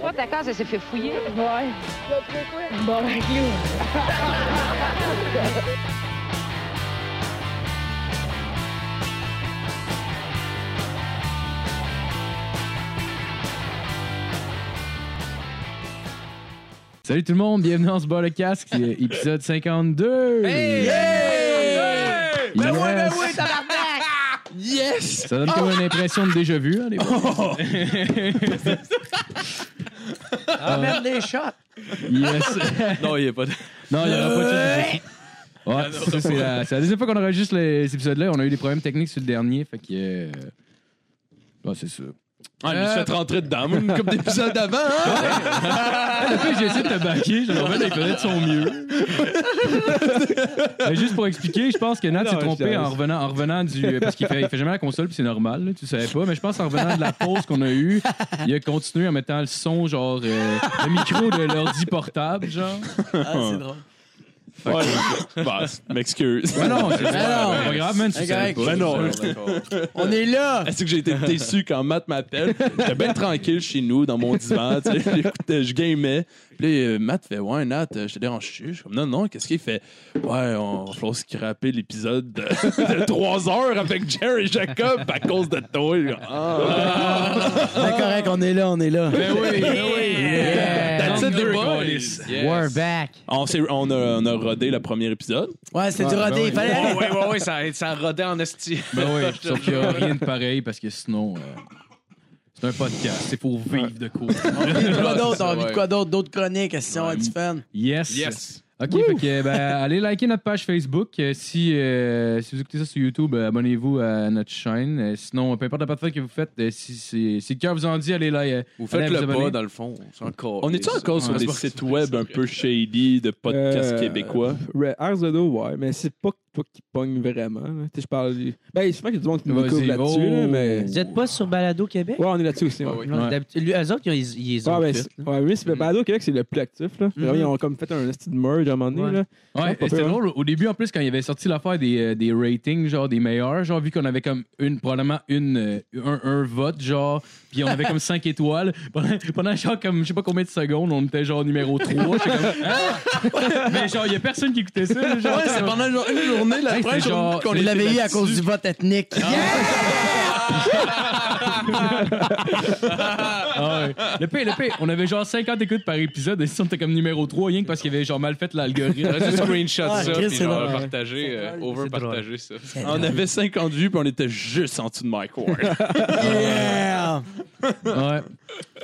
Toi, ta case, elle s'est fait fouiller. Ouais. Bon, ben, clou. Salut tout le monde, bienvenue dans ce bas le casque, c'est épisode 52. Hey! Yes! Ben oui, ben oui, yes! Ça donne comme une impression de déjà vu. Hein, des fois. Amène des shots! Ah, Yes. Non, il n'y a pas de. Ah, non, il n'y aura pas de Ouais, ça, c'est la, c'est la deuxième fois qu'on enregistre les, cet épisode-là. On a eu des problèmes techniques sur le dernier, fait que. euh, ouais, c'est ça. Euh, Ah, il me suis fait rentrer dedans, moi, une couple d'épisodes avant, hein? Après, j'ai essayé de te baquer, je me rappelle, les fenêtres sont mieux. Mais juste pour expliquer, je pense que Nat s'est trompé en revenant, en revenant du. Parce qu'il fait, il fait jamais la console, puis c'est normal, là, tu savais pas. Mais je pense en revenant de la pause qu'on a eue, il a continué en mettant le son, genre, euh, le micro de l'ordi portable, genre. Ah, c'est drôle. Ouais, bah, m'excuse. Mais non, c'est non. pas grave, man, tu savais pas. Ben non. On est là! Est-ce que j'ai été déçu quand Matt m'appelle? J'étais bien tranquille chez nous, dans mon divan, tu sais, j'écoutais, je gamais. Puis là, euh, Matt fait, ouais, Nat, euh, je te dérange Je suis comme, non, non, qu'est-ce qu'il fait? Ouais, on va falloir scraper l'épisode de, de 3 heures avec Jerry Jacob à cause de toi. Je suis comme, Ah. C'est correct, on est là, on est là. Ben oui, ben Ah oui. Yeah. That's it, Number the boys. goalies. We're back. On, s'est- on, a, on a rodé le premier épisode. Ouais, c'était du Ouais, rodé. ben Il fallait Ouais, aller. ouais, ouais, ouais, ça, ça rodait en esti. Ben oui, sauf qu'il n'y a rien de pareil, parce que sinon. euh, c'est un podcast, c'est pour vivre de quoi. On a envie de quoi d'autre? On a Ouais, envie de ouais. quoi d'autre? D'autres chroniques, si on est du fan. Yes. Yes. OK, fait que, ben, allez liker notre page Facebook. Euh, Si, euh, si vous écoutez ça sur YouTube, euh, abonnez-vous à notre chaîne. Euh, sinon, peu importe la plateforme que vous faites, euh, si, si, si le cœur vous en dit, allez là. euh, Vous allez faites vous le abonner. pas, dans le fond. C'est encore. On est-tu encore sur Ouais, des c'est sites web un peu shady de podcasts Euh, québécois? Re- RZO, ouais, mais c'est pas toi qui pogne vraiment. là. Tu sais, je parle. Ben, je pense qu'il y a du monde qui nous Vas-y, découvre là-dessus, oh. là, mais. Vous Vous êtes pas sur Balado Québec? Ouais, on est là-dessus Ah aussi. Ouais, ouais. Non, d'habitude, lui, eux autres, ils ont- ils, ils les ont ben, fait, c'est- là. ouais, mais Mm-hmm. c'est Balado Québec, c'est le plus actif. Là. Vraiment, Ils ont comme fait un style de merge à un moment donné. Ouais. Là. Ouais, pas et c'était peur, hein. drôle. Au début, en plus, quand il avait sorti l'affaire des, euh, des ratings, genre des meilleurs, genre vu qu'on avait comme une, probablement une, euh, un, un vote, genre, puis on avait comme 5 étoiles. Pendant, pendant genre comme, je sais pas combien de secondes, on était genre numéro 3. J'étais comme, Hein? Mais genre, il y a personne qui écoutait ça. là, Genre, Ouais, c'est pendant genre une journée, la Hey, première c'est journée genre- qu'on c'est- l'avait eu à cause du vote ethnique. Ah ouais. Le pire, le pire, on avait genre 50 écoutes par épisode et si on était comme numéro 3, rien que parce qu'il avait genre mal fait l'algorithme. J'aurais dû screenshot Ah, ça, Chris, puis c'est genre drôle. partager, euh, over-partager ça. On avait 50 vues, puis on était juste en dessous de Mike Ward. Yeah! Ouais.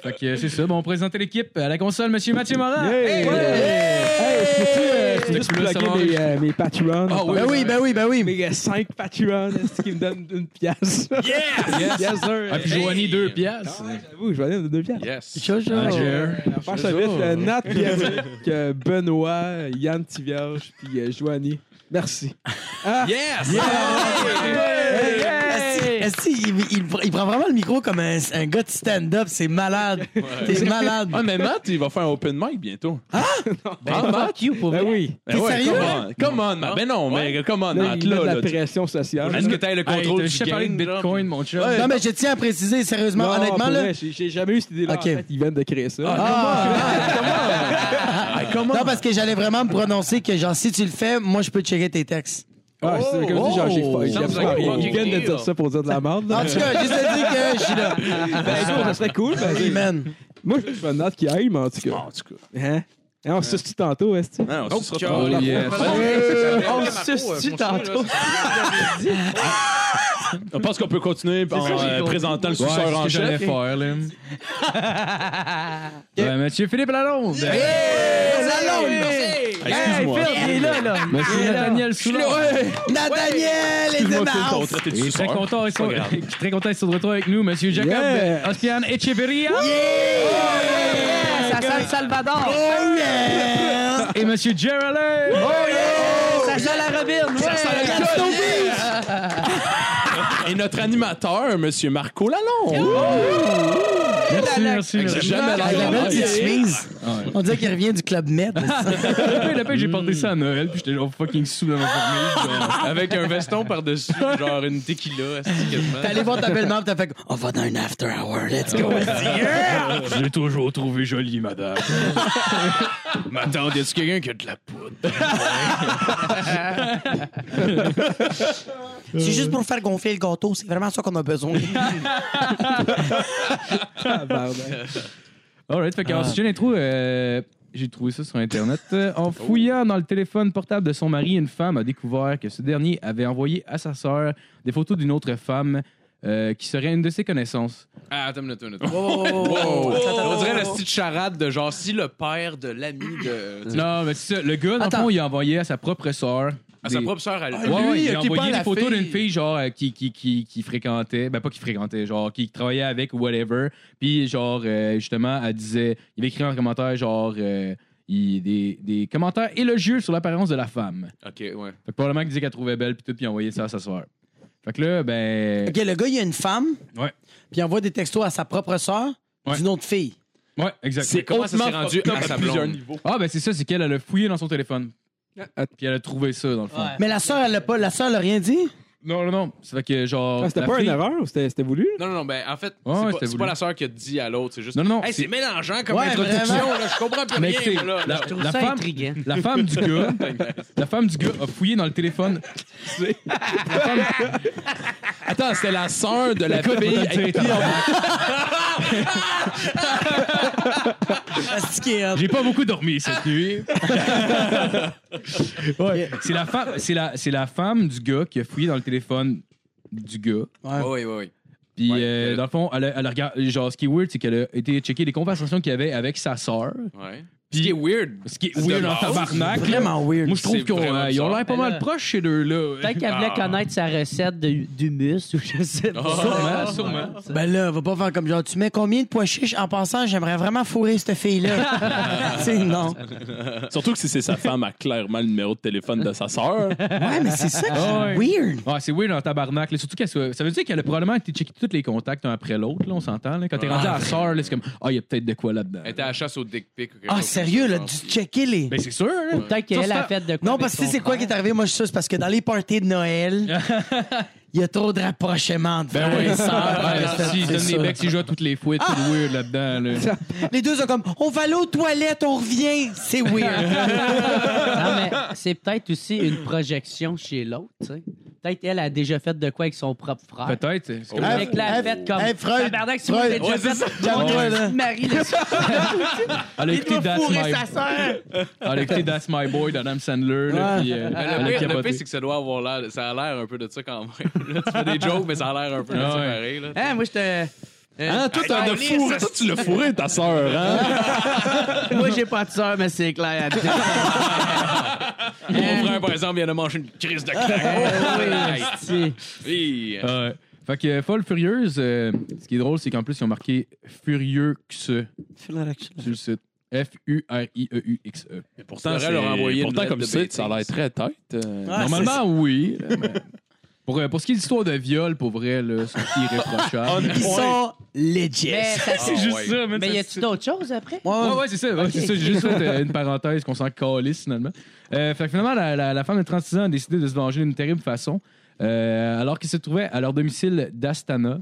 Fait que euh, c'est ça. Bon, on présentait l'équipe à la console, monsieur Mathieu Morin. Hey! Hey, je peux-tu euh, je peux Le juste plus plugger sauvage. mes, euh, mes Patreons? Ah Ben oui, ben oui, ben oui. Mes 5 Patreons, est-ce qu'ils me donnent une pièce? Yes! Yes. yes, sir! Ah, puis Hey. Joanie, 2 piastres. J'avoue, je vais aller de deux pièces. Yes. Jojo. Ah, j'ai- On va faire ça vite. euh, Nat, Pierrick, euh, Benoît, Yann Tivierge, puis euh, Joanie. Merci. Ah, Yes! Hey! Est-ce que- il, il- il prend vraiment le micro comme un, un gars de stand-up? C'est malade. T'es malade. Ah, mais Matt, il va faire un open mic bientôt. Ben, fuck you, pour Ben vrai. oui. Ben sérieux? Come on, come on, Matt. Ben non, mais come on, Là, Matt, il met de là. la là, tu- pression sociale. Est-ce que t'as le Hey, contrôle t'as du juste parlé de game? genre? Bitcoin, mon chum. Ouais. Non, mais je tiens à préciser sérieusement, Non, honnêtement, pour là. Ah! vrai, J'ai j'ai jamais eu cette idée-là. Ok. En fait, ils viennent de créer ça. Ah. Hey, come on. Non, parce que j'allais vraiment me prononcer que, genre, si tu le fais, moi, je peux checker tes textes. Ah, c'est comme je dis, genre, j'ai Oh! failli. Ça, vous absolument avez rien. manqué Ils viennent de de dire ça pour dire de la merde. là. Ah, En tout cas, juste à dire que je suis là. Ben, ça, ça serait cool. ben, c'est- Amen. Moi, je suis un note qui aille, mais en tout Bon, cas. Ah, en tout cas. Hein? Hein, On se suce tantôt, est-ce que- Non, non, ce sera Oh, pas- yes. On se situe tantôt. Je pense qu'on peut continuer en ça, j'ai euh, compris. présentant le Ouais, c'est suceur ce en que j'allais chef. faire, là. Ben, monsieur Philippe Lalonde. Ah, Excuse-moi. Il est là, là. Monsieur Nathaniel Soulard. Nathaniel et Excuse-moi, Phil, t'as Demas. traité de Et très suceur. content, ils sont, Pas grave. très content, ils sont de retour avec nous, monsieur Jacob Yeah. Ospian Echeverria Ça sent le Salvador. Oh yeah! et monsieur Gerald. Ça sent la robine. Ouais. Gaston Beef! Et notre animateur, Monsieur Marco Lalonde. Merci, merci. J'ai merci. jamais Ah, la l'air belle d'un petite mec. chemise. On dirait qu'il revient du Club Med. Le pire, le pire, j'ai porté ça à Noël, puis j'étais genre fucking sous dans ma famille. genre. Avec un veston par-dessus, genre une tequila, esti, quasiment. T'es allé voir ta belle-mère, t'as fait « On va dans un after hour, let's go! Je l'ai toujours trouvé jolie, madame. Mais attendez, est-ce quelqu'un qui a de la poudre? » C'est juste pour faire gonfler le gâteau, c'est vraiment ça qu'on a besoin. Ah, ben, Alright, fait que alors, si j'ai une intro, euh, j'ai trouvé ça sur Internet. Euh, en fouillant dans le téléphone portable de son mari, une femme a découvert que ce dernier avait envoyé à sa sœur des photos d'une autre femme euh, qui serait une de ses connaissances. Ah, attends une minute, une minute. Oh. On dirait la petite charade de genre si le père de l'ami de. Euh, Non, mais c'est ça. Le gars, dans le Attends. fond, il a envoyé à sa propre sœur. À sa des- propre sœur, elle. Ah, Ouais, ouais, lui, il a ok, pas envoyé la des photos fille. d'une fille genre euh, qui, qui, qui, qui fréquentait, ben pas qui fréquentait, genre qui travaillait avec ou whatever. Puis genre euh, justement, elle disait, il avait écrit en commentaire genre euh, il- des, des commentaires élogieux sur l'apparence de la femme. Ok, ouais. Fait que probablement qu'il disait qu'elle trouvait belle puis tout, puis il a envoyé ça à sa soeur. Fait que là, ben. OK, le gars, il a une femme, Ouais. puis il envoie des textos à sa propre sœur Ouais. d'une autre fille. Ouais, exact. Mais comment ça s'est rendu à sa plusieurs blonde? niveaux. Ah, ben c'est ça, c'est qu'elle, elle a fouillé dans son téléphone. Ah, Puis elle a trouvé ça, dans le fond. Mais la sœur, elle a pas... La sœur, elle a rien dit? Non, non, non. Ça fait que genre. Ah, C'était la pas fille- une erreur ou c'était c'était voulu? Non, non, non, ben en fait, ouais, c'est pas- c'était c'est voulu. pas la sœur qui a dit à l'autre, c'est juste. Non, non, Hey, c'est c'est- mélangeant comme Ouais, introduction, vraiment. là, je comprends plus Mais rien. écoutez, moi, là. la, trouve la ça femme, intriguant. la femme du gars, la femme du gars a fouillé dans le téléphone. Attends, c'était la sœur de la fille. te dire, avec qui on- Est-ce qu'il est hot? J'ai pas beaucoup dormi cette nuit. Ouais, C'est la femme, c'est la, c'est la femme du gars qui a fouillé dans le téléphone du gars. Oui, oui, oui. Puis Ouais, euh, elle- dans le fond, elle, a- elle a regard- genre ce qui est weird, c'est qu'elle a été checker les conversations qu'il y avait avec sa sœur. Ouais. Puis- Ce qui est weird. Ce qui est weird en dommage. tabarnak. là. Vraiment weird. Moi je trouve C'est qu'ils ont vraiment ils ont l'air bizarre. pas Mais mal là- proches ces deux là. Peut-être qu'elle voulait Ah. connaître sa recette de- d'humus ou je sais pas. Sûrement, sûrement. Ben là, va pas faire comme genre, tu mets combien de pois chiches en passant, j'aimerais vraiment fourrer cette fille-là. tu sais, non. Surtout que si c'est sa femme, a clairement le numéro de téléphone de sa sœur. Ouais, mais c'est ça qui Ah est ouais. weird. Ah, c'est weird en tabarnak. là. Surtout qu'elle soit- Ça veut dire qu'elle a probablement été checker tous les contacts un après l'autre, là, on s'entend. là. Quand t'es rendu à la sœur, là, c'est comme Ah, il y a peut-être de quoi là-dedans. Elle était à la chasse au dick pic. ou quelque Ah, chose comme sérieux, ça, là, genre. du checker les... Ben, c'est sûr, hein. Peut-être Ça, qu'elle c'est a un- fait de quoi. Non, avec parce que tu sais, son c'est quoi qui frère. est arrivé, moi, je suis sûr, c'est parce que dans les parties de Noël, il y a trop de rapprochements de Ben, frères et sœurs. Ah, ouais, si, ils donnent des becs, ils jouent à toutes les fouettes, c'est weird là-dedans. là. Les deux sont comme, on va aller aux toilettes, on revient. C'est weird. Non, mais c'est peut-être aussi une projection chez l'autre, tu sais. Peut-être elle a déjà fait de quoi avec son propre frère. Peut-être. c'est comme- Avec la Hey, fête comme. hey, Freud, Tabarnak, si vous avez Freud, déjà ouais, fait. Calme-toi, là. Marie, le Elle a écouté That's My sœur. Elle a écouté That's My Boy d'Adam Sandler. là, Ouais. puis, euh, elle Mais a le pire, le capoté. pire, c'est que ça doit avoir l'air. Ça a l'air un peu de ça quand même. Là, tu fais des jokes, mais ça a l'air un peu de Ah ça ouais. pareil. Là. Hein, moi, j'étais. Hein, toi, t'as de Hey, fourré. Toi, tu l'as fourré, ta sœur, hein? Moi, j'ai pas de sœur, mais c'est clair. Mon frère, par exemple, vient de manger une crise de Ah, claque. Oui. Ah, ouais. Fait que euh, Folle Furieuse, euh, ce qui est drôle, c'est qu'en plus, ils ont marqué Furieux sur le site. E F-U-R-I-E-U-X-E. Pourtant, Laurel leur a envoyé c'est- une pourtant lettre comme de ça, ça a l'air bêtises. très tête. euh, Ah, Normalement, oui. là, mais- Pour, euh, pour ce qui est d'histoire de viol, pour vrai, là, c'est Ah, irréprochable. Ils sont legit. Mais, ça- C'est juste ça. mais y a-tu d'autres choses après? Ouais, ouais, c'est ça. ouais, c'est ça. J'ai juste fait euh, une parenthèse qu'on s'en calisse finalement. Euh, fait que finalement, la, la- la femme de 36 ans a décidé de se venger d'une terrible façon euh, alors qu'ils se trouvaient à leur domicile d'Astana,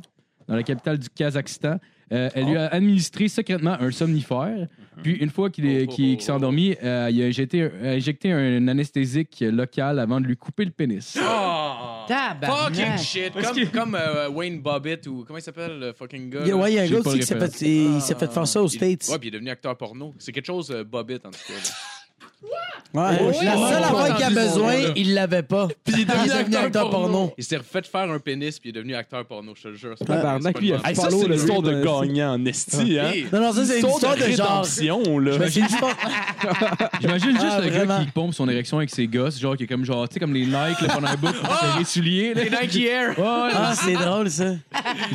dans la capitale du Kazakhstan. Euh, elle lui a Oh. administré secrètement un somnifère. Puis, une fois qu'il est- Oh, oh, qu'il- oh, qu'il s'est endormi, euh, il a injecté, un- injecté un anesthésique local avant de lui couper le pénis. Oh. Tabarnak. Fucking shit. Comme, comme euh, Wayne Bobbitt ou comment il s'appelle le fucking gars? Il y a- là? ouais, il y a un J'ai gars pas aussi le qui s'est référent. fait, Ah. il s'est fait faire ça aux Il- States. Ouais, puis il est devenu acteur porno. C'est quelque chose, euh, Bobbitt, en tout cas. là. Ouais. La oui, seule oui. affaire J'ai qu'il a entendu son besoin, nom, là. il l'avait pas. Puis il est devenu acteur porno. Il s'est refait faire un pénis, puis il est devenu acteur porno, je te le jure. C'est pas- c'est Tabarnak, pas lui, il une a bonne- Hey, ça, follow c'est le l'histoire de Raven, euh, gagnant en esti, hein? Hey. Non, non, ça, c'est une histoire de genre. rédemption, là. Ben, c'est une histoire- J'imagine juste Ah, le vraiment. gars qui pompe son érection avec ses gosses, genre qui est comme genre, tu sais, comme les Nike là, pendant un bout, pour serrer les souliers. là. Oh! Les Nike Air. Ouais, ouais. Ah, c'est drôle, ça.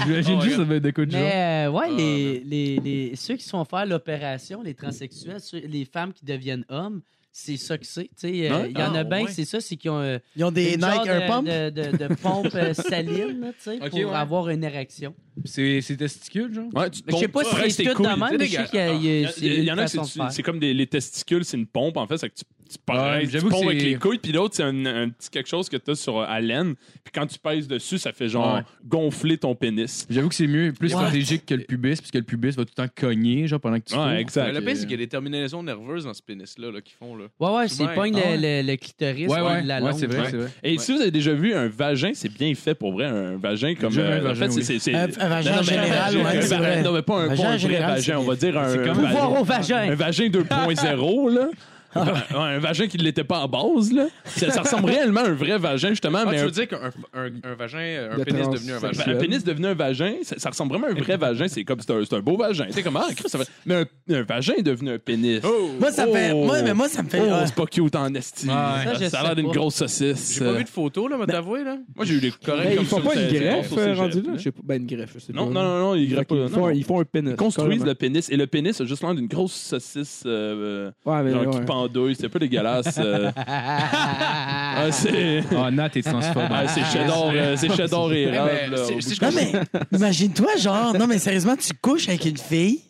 J'imagine Oh, juste ça va être de quoi de genre. Mais euh, ouais, les, les, les- ceux qui se font faire l'opération, les transsexuels, ceux- les femmes qui deviennent hommes, c'est ça que c'est. Tu sais, Hein? euh, Il y en Ah, a bien, ouais. c'est ça, c'est qu'ils ont euh, Ils ont des une Nike, genre un de, pump. de, de- de pompe euh, saline là, tu sais, Ok, pour ouais. avoir une érection. C'est c'est testicule, genre? Ouais, tu te Mais je sais pompes pas si Ouais, c'est tout cool. de même, mais je sais qu'il y a- il y a- c'est Il y, une en a que façon de c'est- faire. c'est comme des, les testicules, c'est une pompe en fait, c'est que tu, tu, pèses, Ouais, tu j'avoue que pompes c'est- avec les couilles, puis l'autre c'est un, un petit quelque chose que t'as sur euh, à laine, puis quand tu pèses dessus, ça fait genre Ouais. gonfler ton pénis. J'avoue que c'est mieux, plus What? stratégique que le pubis, puisque le pubis va tout le temps cogner, genre pendant que tu Ouais, tournes. exact. Le Fait pire, que- euh, c'est qu'il y a des terminaisons nerveuses dans ce pénis-là là, qui font. là. Ouais, ouais, Souvent, c'est pas ah le, le, le clitoris, Ouais, ou ouais, de la ouais, langue, c'est vrai, ouais. c'est vrai. Et si vous avez déjà vu un vagin, c'est bien fait pour vrai, un vagin comme J'ai vu un euh, vagin, en fait, oui. c'est- c'est Un, un c'est- vagin Non, en mais- général, ouais, c'est Un va- vrai. non, mais pas un, Vagin pas en un vrai général, vagin, c'est on va dire un, C'est un comme vagin- Pouvoir au vagin. un vagin 2.0, là. Ouais, un vagin qui ne l'était pas à base, là. Ça, ça ressemble réellement à un vrai vagin, justement, Ah, mais tu un, veux dire qu'un un- un vagin, euh, un De pénis trans- devenu un vagin. ben, un pénis devenu un vagin, ça, ça ressemble vraiment à un vrai vagin. C'est comme, c'est un, c'est un beau vagin. C'est comme, ah, Christ, ça fait- Mais un, un vagin est devenu un pénis. Oh! Moi, ça fait. Oh. Moi, mais moi, ça me fait. Ah, Oh, ouais. c'est pas cute en esti. Ça, je ça, a sais l'air d'une pas. grosse saucisse. J'ai pas vu de photo, là, mais t'avouer, là. Moi, j'ai eu des corrects comme Hey, Ben, ils font ça, pas c'est- une c'est greffe rare sur euh, cégep, rendu là? là. Je sais pas. Ben, une greffe, je sais Non, pas. non, non, non, ils Fait greffent qu'ils pas. non, font, non. ils hein. font un pénis. Ils construisent carrément. le pénis et le pénis a juste l'air d'une grosse saucisse euh, Ouais, mais genre ouais. qui pendouille. C'est un peu dégueulasse. euh. Ah, c'est. Ah, Nat est transphobe. Ah, c'est cheddar, euh, c'est cheddar et Eh, rave, ben, là. si- si je Non, mais imagine-toi, genre, non, mais sérieusement, tu couches avec une fille,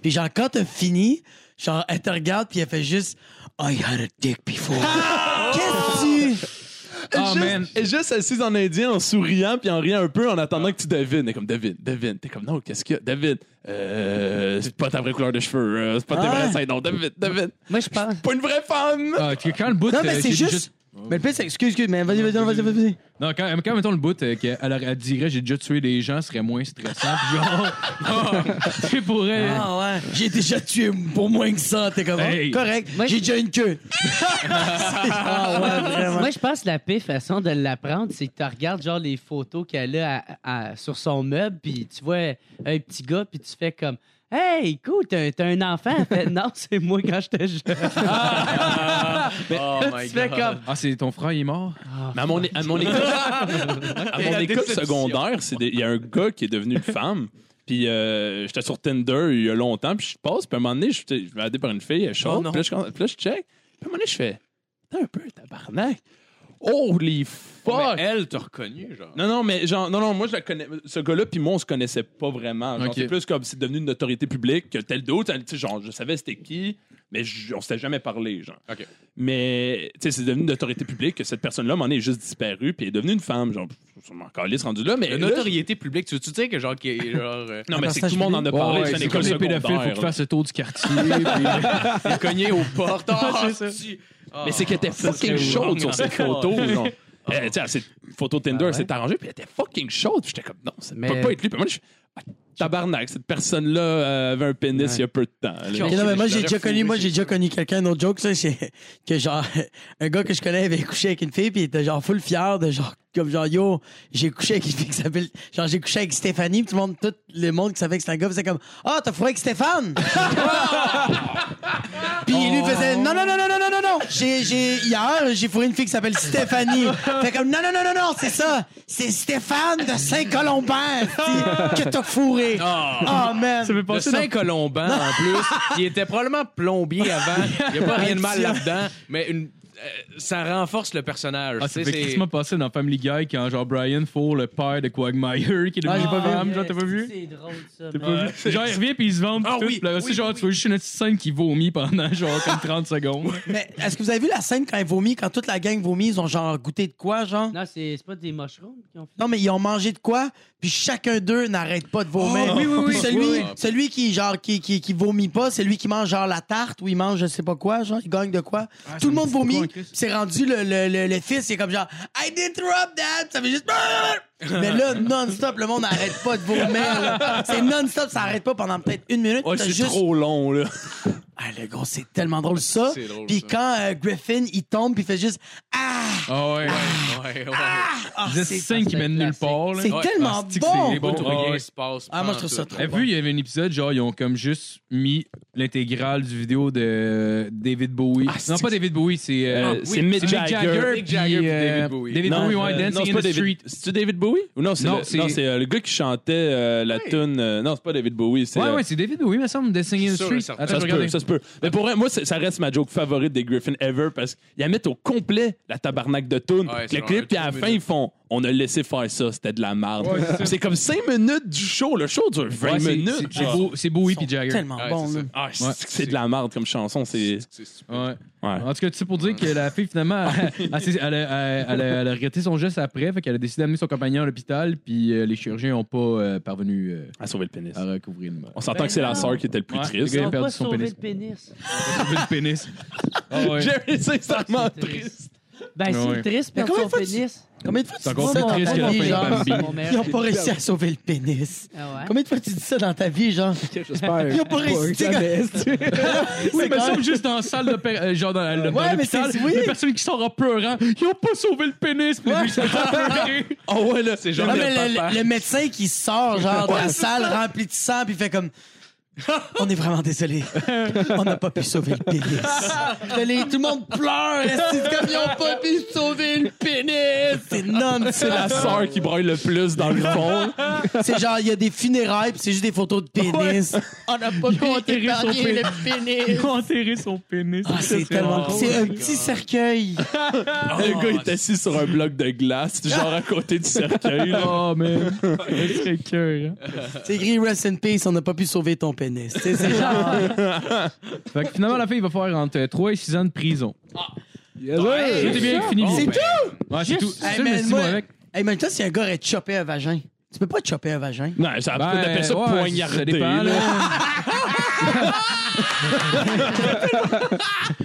puis genre, quand t'as fini, genre, elle te regarde, puis elle fait juste I had a dick before. Ah! Qu'est-ce que tu. Ah, man. Et juste assise en indien, en souriant, puis en riant un peu, en attendant que tu devines. Et comme, devine, devine. T'es comme, non, qu'est-ce qu'il y a? Devine. Euh, c'est pas ta vraie couleur de cheveux. euh, c'est pas tes Ah ouais. vrais seins. Non, devine, devine. Moi, je pense. Pas une vraie femme. Ah, que quand le bout. Non, euh, mais c'est j'ai juste. Oh. Mais le pire, c'est. Excuse, excuse, mais vas-y, vas-y, vas-y, vas-y. vas-y. Non, quand, quand mettons le bout euh, qu'elle aurait- elle dirait j'ai déjà tué des gens, ce serait moins stressant. Puis genre, ah, c'est pour elle. Ah ouais, j'ai déjà tué pour moins que ça, t'es comme Hey. correct. Moi, J'ai déjà une queue. ah ouais, vraiment. Moi, je pense que la pire façon de l'apprendre, c'est que tu regardes genre les photos qu'elle a à- à- sur son meuble, puis tu vois un petit gars, puis tu fais comme Hey, écoute, t'as t'as un enfant. Elle fait, non, c'est moi quand j'étais jeune. Oh tu fais comme Ah, c'est ton frère, il est mort? Mais à mon, é- à mon école, à mon La école déception. secondaire, c'est des- il y a un gars qui est devenu une femme. Puis euh, j'étais sur Tinder il y a longtemps, puis je passe, puis à un moment donné, je j'étais- je vais aller par une fille, elle chante, Oh non. puis là, je, commence- puis là, je check. Puis à un moment donné, je fais, attends un peu, tabarnak. Holy fuck! Mais elle t'a reconnu, genre. Non, non, mais genre, non, non, moi je la connais. Ce gars-là, puis moi, on se connaissait pas vraiment. Genre, Ok. C'est plus comme c'est devenu une notoriété publique que tel d'autre. Tu sais, genre, je savais c'était qui, mais je- on s'était jamais parlé, genre. Ok. Mais, tu sais, c'est devenu une notoriété publique que cette personne-là m'en est juste disparue, puis est devenue une femme. Genre, je m'en calisse rendu là, mais. La Ben, là, notoriété publique, tu veux-tu dire que genre. qui est, genre euh, non, Un mais c'est que personnage tout le monde en a Ouais, parlé. ouais, c'est une c'est comme école les pédophiles, faut que secondaire. tu là. fasses le tour du quartier. puis- euh, est cogné aux portes. Ah, c'est ça. si. Mais c'est qu'elle était fucking serait chaude wrong, sur en ses effet. photos, genre. Elle, tu sais, ses photos Tinder, Ah ouais? elle s'est arrangée, puis elle était fucking chaude. Puis j'étais comme, non, ça Mais- peut pas être lui. Puis moi, je ah, tabarnak, cette personne-là euh, avait un pénis il y a peu de temps. là. Ok, non, mais moi, Je j'ai l'aurais déjà connu, fourré, moi, c'est j'ai déjà connu quelqu'un, un autre joke, ça, c'est que genre, un gars que je connais avait couché avec une fille, puis il était genre full fier de genre, comme genre, yo, j'ai couché avec une fille qui s'appelle, genre, j'ai couché avec Stéphanie, puis tout le monde, tout le monde qui savait que c'était un gars faisait comme, ah, t'as fourré avec Stéphane! puis lui faisait, non, non, non, non, non, non, non, non, j'ai, j'ai, hier, j'ai fourré une fille qui s'appelle Stéphanie. fait comme, non, non, non, non, non, c'est ça, c'est Stéphane de Saint-Colombin, que t'as fourré. Oh, man! Ah. Le Saint-Colomban, en plus, il était probablement plombier avant. Il n'y a pas rien de mal là-dedans, mais une- euh, ça renforce le personnage. Ah, tu sais, c'est fait c'est- quasiment passé dans Family Guy quand genre Brian Faux, le père de Quagmire, qui est devenu Ah, j'ai pas une vu. femme, genre, t'as pas vu? C'est drôle, ça. T'as pas vu? Genre, il revient puis il se vante. Ah tout, oui, puis là, aussi, oui, genre, oui, tu vois juste une petite scène qui vomit pendant genre comme 30 secondes. Mais est-ce que vous avez vu la scène quand ils vomit, quand toute la gang vomit, ils ont genre goûté de quoi, genre? Non, c'est c'est pas des mushrooms qui ont fait. Non, mais ils ont mangé de quoi, puis chacun d'eux n'arrête pas de vomir. Oh! oui, oui, Puis oui. celui, Oui. celui qui, genre, qui, qui, qui vomit pas, c'est lui qui mange, genre, la tarte ou il mange je sais pas quoi, genre, il gagne de quoi. Ah, Tout le monde vomit, puis c'est rendu le, le, le, le fils, c'est comme genre, I didn't rub that, ça fait juste. Mais là, non-stop, le monde n'arrête pas de vomir. là. C'est non-stop, ça arrête pas pendant peut-être une minute. Ah, Ouais, t'as c'est juste- trop long, là. Ah, le gros, c'est tellement drôle ça. C'est drôle, Puis ça. quand euh, Griffin, il tombe, puis il fait juste, ah! Ah ouais. Ouais, ouais. Ah, Des c'est- scènes qui c'est mènent nulle classique. part. là. c'est Ouais, tellement ah, c'est que bon! c'est Les bouts Bon, où rien ouais. se passe. Ah, moi, je trouve ça pantoute. trop T'as vu, il y avait un épisode, genre, ils ont comme juste mis l'intégrale du vidéo de David Bowie. Ah, non, c'est- pas David Bowie, c'est. euh, Euh, c'est Mick Mick Jagger. Jagger. Mick Jagger puis, puis euh, David Bowie. David Bowie, ouais, euh, non, Dancing c'est in pas the David- Street. C'est-tu David Bowie? Ou non, c'est Non, le, c'est- non, c'est, euh, le gars qui chantait euh, la Oui. tune. euh, non, c'est pas David Bowie. C'est, Ouais, euh, ouais, c'est David Bowie, il me semble, Dancing in the Sûr et Street. certain. Attends, ça je se vais peut, regarder. ça se peut, peu. Mais pour vrai, moi, c'est- ça reste ma joke favorite des Griffin ever parce qu'ils la mettent au complet, la tabarnak de tune. Ouais, c'est le genre clip, un puis à la trois fin, ils font On a laissé faire ça, c'était de la merde. Ouais, c'est ça. Puis c'est comme 5 minutes du show. Le show dure 20 Ouais, c'est- minutes. c'est- C'est Ah. beau- c'est Bowie puis Jagger. Tellement Ouais, bon, c'est là. ça. Ah, c'est- Ouais. c'est de la merde comme chanson. C'est. C'est stupide. Ouais. Ouais. En tout cas, tu sais, pour dire que la fille, finalement, elle, elle s'est- elle a, elle a- elle a- elle a regretté son geste après, fait qu'elle a décidé d'amener son compagnon à l'âpital, puis euh, les chirurgiens n'ont pas euh, parvenu euh, À sauver le à pénis. recouvrir le mort. On s'entend que c'est la sœur qui était le plus Ben Ouais. triste. Il Ils a ont perdu pas son sauvé pénis. le pénis. le pénis. Ah ouais. Jerry, c'est vraiment C'est triste. Ben, Ouais. c'est triste, perdre combien son de fois tu- pénis. Combien de fois tu C'est dis encore ça plus dans triste ta que la vie, fin de genre? Bambi. Ils ont pas réussi à sauver le pénis. Ah ouais? Combien de fois tu dis ça dans ta vie, genre? J'espère. Ils ont pas réussi, Pas gars. que ça Oui, mais C'est ça, grave. juste dans la salle de pé- euh, genre dans, la- dans Ouais, mais l'hôpital, c'est- oui. les personnes qui sont en pleurant, ils ont pas sauvé le pénis, puis lui, il s'est pleuré. Ah Oh ouais, là, c'est Non, mais le, le- le médecin qui sort, genre, de la salle remplie de sang, puis il fait comme. On est vraiment désolé. On n'a pas pu sauver le pénis. Là, les- tout le monde pleure. est-ce que Comme ils n'ont pas pu sauver le pénis. C'est non, C'est la sœur qui broille le plus dans le fond. C'est genre, il y a des funérailles, puis c'est juste des photos de pénis. On n'a pas pu épargner le pénis. Ils ont enterré son pénis. Ah, c'est tellement. drôle. C'est un petit cercueil. le gars, il est assis sur un bloc de glace, genre à côté du cercueil. là. Oh, man. C'est hein. cœur. C'est écrit Rest in Peace, on n'a pas pu sauver ton pénis. Tu sais, C'est genre. Fait que finalement, la fille va faire entre 3 et 6 ans de prison. Yes, Tout est bien fini. C'est tout! Ouais, c'est Juste- tout. C'est Hey, ça, man, mais six moi- mois avec. Hey, mais toi, si un gars aurait chopé un vagin, tu peux pas te choper un vagin. Non, ça, on appelle ça Ben, ouais, Ah, ça poignarder. dépend, là. là.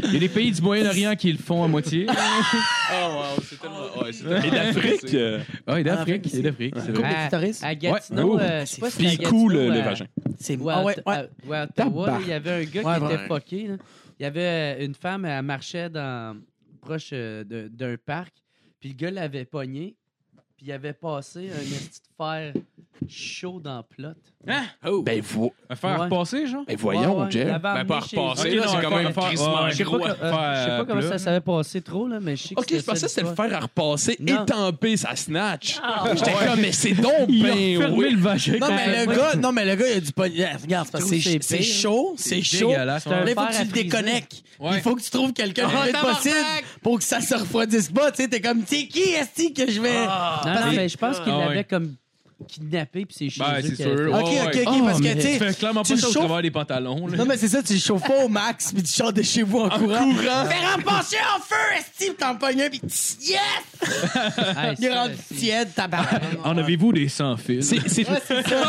Il y a des pays du Moyen-Orient qui le font à moitié. Oh, wow, c'est tellement. Ouais, c'est Et tellement. d'Afrique. euh, Ah, il est d'Afrique. Afrique, Il est d'Afrique, c'est Coupe vrai. de clitoris. À Gatineau, Oh. Ouais. euh, je sais pas si Puis à il coule Gatineau, le euh, vagin. C'est Ou moi. à, Ah, ouais, Ota- ouais. à- ou à Ottawa, là, Tabarnak. il y avait un gars Ouais, qui était ouais. fucké. là. Il y avait euh, une femme, elle marchait dans, proche euh, de- d'un parc, puis le gars l'avait pogné, puis il avait passé un esti de fer chaud dans le plot. Hein? Oh. Ben, vo- À faire Ouais. repasser, genre? ben voyons, Ouais, ouais, il Jerry. l'avait Ben, emmené pas chez repasser, eux. là, Ok, c'est non, quand même un faire- crissement ouais, Je sais pas, gros. co- euh, je sais pas Faire comment plat. ça savait passer trop, là, mais je sais que Ok, je pensais que c'était le l'histoire. faire à repasser Non. étampé sa snatch. Ah, J'étais comme, mais c'est donc Il a ben fermé le oui. vagin. Non, mais le Ouais. gars, non, mais le gars, il a du pognon. Regarde, c'est parce que Je trouve c'est que c'est c'est pire. chaud, c'est chaud. Là, dégueulasse. hein. un il faut fer que à tu le friser. déconnectes. Ouais. Il faut que tu trouves quelqu'un Ah, le plus tabarnak! possible pour que ça se refroidisse pas. Tu sais, t'es comme, c'est qui, est-ce que je vais. Non, non, mais je pense qu'il Ah, ouais. l'avait comme kidnappé, puis c'est chez Ben, eux c'est qu'il avait sûr. Ok, fait. ouais, ok, ouais. ok, parce que, mais- tu Tu fais sais. clairement Tu pas le ça au chauffes? travers des pantalons. là. Non, mais c'est ça, tu le chauffes pas au max, puis tu sors de chez vous en courant. Fais rempencher en feu, Esti, t'en pognes un, puis tss, yes! Ah, Il est ça, rendu c'est- tiède, tabarnak. En avez-vous des sans-fils? C'est c'est-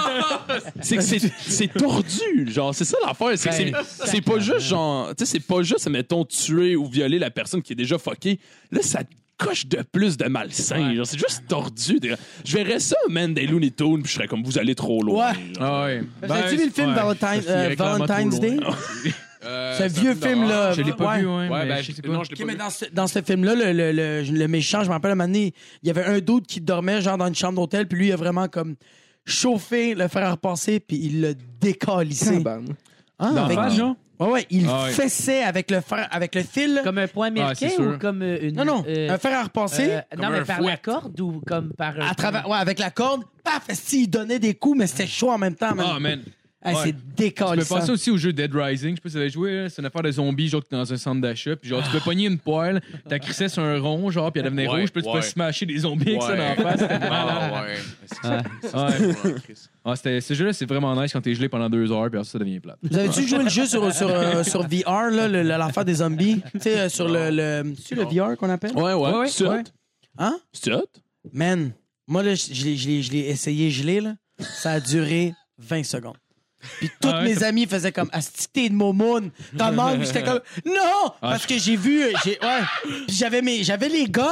c'est que c'est- c'est tordu, genre, c'est ça l'affaire. C'est que c'est- Ben, c'est pas juste, genre, tu sais, c'est pas juste, mettons, tuer ou violer la personne qui est déjà fuckée. Là, ça te coche de plus de malsain. genre, C'est juste tordu. des- Je verrais ça, man, des Looney Tunes, puis je serais comme, vous allez trop loin. Ouais. Ah ouais. Vous avez-tu vu le film Valentine- c'est- il est euh, clairement Valentine's trop loin. Day? Euh, C'est un vieux film film, d'horreur. là. Je l'ai pas Ouais. vu, ouais. Ouais, mais ben, je sais je- pas. non, je l'ai Ok, pas mais vu. dans ce, dans ce film-là, le, le, le, le méchant, je me rappelle, un moment donné, il y avait un doute qui dormait genre dans une chambre d'hôtel, puis lui, il a vraiment comme chauffé le fer à repasser, puis il l'a décalissé. Cabane. Fait Dans qu'il- Fast, genre? ouais, ouais, il Ah ouais. fessait avec le fer, avec le fil. Comme un point américain c'est sûr. ou comme euh, une. non, non, euh, un fer à repasser, euh, non, Comme mais un par fouet. la corde ou comme par. un- à travers, ouais, avec la corde, paf, si, il donnait des coups, mais c'était chaud en même temps. man. Ah, man. Hey, ouais. C'est Tu peux décalissant. passer aussi au jeu Dead Rising. Je sais pas si vous avez joué. là. C'est une affaire de zombies, genre, t'es dans un centre d'achat. Puis genre, tu peux pogner une poêle, t'acrissais sur un rond, genre, puis elle devenait Ouais, rouge. Puis tu peux ouais. smasher des zombies avec ça dans la Ouais. face. C'était malade. Ah, ouais. C'est- Ouais. c'est- c'est- c'est- Chris. Ah, c'était- ce jeu-là, c'est vraiment nice quand t'es gelé pendant deux heures, puis ensuite, ça devient plate. Vous avez-tu joué le jeu sur, sur, euh, sur VR, là, le- le- l'affaire des zombies? Tu sais, euh, sur le, le, c'est le VR qu'on appelle? Ouais, ouais. ouais, C'est ouais. hot. Hein? C'est hot. Man, moi, là, je je l'ai- je l'ai je l'ai essayé, je l'ai, là. Ça a duré 20 secondes. Puis toutes Ah ouais, mes amies faisaient comme Asti, de momoun, t'en manques. Puis j'étais comme Non! Parce que j'ai vu. j'ai- Ouais. Puis j'avais mes- j'avais les guns,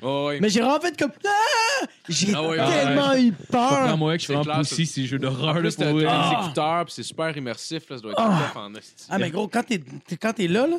Ouais, ouais. mais j'ai vraiment fait comme Ah! J'ai Ah ouais, ouais, tellement eu peur. Prends-moi que je suis C'est vraiment clair, poussi ça. ces jeux En d'horreur. là, plus, pour t'as t'as vrai. Ah, des écouteurs, puis c'est super immersif, là. Ça doit être Ah. tough en esti. Ah, mais gros, quand t'es quand t'es là, là,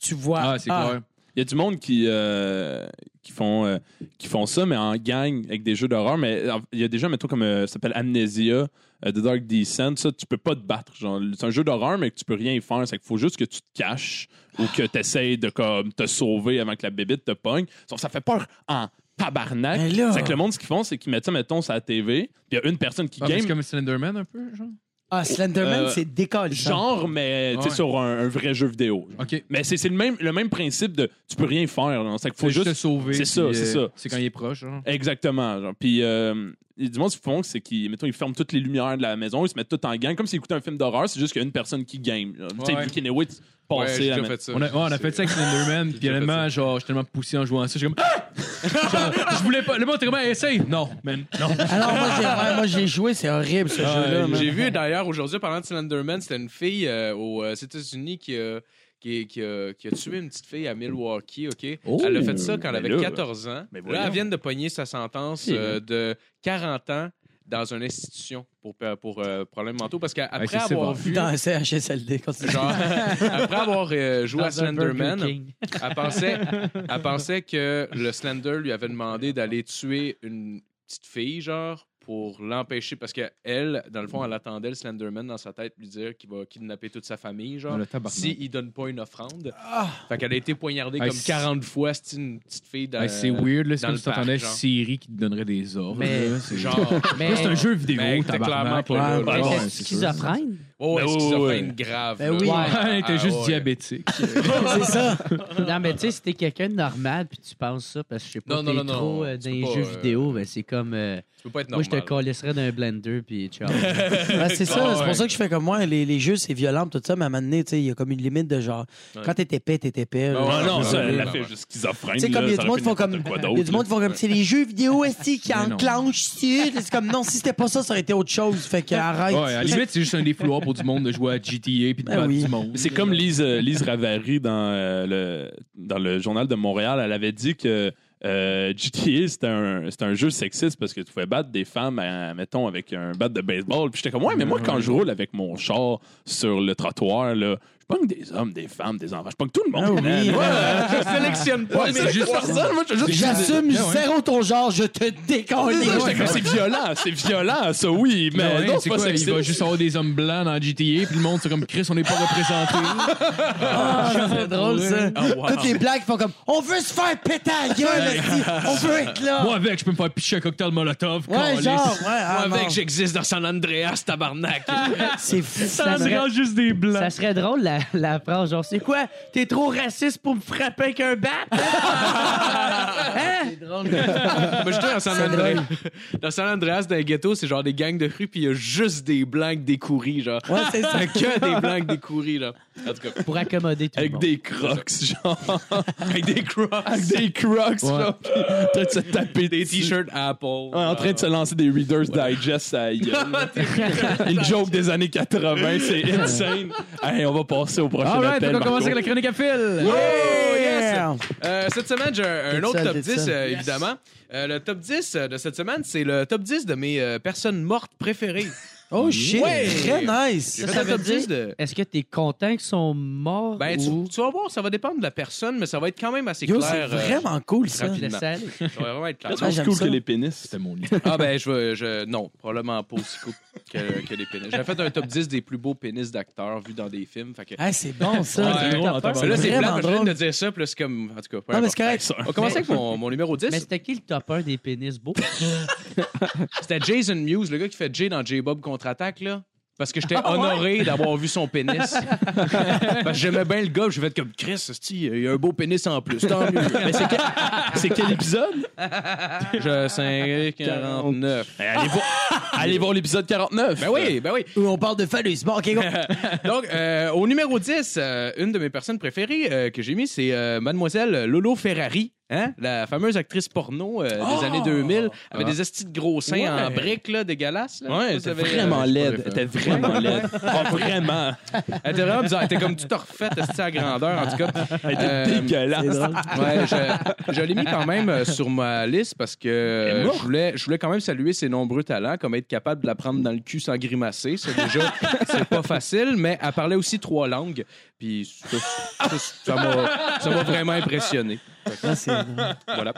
tu vois. Ah, c'est clair. Il y a du monde qui, euh, qui, font, euh, qui font ça, mais en gang, avec des jeux d'horreur. Mais en- il y a des jeux, mettons, comme euh, ça s'appelle Amnesia, euh, The Dark Descent. Ça, tu peux pas te battre. genre. C'est un jeu d'horreur, mais que tu peux rien y faire. C'est qu'il faut juste que tu te caches ou que tu essayes de comme, te sauver avant que la bébite te pogne. Sauf que ça fait peur en tabarnak. Mais là- C'est que le monde, ce qu'ils font, c'est qu'ils mettent ça, mettons, sur la TV. Puis il y a une personne qui Ah, mais game. C'est comme Slenderman, un peu, genre. Ah, Slenderman, Euh, c'est décalissant. Genre, mais tu sais, Ouais. sur un, un vrai jeu vidéo. OK. Mais c'est c'est le même, le même principe de tu peux rien faire. Là. C'est que faut Faut juste juste te sauver. c'est ça, puis, c'est euh, ça. C'est quand il est proche. genre. Exactement. Genre. Puis, euh, du moins, ce qu'ils font, c'est qu'ils mettons, ils ferment toutes les lumières de la maison, ils se mettent tout en gang, comme s'ils écoutaient un film d'horreur, c'est juste qu'il y a une personne qui game. genre. Tu sais, Ouais. vu qu'Inewit Ouais, passait j'ai la ma- déjà fait ça. On a, ouais, on a fait ça avec Slenderman, puis déjà fait honnêtement, ça. genre, j'étais tellement poussé en jouant à ça, j'ai comme Ah! Genre, Je voulais pas. Le monde était comme Ah, essaye. Non, man. Non. Alors, Ah moi, j'ai, ouais, moi, j'ai joué, c'est horrible, ce jeu-là. Euh, man. J'ai vu d'ailleurs aujourd'hui, parlant de Slenderman, c'était une fille euh, aux euh, États-Unis qui a, qui, qui a, qui a tué une petite fille à Milwaukee. ok? Oh, elle a fait ça quand elle avait mais là, 14 ans. mais là, voyons. elle vient de pogner sa sentence euh, de 40 ans dans une institution pour, pour euh, problèmes mentaux parce qu'après Ouais, c'est avoir vu. Dans un CHSLD. quand c'est- genre, après avoir euh, joué à Dans un Burger Slenderman, King. elle pensait, elle pensait que le Slender lui avait demandé d'aller tuer une petite fille, genre, pour l'empêcher. Parce que elle, dans le fond, elle attendait le Slenderman dans sa tête lui dire qu'il va kidnapper toute sa famille, genre, Le tabarnak. s'il donne pas une offrande. Ah! Fait qu'elle a été poignardée Hey, comme c'est- 40 fois, c'est une petite fille dans Hey, c'est weird, là, c'est euh, dans comme le si t'entendais parc, genre. Siri qui te donnerait des ordres. Mais- là, c'est- Genre, Mais Là, c'est un jeu mais vidéo, t'es clairement tabarnak. pas là. là, mais là. Ouais, t'es c'est schizophrène? Oh, Ben est-ce oui, qu'ils oui. une grave? Ben là. oui. Ouais, Ah, t'es juste ouais. diabétique. c'est ça. Non, mais tu sais, si t'es quelqu'un de normal puis tu penses ça parce que je sais Non, pas, non, t'es non, non, trop euh, tu dans peux les pas, jeux euh, vidéo, ben c'est comme... euh, Tu peux pas être moi, normal. je te collisserais d'un blender puis ciao. Ben, c'est ça, Ah, c'est ouais. pour ça que je fais comme moi. Les, les jeux, c'est violent, pis tout ça, mais à un moment donné, tu sais, il y a comme une limite de genre, Ouais. quand t'es épais, t'es épais. Ben là. ouais, Ah non, Ouais, ça, ouais, elle a ouais, fait ouais. juste schizophrène. Tu sais, comme là, il y a ça du aurait fait monde qui font comme. n'importe quoi il y a du d'autre, monde qui font comme. Ouais. C'est les jeux vidéo, esti, qui Mais non. enclenchent, si. C'est comme, non, si c'était pas ça, ça aurait été autre chose. Fait que arrête. Ouais, à la limite, c'est juste un défouloir pour du monde de jouer à GTA puis de Ben battre oui. du monde. C'est comme Lise, euh, Lise Ravary dans, euh, le, dans le journal de Montréal. Elle avait dit que euh, GTA, c'était un, c'était un jeu sexiste parce que tu pouvais battre des femmes, à- mettons, avec un bat de baseball. Puis j'étais comme, ouais, mais moi, quand je roule avec mon char sur le trottoir, là, je pogne des hommes, des femmes, des enfants. Je pogne tout le monde. Ah oui, man. ben, Ouais, Je sélectionne pas. ouais, c'est juste personne. Moi, je suis juste. J'assume Ouais, ouais. zéro ton genre, je te décolle. J'étais comme, C'est violent, c'est violent, ça oui, mais Mais non, c'est c'est pas quoi, il sexiste. va juste avoir des hommes blancs dans GTA, puis le monde, c'est comme Chris, on n'est pas représenté. Ah, c'est drôle, ça. Ah, wow. Toutes les blagues font comme, on veut se faire péter à la gueule, esti. On veut être là. Moi, avec, je peux me faire picher un cocktail Molotov. Ouais, câlisse. genre, ouais, ah, Moi, avec, non. j'existe dans San Andreas, tabarnak. C'est fou. Ça me rend Ah, juste des blancs. Ça serait drôle, la, la phrase, genre, c'est quoi? T'es trop raciste pour me frapper avec un bat? hein? Moi, j'étais dans San Andreas. Dans San Andreas, dans les ghettos, c'est genre des gangs de rue, puis il y a juste des blancs avec des couris, genre. Ouais, c'est ça. T'as que des blancs avec des couris, là. En tout cas, Pour accommoder tout le Avec monde. des crocs, genre. Avec des crocs. Avec des crocs, genre. puis En train de se taper des dessus. t-shirts Apple. Ouais, Ouais, en train de se lancer des Reader's Digest à la gueule. Une joke des années 80, c'est insane. Hey, on va passer au prochain Alright, appel. on va Marco. commencer avec la chronique à fil. Oh, yes! Yeah. Euh, cette semaine, j'ai un, un T'es autre seul, top t'es 10, seul. euh, évidemment. Euh, le top 10 de cette semaine, c'est le top 10 de mes euh, personnes mortes préférées. Oh shit, Ouais. très nice. J'ai Ça, fait ça un veut top 10 dire- de. Est-ce que t'es content qu'ils sont morts Ben, ou... tu, tu vas voir, ça va dépendre de la personne, mais ça va être quand même assez Yo, c'est clair. euh, vraiment cool ça. rapidement. Laisse aller. Ça va vraiment être clair. Je Ah, pense j'aime cool ça. que les pénis. C'était mon lit. Ah ben je veux je non, probablement pas aussi cool que, que les pénis. J'ai fait un top 10 des plus beaux pénis d'acteurs vus dans des films. Fait que... Ah, c'est bon ça. Ouais. Ah, Mais là c'est plat, je vraiment viens drôle. de dire ça, puis là, c'est comme en tout cas. peu Non, mais importe. c'est correct. On commence avec mon, mon numéro 10. Mais c'était qui le top 1 des pénis beaux? C'était Jason Mewes, le gars qui fait Jay dans J-Bob contre-attaque là. Parce que j'étais honoré d'avoir vu son pénis. Parce que j'aimais bien le gars, je vais être comme Chris, hostie, il a un beau pénis en plus. Tant mieux. Mais c'est quel, c'est quel épisode Je 5 49. Hey, allez, voir, allez voir l'épisode 49. Ben oui, ben oui. Où on parle de phallus. Bon, ok, go. Donc, euh, au numéro 10, euh, une de mes personnes préférées euh, que j'ai mis, c'est euh, Mademoiselle Lolo Ferrari, hein? la fameuse actrice porno euh, des années 2000, avec des estis de gros seins Oh! Ah. Ouais. en briques, là, dégueulasses. là. Ouais, Je sais t'es pas si vous avez, vraiment euh, je sais pas, laide. bref, T'es vraiment laide. Oh, vraiment. euh, Elle était vraiment bizarre. Elle était comme tout refaite, esti à grandeur, en tout cas. Elle était Euh, dégueulasse. Ouais, je, je l'ai mis quand même euh, sur ma liste parce que euh, je voulais, je voulais quand même saluer ses nombreux talents, comme être capable de la prendre dans le cul sans grimacer. Ça, déjà, c'est pas facile, mais elle parlait aussi trois langues. Puis ça, ça- ça m'a ça m'a vraiment impressionné. Ah, c'est Voilà.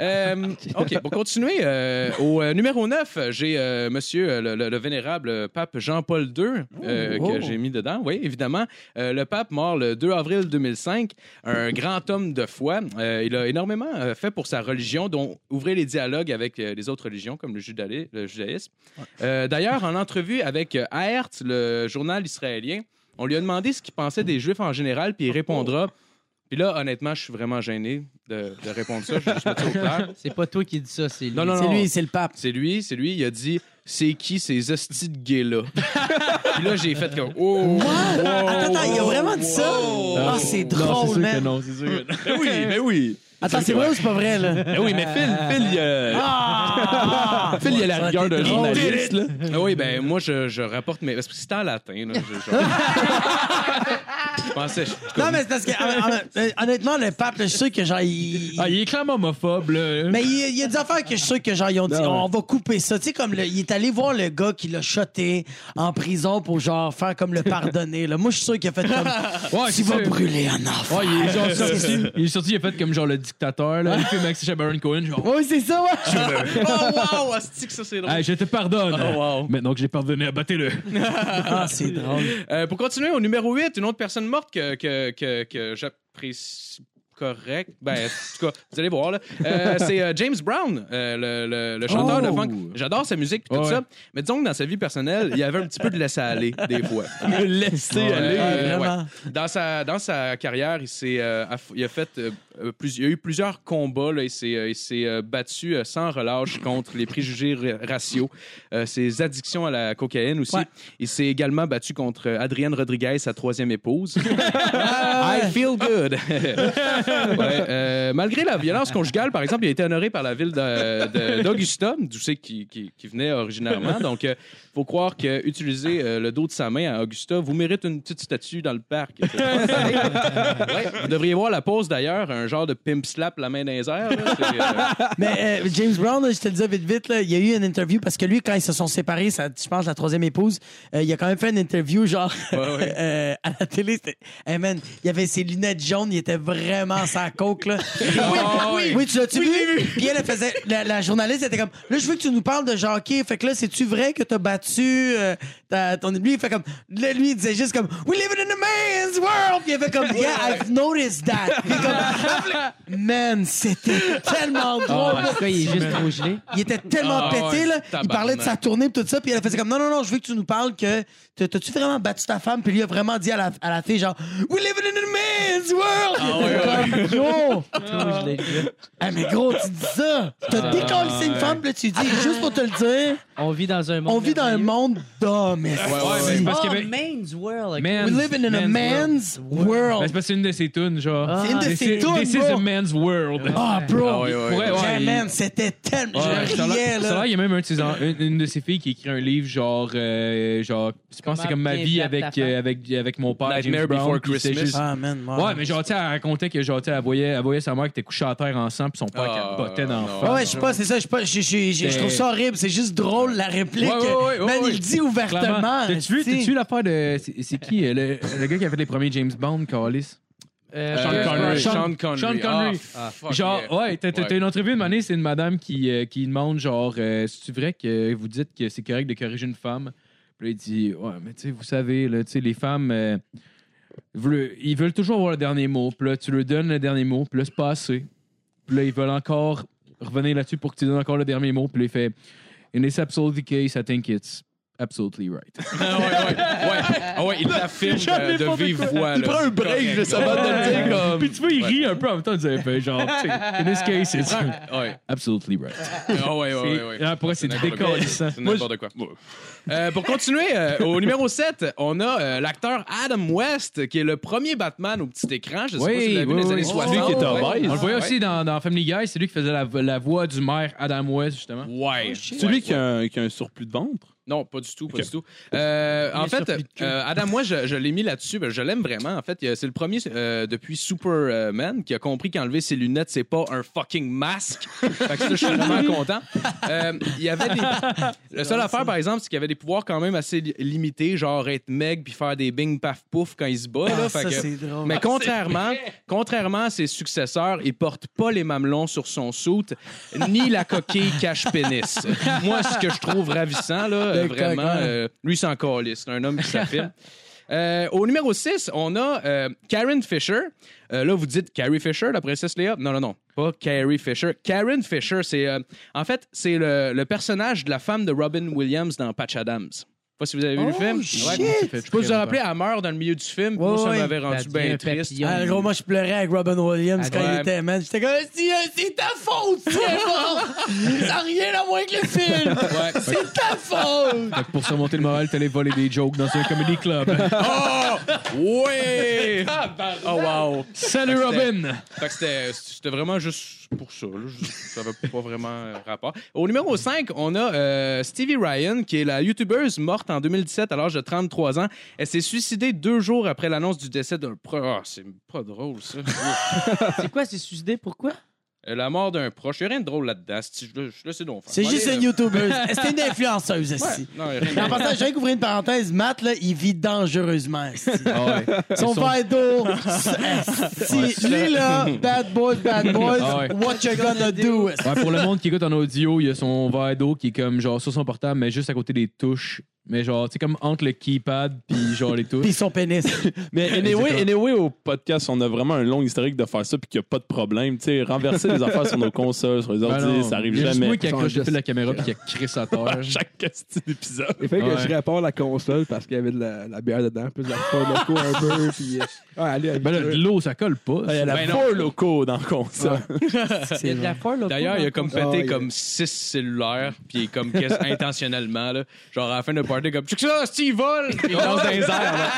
Euh, OK, pour continuer, euh, au euh, numéro 9, j'ai euh, monsieur euh, le, le- le vénérable euh, pape Jean-Paul II euh, Oh, que j'ai mis dedans. Oui, évidemment. Euh, le pape mort le 2 avril 2005, un grand homme de foi. Euh, il a énormément euh, fait pour sa religion, dont ouvrir les dialogues avec euh, les autres religions, comme le, judali- le judaïsme. Euh, D'ailleurs, en entrevue avec euh, Aertz, le journal israélien, on lui a demandé ce qu'il pensait des Juifs en général, puis il répondra. Puis là, honnêtement, je suis vraiment gêné de, de répondre ça. Je vais juste mettre ça au clair. C'est pas toi qui dis ça, c'est lui. Non, non, C'est lui, c'est le pape. C'est lui, c'est lui. Il a dit C'est qui ces hosties de gays-là Puis là, j'ai fait comme Oh Attends, attends, il a vraiment dit ça? Ah, c'est Non, drôle, c'est sûr que man. non, c'est sûr que non. Mais oui, mais oui. Attends, c'est vrai ou c'est pas vrai, là? Mais Ah oui, mais Phil, Phil, il y a, Ah! Phil, il y a la rigueur d'un journaliste. Là. Ah oui, ben moi, je, je rapporte mes. Parce que c'était en latin. Là, je, je- Je pensais. je- Non, mais c'est parce que, hon- hon- honnêtement, le pape, là, je suis sûr que genre, il. Ah, il est clairement homophobe, là. Mais il y a- il y, a des affaires que je suis sûr que genre, ils ont dit, Non, ouais. on va couper ça. Tu sais, comme le- il est allé voir le gars qui l'a shoté en prison pour genre faire comme le pardonner. Là. Moi, je suis sûr qu'il a fait comme. Ouais, tu c'est vas sûr. brûler un enfant. Ouais, il est genre sorti. Il est sorti, il a fait comme genre le dictateur, là. Il fait Max Baron Cohen, genre. Oui, c'est ça, ouais. Oh, wow, hostie que ça, c'est drôle. Oh, Hey, je te pardonne. wow. Maintenant que j'ai pardonné, abattez-le. ah, c'est drôle. Euh, pour continuer, au numéro 8, une autre personne morte que, que, que, que j'apprécie correct. Ben, en tout cas, vous allez voir, là. Euh, c'est euh, James Brown, euh, le, le- le chanteur de Oh! funk. J'adore sa musique et tout Ouais. ça. Mais disons que dans sa vie personnelle, il y avait un petit peu de laisser aller, des fois. Laissez Ouais. aller. Euh, Vraiment. Dans sa, dans sa carrière, il, s'est, euh, aff- il, a fait, euh, euh, plus- il y a eu plusieurs combats. Là, il s'est, euh, il s'est, euh, battu euh, sans relâche contre les préjugés ra- raciaux, euh, ses addictions à la cocaïne aussi. Ouais. Il s'est également battu contre euh, Adrienne Rodriguez, sa troisième épouse. I feel good. Ouais, euh, malgré la violence conjugale, par exemple, il a été honoré par la ville de- de- d'Augusta, d'où c'est qu'il qu'il- qu'il venait originairement. Donc, euh, il faut croire que utiliser euh, le dos de sa main à Augusta vous mérite une petite statue dans le parc. Ouais, vous devriez voir la pose d'ailleurs, un genre de pimp slap la main dans les airs. là. C'est, euh, Mais euh, James Brown, là, je te le disais vite vite, là, il y a eu une interview parce que lui, quand ils se sont séparés, ça, je pense la troisième épouse, euh, il a quand même fait une interview genre euh, à la télé. c'était- Hey, man, il avait ses lunettes jaunes, il était vraiment sans coke là. oui, oui, Ah, oui, tu l'as-tu vu? Puis elle elle faisait, la, la journaliste était comme, là je veux que tu nous parles de jockey. Fait que là, c'est tu vrai que t'as battu euh, ta- ton lui Il fait comme, là, lui il disait juste comme, we live in a man's world. Puis il avait comme, yeah, I've noticed that. Puis comme, man, c'était tellement drôle. Ah, c'est quoi, il est juste trop gelé. Il était tellement Ah pété, ouais, là. Il tabarnak. parlait de sa tournée et tout ça. Puis elle faisait comme, non, non, non, je veux que tu nous parles que t- t'as-tu vraiment battu ta femme? Puis lui a vraiment dit à la, à la fille, genre, We live in a man's world! Il était comme, Yo! Trop gelé, le gars. Ah, mais gros, tu dis ça! T'as décollé une femme, puis là, tu dis, juste pour te le dire, On vit dans un monde. on vit dans un merveilleux. monde d'hommes. esti. ouais, mais c'est parce Oh, qu'il y avait- man's world. ok. Man. We live in a man's Ben, c'est world. parce que c'est une de ses tunes, genre. Ah. C'est une de This ses is- tunes, This is bro. a man's world. Ah, bro! ouais, ouais, ouais. Yeah, il- man, c'était tellement. Ouais, je ça a riais, l'air- ça a l'air, là. il y a même un de ses en- une, une de ses filles qui écrit un livre genre euh, genre je pense que c'est comme ma bien vie battre ta avec femme. euh, avec avec mon père Nightmare James Brown, Before puis c'est Christmas. juste- Ah, man, ouais, mais genre tu sais, elle racontait que genre tu sais, elle voyait elle voyait sa mère qui était couchée à terre ensemble puis son père Ah, qui la bottait dans le non. Ouais, face. ouais, je sais pas, c'est ça, je sais pas, je, je- je- je C'est- trouve ça horrible, c'est juste drôle la réplique. Ouais, ouais, ouais, Man, ouais, il ouais. le dit ouvertement. Clairement. T'as-tu vu, esti. t'as-tu vu l'affaire de. C'est c'est qui euh, le, le gars qui a fait les premiers James Bond, Carlis? Euh, Sean euh, Connery. Sean- Sean Connery. Sean Connery. Ah, fuck Genre, yeah. ouais, t'as t'as- Ouais. t'as une entrevue une année, c'est une madame qui, euh, qui demande genre, euh, c'est vrai que vous dites que c'est correct de corriger une femme? Puis là, il dit, ouais, mais tu sais, vous savez, là, tu sais, les femmes, euh, veulent- ils veulent toujours avoir le dernier mot. Puis là, tu leur donnes le dernier mot, puis là, c'est pas assez. Puis là, ils veulent encore revenir là-dessus pour que tu donnes encore le dernier mot. Puis là, il fait, in this absolute case, I think it's absolutely right. Ah ouais, ouais, ouais. Ah ouais, il l'affirme euh, de vive voix. Il là. prend un break, je sais pas de le dire comme. Puis tu vois, il rit un peu en même temps. Il disait, fait genre, tu sais, in this case, it's Ouais. absolutely right. Ah ouais, ouais, ouais, ouais. Ah, pour eux, c'est n'importe quoi. décalissant. C'est n'importe quoi. Euh, pour continuer, euh, au numéro 7, on a euh, l'acteur Adam West, qui est le premier Batman au petit écran. Je sais pas Oui, si vous l'avez vu oui, oui. dans les années Oh, 60. lui qui est en Ouais. baisse. On le voyait Ouais. aussi dans, dans Family Guy, c'est lui qui faisait la, la voix du maire Adam West, justement. Oh, Ouais. Celui qui, a un, qui a un surplus de ventre. Non, pas du tout, pas du tout. Euh, en fait, euh, Adam, moi, je, je l'ai mis là-dessus. ben, Je l'aime vraiment. En fait, Il y a- c'est le premier euh, depuis Superman qui a compris qu'enlever ses lunettes, c'est pas un fucking masque. fait que ça, je suis vraiment content. Euh, Il y avait des. La seule affaire, par exemple, c'est qu'il y avait des pouvoirs quand même assez li- limités, genre être meg puis faire des bing paf pouf quand il se bat. là. Ah, Fait ça, que- c'est drôle. mais contrairement, contrairement à ses successeurs, il porte pas les mamelons sur son soute, ni la coquille cache-pénis. Moi, ce que je trouve ravissant, là, euh, vraiment, euh, lui, c'est encore lisse. C'est un homme qui s'affirme. Euh, au numéro 6, on a euh, Karen Fisher. Euh, là, vous dites Carrie Fisher, la princesse Léa. Non, non, non, pas Carrie Fisher. Karen Fisher, c'est euh, en fait c'est le, le personnage de la femme de Robin Williams dans Patch Adams. Je sais pas si vous avez vu le film. Oh, shit! Je sais pas si vous vous rappelez, elle meurt dans le milieu du film. puis Ouais, moi, ça ouais. m'avait rendu Elle bien devient un triste. papillon. Ah, gros, moi, je pleurais avec Robin Williams Ah, quand il ouais. était, man. J'étais comme, c'est c'est ta faute, c'est mort! Ça n'a rien à voir avec le film! C'est ta Mm. faute! Fait que pour surmonter le moral, t'allais voler des jokes dans un comedy club. Ah! Ah, ben, Ouais! oh wow! Salut Robin! Fait que c'était- c'était vraiment juste pour ça. là. Je- Ça n'avait pas vraiment euh, rapport. Au numéro 5, on a euh, Stevie Ryan, qui est la youtubeuse morte en 2017 à l'âge de 33 ans. Elle s'est suicidée deux jours après l'annonce du décès d'un proche. Ah, c'est pas drôle, ça. C'est quoi, c'est suicidé? Pourquoi? Euh, la mort d'un proche. Il a rien de drôle là-dedans. C'est- Je le- je le sais donc. faire. C'est Ouais, juste euh, une YouTubeuse. C'était une influenceuse, ouais. ici. Non, y a rien de- En passant, j'ai ouvrir une parenthèse. Matt, là, il vit dangereusement. esti. Ah Son verre d'eau. esti. Lui, là, bad boy, bad boy, Ah ouais. what you gonna do? esti. Ouais, pour le monde qui écoute en audio, il y a son verre d'eau qui est comme genre sur son portable, mais juste à côté des touches. Mais genre, c'est comme entre le keypad puis genre les touches. Pis son pénis. Mais anyway, Exactement. anyway, au podcast, on a vraiment un long historique de faire ça puis qu'il n'y a pas de problème. Tu sais, renverser les affaires sur nos consoles, sur les Ben ordi, non, ça arrive il y a juste jamais. moi qui accroche le fil de la caméra puis qui a crissé à terre. À chaque petit épisode. Il fait que Ouais. je répare la console parce qu'il y avait de la, la bière dedans, plus de la forme loco un peu, puis... euh, ah, allez, allez, Ben là, de l'eau, ça colle pas. Il y a la Ben non. four locaux dans la console. Il y a de la foire, là. D'ailleurs, il a comme pété Oh, Ah, il y a- comme six cellulaires, puis comme qu'est-ce- intentionnellement, là, genre à la fin de party, comme « Check ça, Steve vole! » Puis il lance dans les airs, là.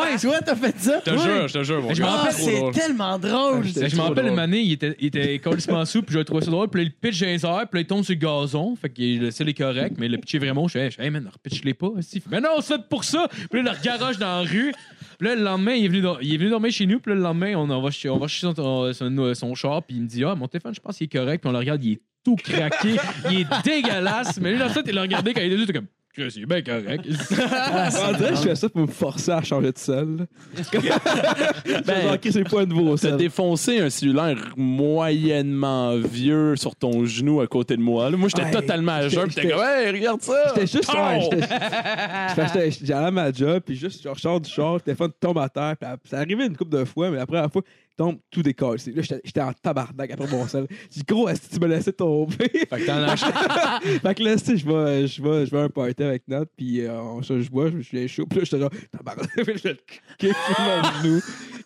Ouais, tu vois, t'as fait ça? Je te jure, je te jure, mon Je gars. m'en Ah, C'est trop c'est drôle. tellement drôle. Ben, je me rappelle une année, il était, il était complètement sous, puis je le trouvais ça drôle, puis là, il pitch dans les airs, puis là, il tombe sur le gazon, fait que le ciel est correct, mais le pitcher vraiment, je fais, hey man, repitch-les pas. aussi. Il fait, Mais non, c'est fait pour ça! Puis là, il le garage dans la rue, puis là, le lendemain, il est venu, dor- il est venu dormir chez nous, puis là, le lendemain, on, en va, chez- on va chez son, son- son char, puis il me dit, ah, mon téléphone, je pense qu'il est correct, puis on le regarde, il est tout craqué, il est dégueulasse, mais lui, dans ça, il l'a regardé quand il est juste comme, Chris, il est bien correct. On dirait que je hein. fais ça pour me forcer à changer de selle. ben, ok, c'est pas un nouveau T'as sel. défoncé un cellulaire moyennement vieux sur ton genou à côté de moi. là. moi, j'étais Ouais. totalement à jeun. Puis J'étais- t'es comme, hey, regarde ça! J'étais juste... Pow! ouais, j'étais- j'étais- j'étais- J'allais à ah, ma job, puis juste, genre, je sors du char, le téléphone tombe à terre, puis ça arrivait une couple de fois, mais la première fois, il tombe tout décolle. Là, j'étais j'étais en tabarnak après mon sel. J'ai dit, gros, est-ce que tu me laissais tomber? Fait que t'en achètes. Fait que là, tu sais, je vais, je vais, je vais à un party avec Nat, puis euh, on se je bois, je me suis bien chaud, puis là, j'étais genre, tabarnak, je le kick sur mon genou.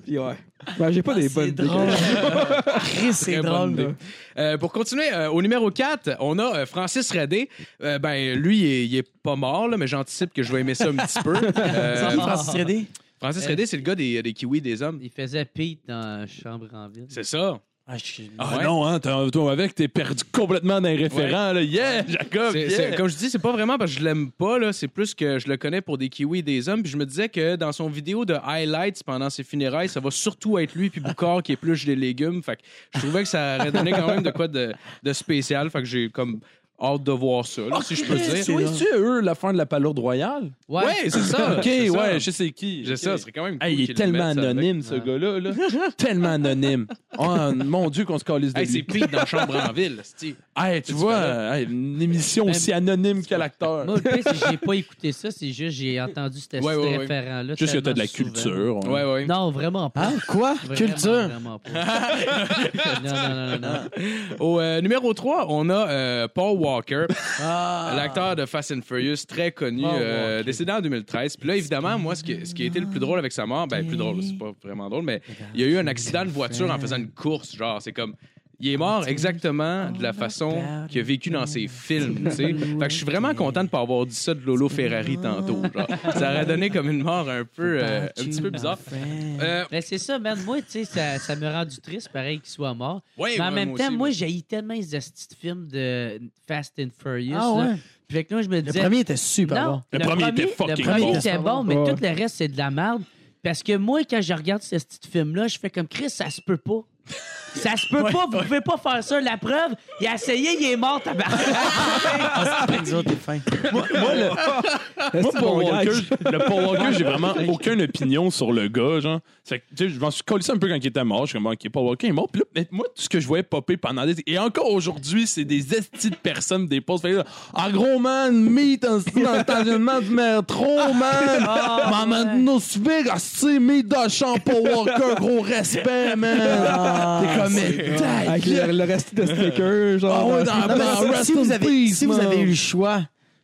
Puis ouais. Ben, Ah, j'ai pas des bonnes Ah, C'est drôle. dégueulasses. Chris, c'est Très drôle. bonne idée. Euh, pour continuer, euh, au numéro 4, on a euh, Francis Redé. Euh, ben, lui, il est, il est pas mort, là, mais j'anticipe que je vais aimer ça un petit peu. Euh, Ah, C'est Francis Redé? Francis Redé, c'est le gars des, des kiwis des hommes. Il faisait Pete dans Chambre en ville. C'est ça. Ah, je suis- Ah Ouais. non, hein, t'as- toi avec, t'es perdu complètement dans les référents. Là. Yeah, Jacob! C'est- yeah. c'est- comme je dis, c'est pas vraiment parce que je l'aime pas, là, c'est plus que je le connais pour des kiwis et des hommes. Puis je me disais que dans son vidéo de highlights pendant ses funérailles, ça va surtout être lui puis Boucard qui épluche des légumes. Fait que je trouvais que ça aurait donné quand même de quoi de, de spécial. Fait que j'ai comme hâte de voir ça, là, si je peux Christ, dire. oui. tu es eux, la fin de la palourde royale? Ouais. Ouais, c'est ça. Ok, c'est ça. ouais, je sais qui. J'ai Ok. ça, ce serait quand même cool Hey, il qu'ils est le tellement mettent, ça, anonyme, ce Ouais. gars-là. là. tellement anonyme. Oh, mon Dieu, qu'on se calisse de avec- Hey, c'est lui. Pete dans Chambre en ville, c'ti. Hey, tu vois, hey, une émission Ben, aussi anonyme que l'acteur. Moi, le pire, c'est que j'ai pas écouté ça, c'est juste j'ai entendu cet Ouais, ouais, ouais. référent-là. Juste que t'as de la tellement souvent. culture. on- Ouais, ouais. Non, vraiment pas. Ah, quoi? Vraiment, Culture? vraiment pas. non, non, non, non. non. Au euh, numéro 3, on a euh, Paul Walker, Ah. l'acteur de Fast and Furious, très connu, Paul euh, Walker. décédé en 2013. Puis là, évidemment, moi, ce qui, ce qui a été le plus drôle avec sa mort, ben, plus drôle, c'est pas vraiment drôle, mais il y a eu un accident de voiture en faisant une course. Genre, c'est comme. Il est mort exactement de la façon qu'il a vécu dans ses films, tu sais. Fait que je suis vraiment content de pas avoir dit ça de Lolo Ferrari tantôt. genre. Ça aurait donné comme une mort un peu, euh, un petit peu bizarre. Euh, Mais c'est ça, man. Moi, tu sais, ça, ça me rend du triste, pareil, qu'il soit mort. ouais, Mais en ouais, même temps, aussi, moi, j'ai tellement ces petits films de Fast and Furious. Ah là. ouais? Puis fait que là, je me Le disais. premier était super non, bon. Le premier était fucking Le premier bon. était bon, mais Ouais. tout le reste, c'est de la merde. Parce que moi, quand je regarde ce petit film-là, je fais comme Chris, ça se peut pas. Ça se peut pas, vous pouvez pas faire ça. La preuve, il a essayé, il est mort, Ah, tabarnak. Les autres, t'es fin. Moi, Paul Walker, le Paul Walker, j'ai vraiment aucune opinion sur le gars, genre. Fait que, tu sais, je m'en suis collé ça un peu quand il était mort. Je suis comme, OK, Paul Walker est mort. Puis là, mais moi, tout ce que je voyais popper pendant des... Et encore aujourd'hui, c'est des estis de personnes, des postes. Fait que là, en gros, man, meet dans le stationnement du métro, man. Maman, nos speak, asti, meet dans le champ, Paul Walker, gros respect, Ah, man. T'es comme, mais ta Avec le, gueule. le reste de stickers, genre. euh, Ah ouais, dans la Non, mais barre, si- rest si, in vous avez, peace, si vous man. avez eu le choix,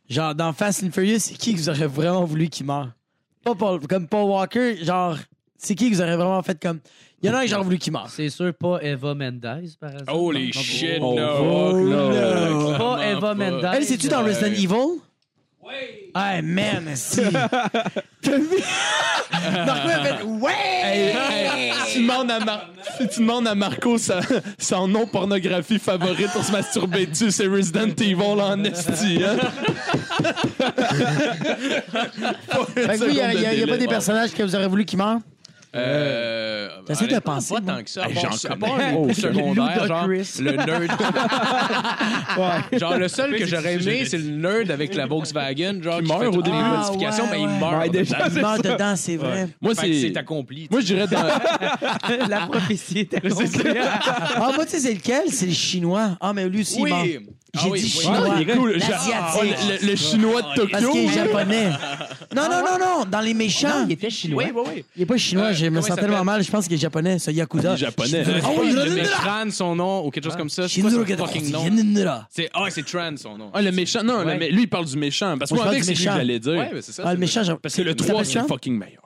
genre dans Fast and Furious, c'est qui que vous aurez vraiment voulu qu'il meure? Pas Paul, comme Paul Walker, genre, c'est qui que vous aurez vraiment fait comme. Il y en a un que j'aurais voulu qu'il meure. C'est sûr, pas Eva Mendes, par exemple. Holy shit, Oh, là. fuck, là. no. Pas Eva Mendes. Euh, Elle, c'est-tu dans Resident Evil? Oui! Ah, man, si! T'as vu? Marco, elle fait Hey, Ouais! hey, tu demandes à Mar- si tu demandes à Marco sa, son nom pornographie favorite pour se masturber dessus, c'est Resident Evil en esti. Hein? Fait que oui, il n'y a, y a- y a pas des personnages que vous aurez voulu qu'ils meurent? Euh, J'essaie de honnêtement, penser, Pas moi. tant que ça. À Hey, part, j'en à part connais. les Oh, plus le secondaires, genre Ludacris. le nerd. Genre le seul que j'aurais aimé, c'est le nerd avec la Volkswagen, genre qui meurt fait au toutes début. les Ah, modifications, ouais, mais il ouais. Ouais, meurt. déjà, Ah, Il meurt dedans, c'est vrai. Moi, Fait que c'est. c'est accompli. Moi, je dirais dans. La prophétie était accomplie. Ah, moi, tu sais, c'est lequel? C'est le chinois. Ah, mais lui aussi, il Oui. meurt. Ah J'ai oui, dit oui. chinois. Ah, il est cool. L'asiatique. Oh, le, le- le chinois de Tokyo. Parce qu'il est là. japonais. Non, non, non, non, dans les méchants. Non, il était chinois. Oui, oui, oui. Il est pas chinois, Euh, je me comment il sens s'appelle? tellement mal, je pense qu'il est japonais, ce Yakuza. Il est japonais. Ah, Oh, il Le est Tran, son nom, ou quelque chose comme ça. C'est quoi Shinzuro son Gata- fucking nom? Yenindra. C'est- Ah, c'est Tran, son nom. Ah, le méchant. Non, le- Ouais. mais lui, il parle du méchant. Parce que Moi, moi, je avec, parle c'est du lui que méchant. j'allais dire. Ouais, mais c'est ça. Ah, le c'est- méchant, j'ai- Parce que le Il 3, c'est s'appelle fucking meilleur.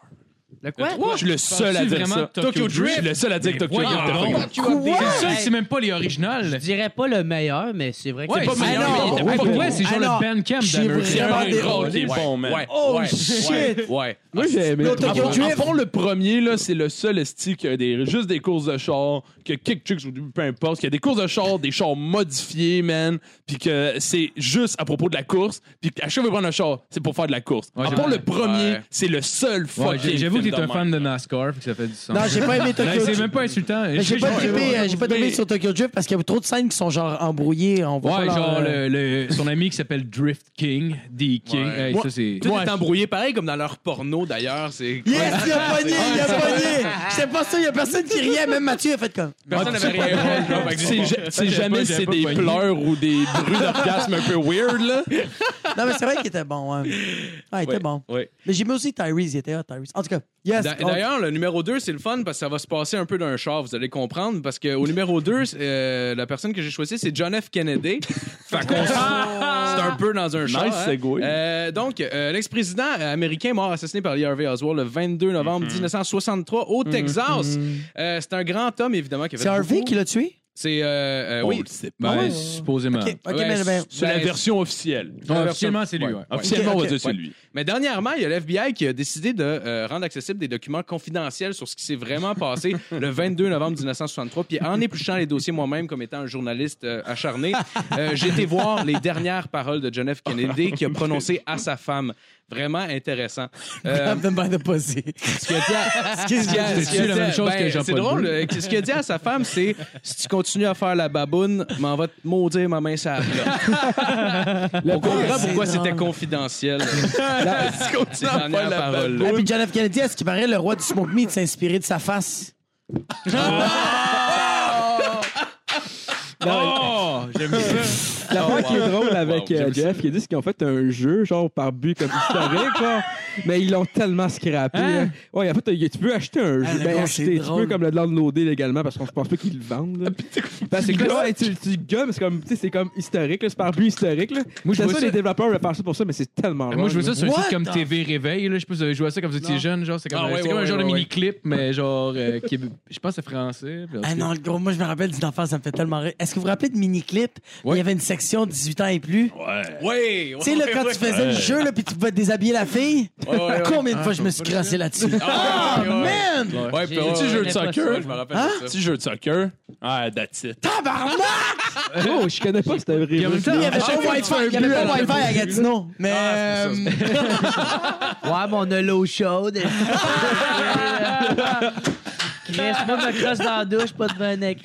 Le Le quoi? 3, je suis le seul à Parles-tu dire vraiment ça. de Tokyo Drift? Je suis le seul à dire que Tokyo Voyons Drift est fucking donc. meilleur. C'est Quoi? le seul, c'est même pas les Je originales. dirais pas le meilleur, mais c'est vrai que Ouais, c'est c'est- meilleur. meilleur. Ah non, mais- ouais, pour ouais, vrai, c'est genre ah non, le Bandcamp j'ai C'est d'American. vraiment un des des rôles. qui est bon, man. Ouais, Oh, ouais, shit! ouais, Ouais. Moi, j'ai aimé. Le le Tokyo premier. Drift. En fond, le premier, là, c'est le seul esti qui a des, juste des courses de char, que kick chicks ou peu importe, qu'il y a des courses de char, des chars modifiés, man, puis que c'est juste à propos de la course, puis à chaque fois prendre un char, c'est pour faire de la course. Ouais, en j'ai- fond, le premier, Ouais. c'est le seul Ouais, fucking. J'avoue que film t'es un de fan même. de NASCAR, puis que ça fait du sens. Non, j'ai pas aimé Ben, Tokyo C'est Drift. même pas insultant. Mais J'ai Je- pas je- trippé, euh, j'ai pas trippé sur Tokyo Drift parce qu'il y a trop de scènes qui sont genre embrouillées. On voit Ouais, pas leur, genre euh, le, le- son ami qui s'appelle Drift King, D King. Ouais. Hey, ça c'est. Tout est embrouillé pareil comme dans leur porno d'ailleurs. C'est Yes, il a pogné, il a pogné! J'étais pas sûr, il y a personne qui riait, même Mathieu a fait comme. personne n'avait rien. compris, fait que C'est ja- c'est jamais pas- c'est j'avais pas des pogné. pleurs ou des bruits d'orgasme un peu weird, là. Non, mais c'est vrai qu'il était bon, hein. Ouais, il était bon. ouais. Mais j'ai mis aussi Tyrese, il était là, Tyrese. En tout cas, yes. D'a- on- D'ailleurs, le numéro 2, c'est le fun parce que ça va se passer un peu d'un char, vous allez comprendre. Parce qu'au numéro 2, la personne que j'ai choisie, c'est John F. Kennedy. Fait qu'on s- c'est un peu dans un char. Ah! Nice hein. segue. Euh, donc, euh, l'ex-président américain mort assassiné par l'Harvey Oswald le 22 novembre Mm-hmm. 1963 au Texas. Euh, c'est un grand homme, évidemment. qui a fait c'est Harvey beaucoup. qui l'a tué? C'est. euh, euh, On oui. le sait pas. Ben, supposément. Ah Ok, ok, Ouais, mais, mais- C'est la Ben, version officielle. Non, officiellement, c'est lui. ouais. Officiellement, Ok, on ok. va dire c'est Ouais. lui. Mais dernièrement, il y a l'FBI qui a décidé de euh, rendre accessibles des documents confidentiels sur ce qui s'est vraiment passé le 22 novembre 1963. Puis en épluchant les dossiers moi-même comme étant un journaliste euh, acharné, euh, j'ai été voir les dernières paroles de John F. Kennedy qui a prononcées à sa femme. Vraiment intéressant. Euh, Captain by the Pussy. ce qu'il a dit à- ce qu'il a- C'est-tu ce qu'il a la dit à- même chose ben, que Jean-Paul C'est drôle. Bleu? euh, Ce qu'il a dit à sa femme, c'est si tu continues à faire la baboune, m'en va te maudire ma main ça. On comprend c'est pourquoi drôle. c'était confidentiel. Si tu continues à faire la parole. Et Ah, puis John F. Kennedy, à ce qui paraît, le roi du smoke meat s'est inspiré de sa face. Oh, j'aime ça. La part qui est drôle avec Wow, euh, j'aime ça. Jeff, qui a dit qu'ils ont fait un jeu, genre par but comme historique, genre, mais ils l'ont tellement scrappé. Hein? là. Ouais, en fait, euh, tu peux acheter un jeu. Ah, le ben, gars, acheter, c'est tu drôle. Ah, peux comme le downloader légalement parce qu'on ne pense pas qu'ils le vendent. là. Parce que là, ouais, tu, tu gommes, c'est comme, tu sais, c'est comme historique, là, c'est par but historique. Là. Moi, je C'est vois ça, ça- Euh, les développeurs veulent faire ça pour ça, mais c'est tellement Moi, je veux vois ça sur un What site comme the- TV Réveil. Là. Je sais pas si vous avez joué à ça quand vous étiez jeune. Genre, c'est comme, euh, Ah, ouais, c'est comme ouais, un genre ouais, de ouais. mini-clip, mais genre, euh, qui est- je pense que c'est français. puis en tout Ah cas. non, le gros, moi je me rappelle d'une enfance, ça me fait tellement rire. Est-ce que vous vous rappelez de mini-clip? Il y avait une section 18 ans et plus. Ouais, Tu sais, là, quand tu faisais le jeu, là, puis tu pouvais déshabiller la fille, ouais, combien de fois je me suis crassé là-dessus? Ah, Man! Ouais, J'ai- puis, ouais, J'ai- ouais, Petit jeu de j'aimais pas soccer. ça, je me rappelle Hein? de ça. Petit jeu de soccer. Ah, that's it. Oh, je connais pas cette vraie. en même temps, Il y avait Ah, pas j'ai vu Wi-Fi, un il y avait but pas à la Wi-Fi à République. Gatineau. Mais Ah, c'est euh, Ouais, mais on a l'eau chaude. Chris, moi, je me crosse dans la douche, pas de vinaigre.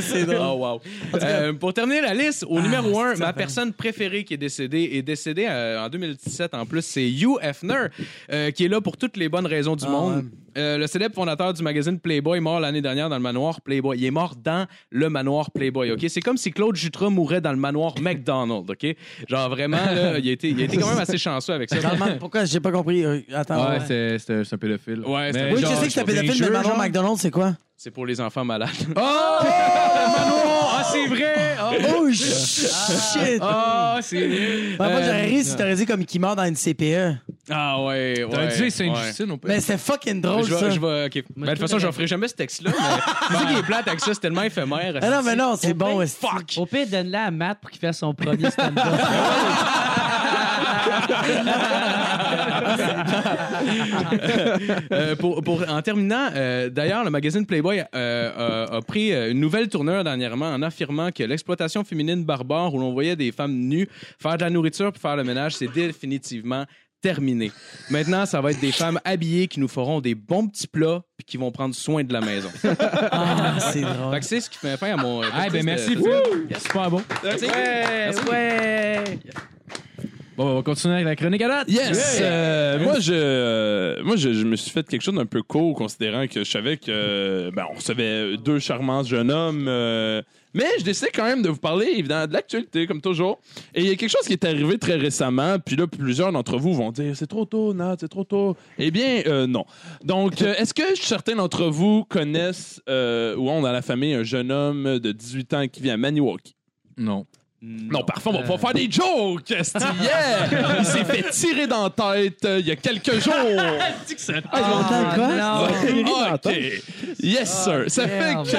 c'est drôle. Oh, wow. Euh, pour terminer la liste, Ah, au numéro 1, ma personne préférée qui est décédée est décédée euh, en 2017 en plus, c'est Hugh Hefner, euh, qui est là pour toutes les bonnes raisons Ah, du monde. Euh, le célèbre fondateur du magazine Playboy, mort l'année dernière dans le manoir Playboy. Il est mort dans le manoir Playboy, OK? C'est comme si Claude Jutras mourait dans le manoir McDonald, OK? Genre vraiment, là, il, a été, il a été quand même assez chanceux avec ça. Je me demande Pourquoi j'ai pas compris? euh, Attends. Ouais, c'est- c'est un- c'est un pédophile. Ouais, Mais c'est- Oui, genre, je sais que c'est sur un des pédophile, mais jeux, Manon genre, McDonald's, c'est quoi? C'est pour les enfants malades. Oh! Ah, c'est vrai! Ah. Oh shit! Ah, c'est. Ouais, moi, Euh, j'aurais ri si t'aurais dit comme qui meurt dans une CPE. Ah, ouais, ouais. T'as dit ouais. Sainte-Justine, on peut. Mais c'est fucking drôle, je vais, ça. je vais- ok. Ben, de toute façon, je ferai jamais ce texte-là. Mais c'est ça qui est plate avec ça, c'est tellement éphémère. Ah non, mais Oh, non, Eh c'est ben, bon. esti. Fuck! Au pire, donne-la à Matt pour qu'il fasse son premier stand-up. Euh, pour, pour- en terminant, euh, d'ailleurs, le magazine Playboy euh, a, a pris euh, une nouvelle tournure dernièrement en affirmant que l'exploitation féminine barbare où l'on voyait des femmes nues faire de la nourriture pour faire le ménage, c'est définitivement terminé. Maintenant, ça va être des femmes habillées qui nous feront des bons petits plats puis qui vont prendre soin de la maison. Ah, c'est drôle. Fait que c'est ce qui fait fin à mon. euh, Ah, ben merci, Phil. C'est Super bon. ouais. Bon, ben, on va continuer avec la chronique à date. Yes! Euh, moi, je, euh, moi je, je me suis fait quelque chose d'un peu court, considérant que je savais que euh, ben, on recevait deux charmants jeunes hommes. euh, mais je décidais quand même de vous parler, évidemment, de l'actualité, comme toujours. Et il y a quelque chose qui est arrivé très récemment, puis là, plusieurs d'entre vous vont dire c'est trop tôt, Nat, c'est trop tôt. Eh bien, euh, non. Donc, euh, est-ce que certains d'entre vous connaissent euh, ou ont dans la famille un jeune homme de 18 ans qui vit à Maniwaki? Non. Non, parfois, on Euh. va pouvoir faire des jokes, esti, yeah! Il s'est fait tirer dans la tête euh, il y a quelques jours. Attends, quoi? OK. Ah, Yes, sir. Ça fait merde. que...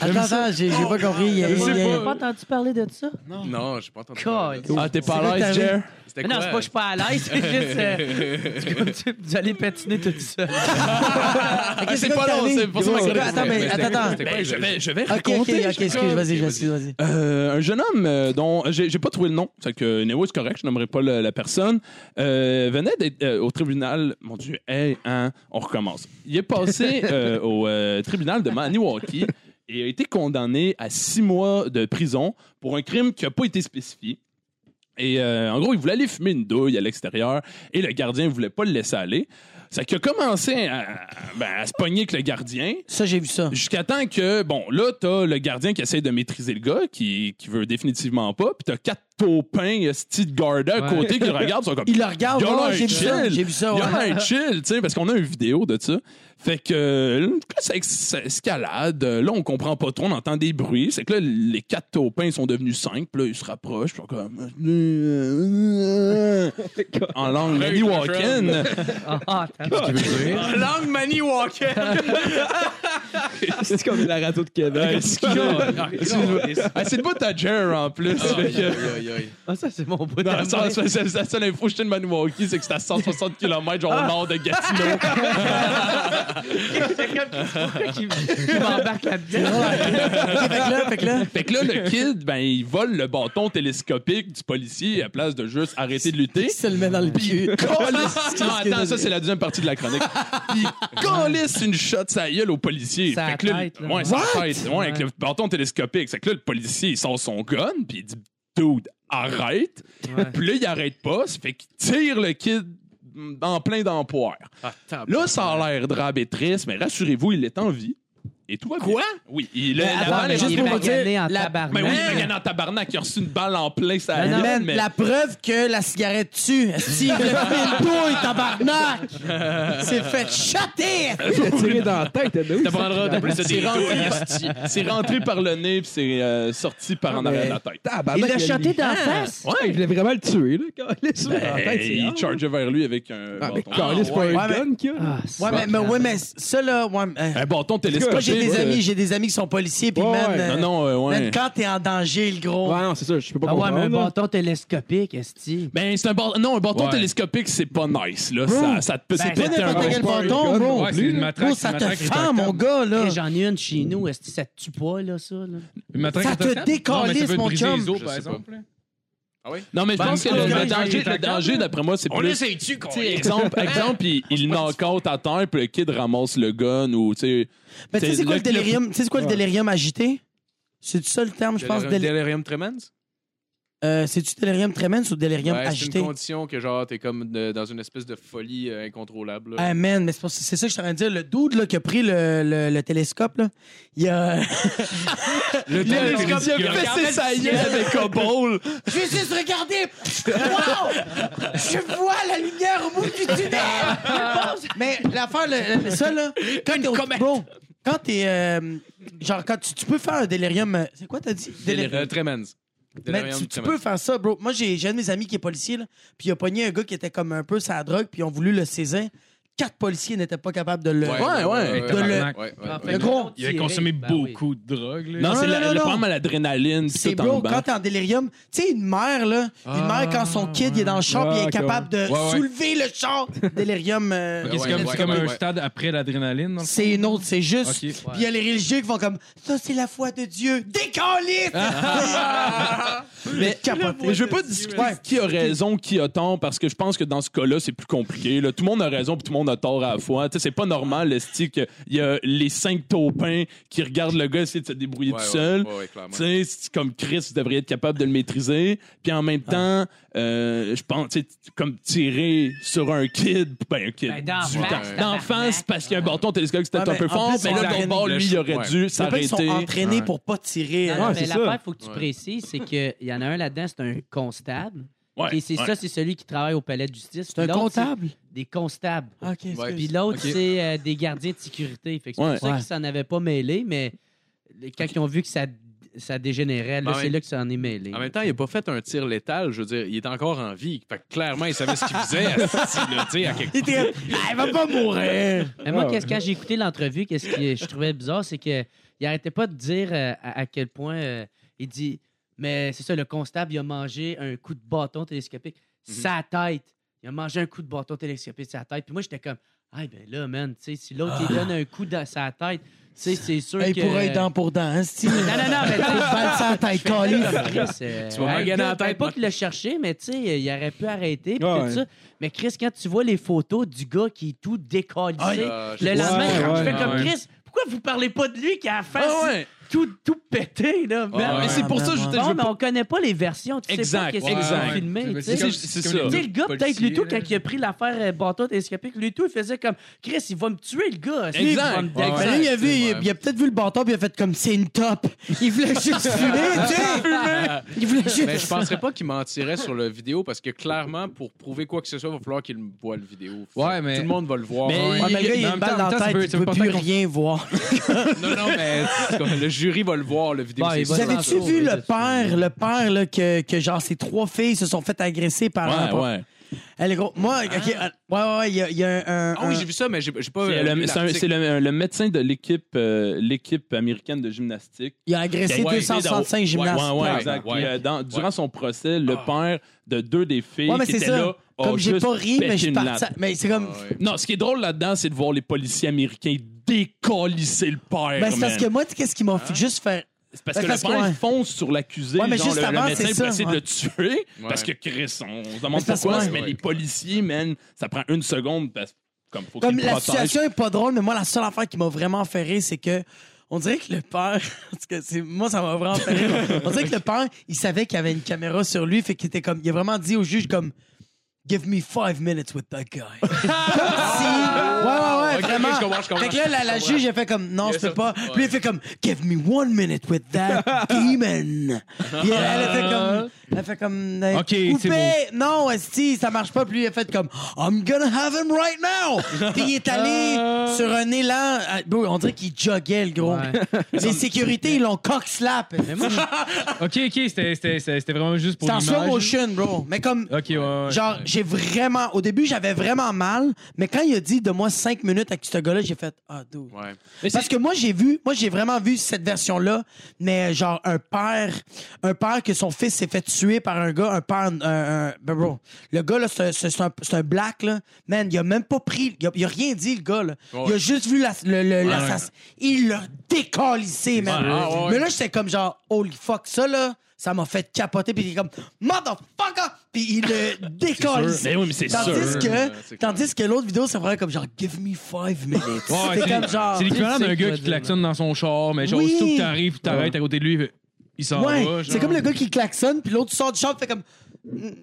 Attends, attends, j'ai j'ai pas compris. Il y a- Je sais il y a- T'as pas entendu parler de ça? Non, j'ai pas entendu. Cool. Ah, t'es pas C'est à quoi l'aise, ta vie? Jer? Ah, C'était Mais non, c'est pas que je suis pas à l'aise, c'est juste. euh, c'est comme tu, vous allez patiner tout seul. Ok, Ah, c'est quoi pas que t'as long, dit? c'est pour ça que C'est ma quoi? chronique Attends, mais c'était- attends, attends. c'était quoi? Ben, je vais, je vais Ok, ok, raconter. ok, excuse, vas-y, vas-y, vas-y. Euh, un jeune homme euh, dont j'ai j'ai pas trouvé le nom, c'est que Néo, c'est correct, je nommerai pas la, la personne, euh, venait d'être euh, au tribunal. Mon Dieu, hey, hein, on recommence. Il est passé euh, au euh, tribunal de Maniwaki et a été condamné à six mois de prison pour un crime qui n'a pas été spécifié. Et euh, en gros, il voulait aller fumer une douille à l'extérieur et le gardien voulait pas le laisser aller. C'est qu'il a commencé à, ben, à se pogner avec le gardien. Ça, j'ai vu ça. Jusqu'à temps que, bon, là, t'as le gardien qui essaie de maîtriser le gars, qui, qui veut définitivement pas, puis t'as quatre taupins, style garda à côté qui le regardent, ils sont comme. Il le regarde. Y'en a ouais, un J'ai vu ça. chill. J'ai vu ça. Il ouais. y en a un chill, tu sais, parce qu'on a une vidéo de ça. Fait que euh, là, ça ex- ça escalade. Euh, Là, on comprend pas trop, on entend des bruits. C'est que là, les quatre taupins sont devenus cinq. Puis là, ils se rapprochent. Puis ils sont comme... en langue Maniwakin. Ah, ah, attends. Langue Manny Walker. C'est comme la radio de Québec. Ah, c'est le bout à Jer, en plus. Fait que- Ah, ça, c'est mon bout de Non, ça, ça, ça, ça, ça, l'info que je t'ai de Maniwaki, c'est que c'est à 160 km, genre au nord de Gatineau. C'est comme pourquoi qu'il- qu'il m'embarque là-dedans. Ok, fait que là, fait que là. fait que là, le kid, ben, il vole le bâton télescopique du policier à place de juste arrêter de lutter. Il se le met dans le pied. Non, attends, ça, c'est la deuxième partie de la chronique. Il calisse une shot sa gueule au policier. Sa fait que là, tête, là. ouais, sa What? tête, ouais, avec le bâton télescopique. Fait que là, le policier, il sort son gun, puis il dit, dude, arrête. Puis là, il arrête pas. Ça fait qu'il tire le kid en plein d'empoire. Là, ça a l'air drabe et triste, mais rassurez-vous, il est en vie. Et tout va bien. Quoi? Oui, il est la attends, balle mais est juste rentrée pour dans- vous dire, en la- tabarnak. Mais Ben oui, il est en tabarnak, il a reçu une balle en plein sa Mais non, gueule, Ah Man, mais- la preuve que la cigarette tue. Si le film douille, tabarnak! C'est fait chater! Il a tiré dans la tête. mais oui, T'apprendras d'appeler ça des douilles. C'est rentré par le nez puis c'est euh, sorti par en arrière de la tête. Ah, tabarnak, Il l'a mis- chanté dans la face. Ouais, il voulait vraiment le tuer, là. Quand il l'a tué dans la Ben, tête, Ah, c'est il hard. chargeait vers lui avec un Ah, mais bâton. quand c'est pas ouais, un mais- gun qu'il y a. Ah, Ouais, mais, mais, ouais, mais ça, là, ouais, mais, euh, Un bâton moi, télescopique. j'ai j'ai des ouais. amis, j'ai des amis qui sont policiers, puis Ouais, man, ouais. euh, Non, non, euh, ouais. man, quand t'es en danger, le gros. Ouais, non, c'est ça, je peux pas Ah ouais, mais un comprendre, là. bâton télescopique, esti. Ben, c'est un bâton. Non, un bâton Ouais. télescopique, c'est pas nice, là. Ça, ça te peut Ben, te c'est péter un Pas n'importe Ouais, quel c'est pas bâton, un bro. gun, Ouais, c'est une matraque. Gros, c'est ça une te matraque fend, rétractable. mon gars, là. Hey, J'en ai une chez nous, esti, ça te tue pas, là, ça, là? Une matraque Ça te rétractable? Non, décalisse, mais ça peut mon briser chum. les os, Je par sais exemple, là. Non, mais je Ben, pense que c'est le, un le gun, danger, c'est un le danger, gun. d'après moi, c'est On plus. l'essaye-tu, qu'on T'sais, exemple, exemple il, il knock-out à terre, puis le kid ramasse le gun ou, tu sais. Mais tu sais, C'est c'est quoi le- le délirium? Tu sais, c'est quoi le délirium agité? C'est-tu ça le terme, je pense? déli- Delirium tremens? Euh, C'est-tu délirium tremens ou délirium Ouais, c'est agité? une condition que genre t'es comme de- dans une espèce de folie euh, incontrôlable. là. Ah, man, mais c'est pour- c'est ça que je suis en train de dire. Le dude là, qui a pris le, le- le télescope, là, il a. Le télescope, Il il a regarde- fessé sa gueule avec un bol. je vais juste regarder! Wow! Je vois la lumière au bout du tunnel! mais l'affaire, le- le- ça, là, quand t'es au- bon, quand t'es. euh, genre, quand tu, tu peux faire un délirium. euh, C'est quoi, t'as dit? Délirium. Euh, tremens. Mais Delirium tu, tu tremens. peux faire ça, bro. Moi, j'ai j'ai un de mes amis qui est policier, là, puis il a pogné un gars qui était comme un peu sa drogue, puis ils ont voulu le saisir. Quatre policiers n'étaient pas capables de le. Ouais, ouais. De le- ouais, ouais, ouais. Le gros, Il a consommé Ben beaucoup de drogue, là. Non, Non, c'est ben non, la- non, le non. problème à l'adrénaline, pis C'est tout en bro, quand bas. t'es en délirium, tu sais, une mère, là, une mère, quand son kid il est dans le char, puis il Ah, ouais, est capable de ouais. soulever le char, délirium. euh, Ok, c'est comme, Ouais, ouais, c'est comme ouais, un ouais. stade après l'adrénaline. dans le fond. C'est une autre, c'est juste. Ok. Puis il y a les religieux qui font comme ça, c'est la foi de Dieu. Décaliste! Mais, Capoté. mais je veux pas discuter de qui a raison, qui a tort, parce que je pense que dans ce cas-là, c'est plus compliqué. là. Tout le monde a raison, puis tout le monde a tort à la fois. Tu sais, c'est pas normal, le stick. Il y a les cinq taupins qui regardent le gars essayer de se débrouiller Ouais, tout ouais, seul. ouais, ouais, Tu clairement. sais, c'est comme Chris, vous devriez être capable de le maîtriser. Puis en Ah. même temps, euh, je pense, tu sais, comme tirer sur un kid, ben un kid, Ben, d'enfance, 18 ans. tabarnak. D'enfance, parce qu'il y a un bâton télescopique, c'était Ouais, un peu mais en fort, plus, mais ils là, sont l'autre bord, arrêtés. lui, il aurait Ouais. dû C'est pas qu'ils sont s'arrêter. entraînés pour pas tirer. Non, euh, non, Ouais, mais c'est ça. l'affaire, il faut que tu Ouais. précises, c'est qu'il y en a un là-dedans, c'est un constable. Ouais, et c'est ouais. ça, c'est celui qui travaille au palais de justice. C'est un Puis l'autre, comptable. c'est Des constables. Ah, ok, excuse. Puis l'autre, c'est euh, des gardiens de sécurité. Fait que c'est Ouais. pour ça Ouais. qu'ils s'en avaient pas mêlé, mais les- quand ils ont vu que ça, ça dégénérait, là, Ben, c'est ouais. là que ça en est mêlé. En même temps, il a pas fait un tir létal, je veux dire, il est encore en vie. Fait que clairement, il savait ce qu'il faisait. asti, là, tu sais, à quelque Il était comme, Ah, elle va pas mourir. Mais moi, qu'est-ce, quand j'ai écouté l'entrevue, qu'est-ce que je trouvais bizarre, c'est qu'il arrêtait pas de dire euh, à, à quel point euh, il dit Mais c'est ça, le constable, il a mangé un coup de bâton télescopique sa tête. Il a mangé un coup de bâton télescopique sa tête. Puis moi, j'étais comme Ah, ben là, man, tu sais, si l'autre, il donne un coup dans sa tête, tu sais, c'est sûr Hey, que. pour être dent pour dent, hein, c'est-tu? Non, non, non, mais tu sais, euh, Balle sans tête, calice. tu vas m'engager dans la tête, pas moi. qu'il l'a cherché, mais tu sais, il aurait pu arrêter. puis Ouais, tout ouais. ça. Mais Chris, quand tu vois les photos du gars qui est tout décalissé, Ah, il- part. le lendemain, Ah, Ouais, je ouais, fais comme ouais. Chris, pourquoi vous parlez pas de lui qui a la face Ah ouais. tout, tout pété, là? Ah Ouais, man? ouais. Mais c'est pour ça que je, je Bon, veux mais pas- on connaît pas les versions. Tu sais pas Exact, qu'est-ce qu'ils exact. ont filmé. tu sais. c'est- comme- c'est comme ça. Tu sais, le gars, peut-être, policiers, Luto, là. quand il a pris l'affaire euh, bâton télescopique, Luto, il faisait comme Chris, il va me tuer, le gars. Il va Exact. me dégueuler. Ben là, il a, vu, il, il a peut-être vu le bâton puis il a fait comme c'est une top. Il voulait juste fumer, tu sais. Il voulait juste. Mais je penserais pas qu'il mentirait sur le vidéo parce que clairement, pour prouver quoi que ce soit, il va falloir qu'il voit le vidéo. Ouais, mais- Tout le monde va le voir. Mais- Ouais. Ouais, mais le gars, il Mais a en même une balle temps, dans en même la temps, tu tête, peux- il tu peut peux plus pas t'en- rien voir. Non, non, mais c'est comme le jury va le voir, le vidéo. Ouais, c'est il va Vous sûr. se rendre avez-tu compte, vu oui, le c'est père, le père là, que, que genre ses trois filles se sont fait agresser par un Ouais, Ah. ouais. Elle est gros. Moi, ok, euh, ouais, ouais, ouais, il y a, il y a un. un- Ah oui, j'ai vu ça, mais j'ai j'ai pas. C'est euh, vu le, c'est un- l'article. c'est le- le médecin de l'équipe euh, l'équipe américaine de gymnastique. il a agressé Ben Ouais, 265 ouais, gymnastes. Ouais, ouais, exact. Ouais. Puis, euh, dans- durant son procès, le père de deux des filles Ah. Ouais, mais qui c'est étaient ça. là a Comme j'ai Oh, juste pas ri, mais pété je suis une latte. parti. Mais c'est comme. Ah ouais. Non, ce qui est drôle là-dedans, c'est de voir les policiers américains décolisser le père. Ben, c'est parce man. que moi, tu sais, qu'est-ce Hein? qui m'a fait juste faire. C'est parce ben, que parce le que, père ouais. fonce sur l'accusé, Ouais, mais genre juste le, le avant, médecin c'est pour ça, essayer de ouais. le tuer, parce que Ouais. Chris, on, on se Mais demande c'est parce pourquoi, que- mais ouais. les policiers, man, ça prend une seconde, parce comme faut Comme qu'ils la protègent. situation est pas drôle, mais moi, la seule affaire qui m'a vraiment fait rire, c'est que. On dirait que le père, parce que c'est- moi ça m'a vraiment fait rire. On dirait que le père, il savait qu'il y avait une caméra sur lui, fait qu'il était comme, il a vraiment dit au juge comme, give me five minutes with that guy. comme si, ouais ouais ouais, Ok, ok, vraiment. je comprends, je comprends. fait que là, la, la Je comprends. juge, elle fait comme, non, Il je a peux sorti- pas. Puis ouais. il fait comme, give me one minute with that demon. Puis elle, elle a fait comme, elle a fait comme, euh, Ok, c'est coupez. non, esti, ça marche pas. Puis lui, elle a fait comme, I'm gonna have him right now. Puis il est allé sur un élan, euh, bro, on dirait qu'il joguait le gros. Ouais. Les sécurités, ils l'ont cock slap. Mais moi, je- Ok, ok, c'était- c'était c'était- c'était vraiment juste pour C'est en l'image. slow motion, bro. Mais comme, Ok, ouais, ouais. Genre, j'ai vraiment. Au début, j'avais vraiment mal, mais quand il a dit de moi 5 minutes minutes avec ce gars-là, j'ai fait Ah, dude. Ouais. Parce que moi, j'ai vu, moi, j'ai vraiment vu cette version-là, mais euh, genre un père, un père que son fils s'est fait tuer par un gars, un père, un- un- ben, bro, le gars, là, c'est un- c'est un, c'est un black, là. Man, il a même pas pris, il a, il a rien dit, le gars, là. Il a juste vu l'assassin. Il l'a décalissé, man. Ah, ouais, ouais. Mais là, j'étais comme genre, holy fuck, ça, là. Ça m'a fait capoter, puis il est comme, motherfucker! Puis il le décalissé. Mais oui, mais c'est sûr. Tandis Euh, que, c'est tandis que l'autre vidéo, c'est vraiment comme genre, give me five minutes. Ouais, c'est comme genre. C'est l'équivalent Tu sais d'un quoi gars qui dire, klaxonne dans son char, mais genre, Oui. aussitôt que t'arrives, t'arrêtes à côté de lui, il fait- il s'en Ouais, va. c'est comme le gars qui klaxonne, puis l'autre sort du char, fait comme.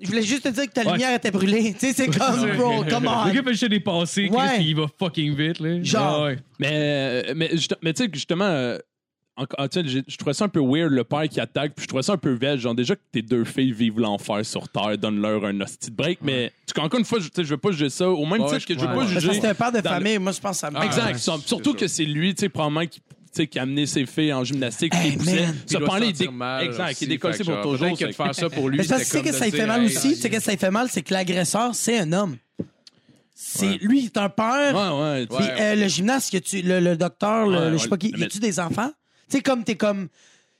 Je voulais juste te dire que ta Ouais. lumière était brûlée. Tu sais, c'est comme, bro, come on. Le gars fait juste dépasser, Chris, Ouais. puis il va fucking vite, là. Genre. Ouais. Mais, euh, mais, juste- mais tu sais, que justement, euh, encore- ah, tu sais, j'ai- je trouvais ça un peu weird, le père qui attaque, puis je trouvais ça un peu veg. Genre, déjà que tes deux filles vivent l'enfer sur Terre, donne-leur un hostie de break, mais tu, encore une fois, je tu sais, je veux pas juger ça, au même Ouais, titre que je veux ouais, pas ouais. Parce que juger. c'est un père de dans le- famille, moi, je pense que ça me. Ah, exact. ouais, Sur- c'est surtout sûr. que c'est lui, tu sais, probablement qui, tu sais, qui a amené ses filles en gymnastique, qui Hey, les poussait. man. Ce doit pan-là, il sentir dé- mal Exact, aussi, il est décollé fait que pour genre, ton jour. peut-être que de c'est- faire ça pour lui. Mais parce que c'est tu sais comme que de ça lui fait dire, mal hey, aussi. Tu sais que ça lui fait mal, c'est que l'agresseur, c'est un homme. C'est lui, il est un père. Ouais, ouais. tu- Puis Ouais. euh, le gymnaste, y a-tu- le, le docteur, le- Ouais, le- je ouais, sais pas qui, mais- y a-tu des enfants? Tu sais, comme t'es comme.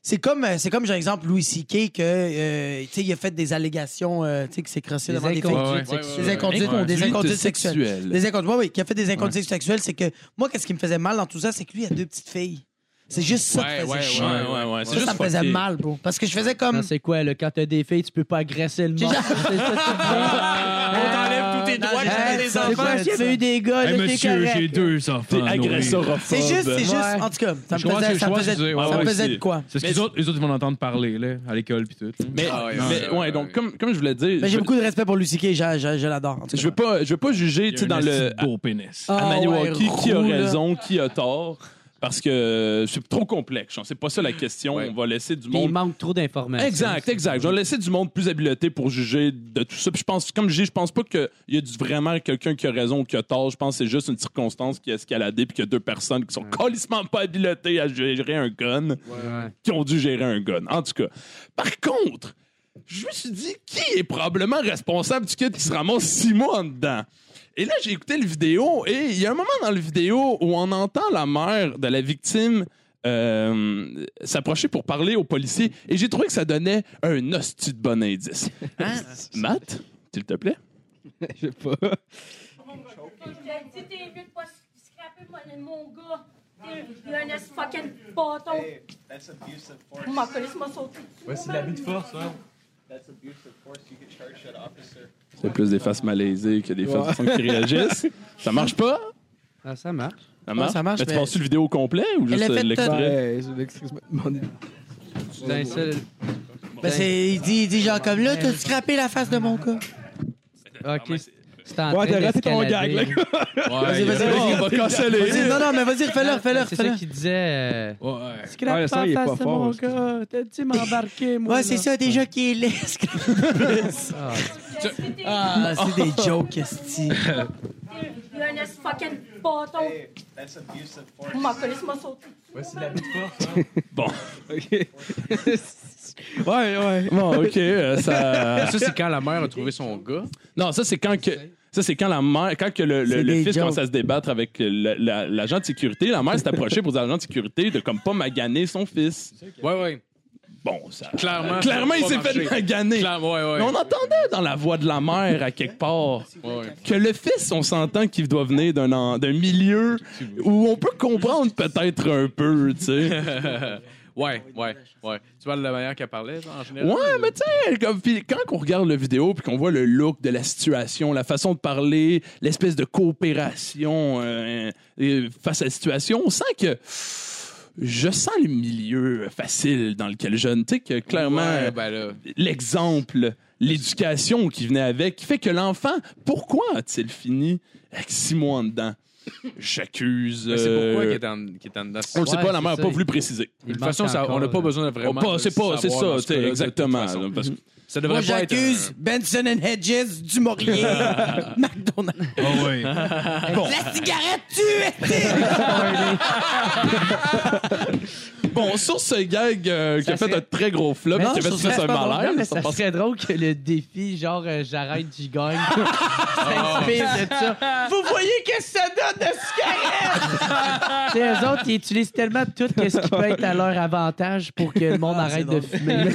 C'est comme, euh, c'est comme, par exemple, Louis C.K. que, euh, tu sais, il a fait des allégations, euh, tu sais, qu'il s'est crossé devant des filles. inconduites Ouais, ouais, Des sexuelles. Euh, inconduites, Ouais. ou des Inconduite inconduites sexuelles. sexuelle. Des inconduites, ouais, oui, qui a fait des inconduites sexuelles, c'est que moi, qu'est-ce qui me faisait mal dans tout ça, c'est que lui, il a deux petites filles. C'est juste ça Ouais, qui faisait ouais, chier. Ouais, ouais, ouais. Ça, C'est juste ça me faisait fucké. mal, bro. Parce que je faisais Non, comme. C'est quoi, là, quand t'as des filles, tu peux pas agresser le monde. J'ai- C'est ça, Ah, c'est On Ah, t'enlève tous tes non, doigts, j'ai- t'as j'ai- des j'ai- enfants. j'ai- J'ai eu des gars, Hey, là, t'es monsieur, correct. j'ai deux enfants. T'es à nourrir. agresseurophobe. C'est juste, c'est juste. Ouais. En tout Je cas, ça me vois ce faisait, que- ça me je vois ce que faisait, tu dis, ouais, ça me ouais, faisait c'est- de quoi. C'est ce que les autres, les autres, ils vont entendre parler, là, à l'école, puis tout. là. Mais, Ah ouais, mais- ouais, ouais, ouais, donc, ouais. Comme, comme je voulais dire, Mais je, j'ai beaucoup de respect pour Louis C.K. j'a- j'a- Je l'adore. en je tout cas. veux pas, je veux pas juger, tu sais, dans Il y a un le, esti de beau pénis. Ah, à Maniwaki, ouais, qui a roux, là. raison, qui a tort. Parce que euh, c'est trop complexe. genre, C'est pas ça la question. Ouais. On va laisser du Puis Il monde. manque trop d'informations. Exact, exact. Je vais laisser du monde plus habilité pour juger de tout ça. Puis je pense, comme je dis, je pense pas qu'il y a du- vraiment quelqu'un qui a raison ou qui a tort. Je pense que c'est juste une circonstance qui a escaladé puis qu'il y a deux personnes qui sont colissement pas habilitées à gérer un gun, qui ont dû gérer un gun. En tout cas. Par contre, je me suis dit, qui est probablement responsable du kid qui se ramasse six mois en dedans? Et là, j'ai écouté le vidéo et il y a un moment dans le vidéo où on entend la mère de la victime euh, s'approcher pour parler aux policiers et j'ai trouvé que ça donnait un hostie de bon indice. Ah. Matt, s'il te plaît. Je sais pas. Si t'es mieux de pas scraper mon, mon gars, t'es il y a un esti fucking bâton. That's abusive force. M'en connaisse, m'a sauté. That's abusive force. You could charge that officer. C'est plus des faces malaisées que des faces de sang qui réagissent. Ça marche pas? Ah, ça marche. Ça marche? ça marche, mais tu mais- penses le vidéo au complet ou juste Elle a euh, fait l'extrait? Ouais, je m'excuse. Mon- Ben, ça, Ben, c'est- il dit, il dit genre comme là, t'as scrappé la face de mon gars. OK. C'est en Ouais, train t'as raté ton gag, d'escalader. là. Ouais, vas-y, vas-y. On va canceller. Vas-y, non, non, mais vas-y, refais-le, refais-le, C'est ça refais-le. qu'il disait. euh, ouais. Ah, le son, il est pas fort. excuse-moi. T'as dit m'embarquer, moi. Ouais, c'est ça, déjà qui est laid. Si t'es Ah, c'est des jokes, esti. t'es- il y a un esti fucking bâton. That's abusive force. M'en connaisse, m'a sauté. Bon, Ouais, ouais. bon, ok, euh, ça. Ça, c'est quand la mère a trouvé son gars. Non, ça c'est quand que ça c'est quand la mère, quand que le, le- le C'est des fils jokes. commence à se débattre avec le- la- l'agent de sécurité, la mère s'est approchée pour dire à l'agent de sécurité de comme pas maganer son fils. Ouais, ouais. Bon, ça Clairement, clairement ça il a s'est pas fait marché. maganer. Claire, ouais, ouais. Mais on entendait dans la voix de la mère à quelque part Ouais, ouais. que le fils, on s'entend qu'il doit venir d'un en- d'un milieu où on peut comprendre peut-être un peu, tu sais. Ouais, ouais, ouais. Tu vois de la manière qu'elle parlait, genre, en général? Ouais, mais tu sais, comme- puis quand on regarde la vidéo puis qu'on voit le look de la situation, la façon de parler, l'espèce de coopération euh, euh, face à la situation, on sent que je sens le milieu facile dans lequel je ne tu sais que clairement Ouais, ben là. l'exemple, l'éducation qui venait avec, qui fait que l'enfant, pourquoi a-t-il fini avec six mois en dedans? J'accuse. Mais C'est pourquoi euh, qu'il est en, qu'il est en dedans? on le sait Ouais, pas, la c'est mère n'a ça, pas il- voulu préciser. De toute façon, ça- on n'a pas besoin de euh, On vraiment. pas- de C'est pas, c'est savoir ça, dans ce tu sais, cas-là, de toute exactement. façon. là, parce que- Ça devrait Moi, pas être j'accuse Benson and Hedges, du Maurier, McDonald's. Ah ouais. La cigarette tue, esti! Bon, sur ce gag euh, qui a Ça fait serait- un très gros flop, qui a fait ça, juste un c'est pas drôle, non, mais malaise. ça parce- serait drôle que le défi, genre, euh, j'arrête, j'y gagne, s'inspire de ça. ah. Vous voyez qu'est-ce que ça donne de cigarette? Tu sais, eux autres, ils utilisent tellement tout ce qui peut être à leur avantage pour que le monde arrête de fumer.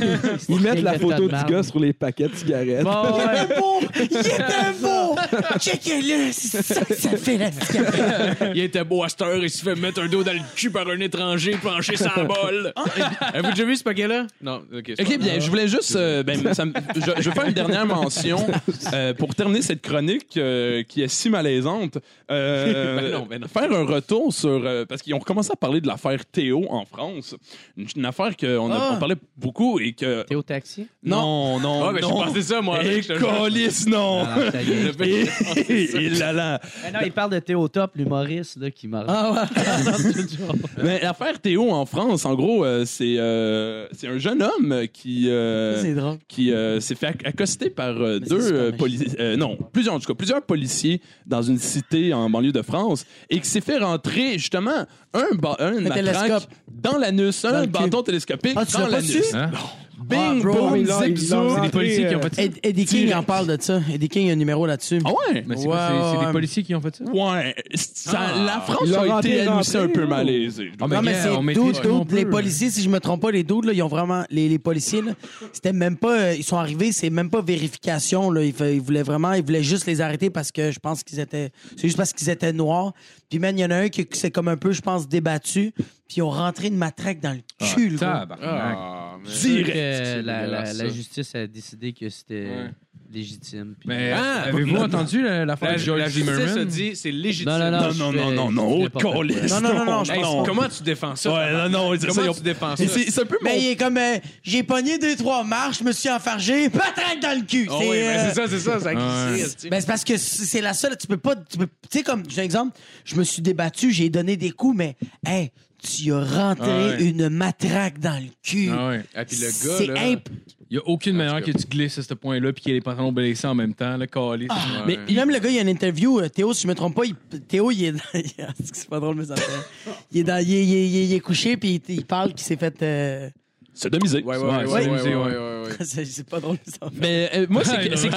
Ils mettent la photo du gars gosse. sur les paquets de cigarettes. Bon, ouais. Bon, il était beau! Checkez-le! C'est ça que ça fait la cigarette! Il était beau à cette heure, il se fait mettre un dos dans le cul par un étranger penché sans bol. Ah, eh, Avez-vous déjà vu ce paquet-là? Non, ok. c'est Ok, pas- bien, je voulais juste. euh, ben, ça me- je, je vais faire une dernière mention euh, pour terminer cette chronique euh, qui est si malaisante. Euh, Ben non, ben non. Faire un retour sur. euh, parce qu'ils ont commencé à parler de l'affaire Théo en France. Une, une affaire qu'on a- Ah. on parlait beaucoup et que. T'es au taxi? Non, non, Ah, ben, j'ai non. pensé ça, moi. Et avec, je te jure. câlisse, non! Ah, non, ça y est. Et- et là, là. Mais non, il parle de Théo Top, l'humoriste, là, qui m'a. Ben, Ah, l'affaire Théo en France, en gros, euh, c'est euh, c'est un jeune homme qui. euh, drôle. qui euh, s'est fait acc- accoster par euh, Mais deux c'est euh, super policiers, euh, non, plusieurs en tout cas, plusieurs policiers dans une cité en banlieue de France et qui s'est fait rentrer justement un, ba- un matraque télescope. dans l'anus, Dans un le cul. bâton télescopique Ah, tu dans l'as pas l'anus. su? Hein? Bing, Ah, bro, boom, il l'a- zip, il l'a zoom. C'est des policiers qui ont fait ça. Ed- Eddie King en parle de ça. Eddie King, il y a un numéro là-dessus. Ah ouais? Mais c'est quoi, Ouais, c'est- c'est ouais. des policiers qui ont fait ça? Ouais, ça- Ah. la France Il l'a a rentré, été elle aussi rentré, un peu ou? malaisée. Ah, Non, mais gars, c'est on maîtrise dude, ce qu'on dude, les peut. policiers, si je me trompe pas, les dudes, là, ils ont vraiment. Les, les policiers, là, c'était même pas. euh, ils sont arrivés, c'est même pas vérification, là. Ils, fa- ils voulaient vraiment. Ils voulaient juste les arrêter parce que je pense qu'ils étaient. C'est juste parce qu'ils étaient noirs. Puis, man, il y en a un qui qui s'est comme un peu, je pense, débattu. Puis, ils ont rentré une matraque dans le Ah, cul, gros. Tabarnak. Ah, mais- Direct. Que la, la- la ça. justice a décidé que c'était Ouais. légitime. puis- Mais Ah, Eh, avez-vous non, entendu la- l'affaire La, de George la justice Zimmerman? a dit c'est légitime. Non, non, non. Non, je non, fais- non, non, je non, fais oh, n'importe quoi. câlisse, Non, non, non, non, je Hey, non. Comment tu défends ça? Ouais, non, non, c'est ça, ils Comment ont- tu défends ça? Et c'est c'est un peu mon Mais il est comme. euh, J'ai pogné deux, trois marches, je me suis enfargé, matraque dans le cul. Ah C'est, oui, mais euh, c'est ça, c'est ça, ça a glissé, esti. Ben, c'est parce que c- c'est la seule. Tu peux pas. Tu peux- tu sais, comme, j'ai un exemple, je me suis débattu, j'ai donné des coups, mais, hey, tu as rentré Ah ouais. une matraque dans le cul. Ah ouais. Ah, puis le gars, C'est là, imp. Il n'y a aucune manière tout que tu glisses à ce point-là puis qu'il y ait les pantalons blessés en même temps, le calé. ouais. Puis même le gars, il y a une interview, euh, Théo, si je me trompe pas, il- Théo, il est dans- c'est pas drôle, mais ça me fait- Il est dans, il est, il est- il est- il est couché, puis il, il parle qu'il s'est fait, euh, sodomisé. Ouais, ouais, Ouais, ouais, ouais, ouais, ouais, ouais. ouais, ouais. c'est c'est pas drôle, mais ça me fait- Mais euh, moi, Ah, c'est que- c'est que-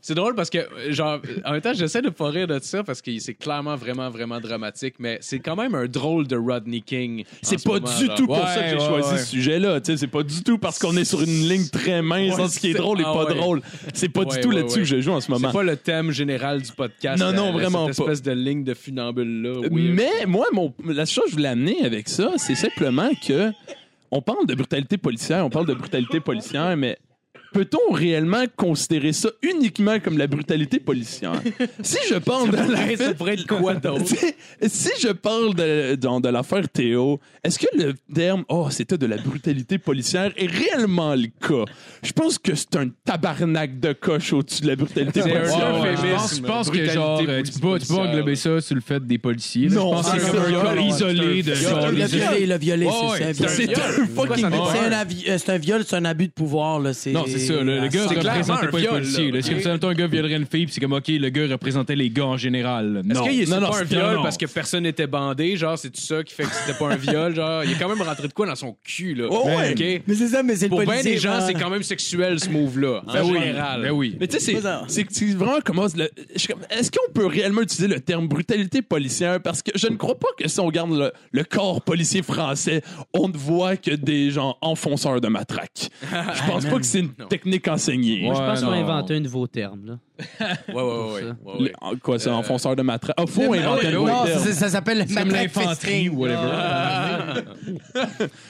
C'est drôle parce que, euh, genre, euh, en même temps, j'essaie de pas rire de ça parce que c'est clairement vraiment, vraiment dramatique, mais c'est quand même un drôle de Rodney King. en C'est ce pas moment, du genre. tout pour Ouais, ça que j'ai ouais, choisi ouais. ce sujet-là. tu sais, C'est pas du tout parce qu'on est sur une ligne très mince Ouais, entre ce qui est c'est- drôle et ah pas ouais. drôle. C'est pas du Ouais, tout ouais, là-dessus ouais. que je joue en ce moment. C'est pas le thème général du podcast. Non, non, euh, vraiment Cette espèce de ligne de funambule-là. weird. Euh, Mais moi, mon, la chose que je voulais amener avec ça, c'est simplement que on parle de brutalité policière, on parle de brutalité policière, mais peut-on réellement considérer ça uniquement comme la brutalité policière? si je parle de la... ça pourrait être quoi d'autre? Si- si je parle de, de, de l'affaire Théo, est-ce que le terme « Oh, c'était de la brutalité policière » est réellement le cas? Je pense que c'est un tabarnak de coche au-dessus de la brutalité C'est un policière. ouais, je ouais. pense, je pense que Brutalité genre, euh, tu policière. peux, tu peux englober ça sur le fait des policiers. là. Non, je pense que c'est c'est un comme un viol. cas isolé de C'est un genre viol. Il a des violé, il a violé, Ouais, c'est- ouais, c'est un c'est viol. C'est un fucking Ouais. C'est un, avi- euh, c'est un viol, c'est un abus de pouvoir, là. Non, c'est ça. Le, le gars C'est clairement représentait un pas les viol, policiers. là. là. C'est comme ça, mettons, un gars violerait une fille, puis c'est comme, OK, le gars représentait les gars en général. là. Est-ce Non, qu'il y a non, c'est non, pas un c'est- viol non, non. parce que personne n'était bandé? Genre, c'est tout ça qui fait que c'était pas un viol? Genre, il est quand même rentré de quoi dans son cul, là? Oh, ouais. OK? Mais c'est ça, mais c'est le Pour bien policier, des gens, ben- c'est quand même sexuel, ce move-là. En Ben oui, général. ben oui. Mais tu sais, c'est- Bizarre. c'est c'est vraiment comment. le- je suis comme, Est-ce qu'on peut réellement utiliser le terme brutalité policière? Parce que je ne crois pas que si on regarde le, le corps policier français, on ne voit que des gens enfonceurs de matraque. Ah, Je pense pas que c'est une Non. technique enseignée. Moi, je Ouais, pense qu'on non. a inventé un nouveau terme. Là. Ouais, ouais, ouais, ouais. ouais, ouais. Le- en- quoi, c'est Euh, enfonceur de matraque? Ah, faut Ben inventer oui, le non, mot ça, terme. ça s'appelle C'est comme matraque l'infanterie festering. ou whatever.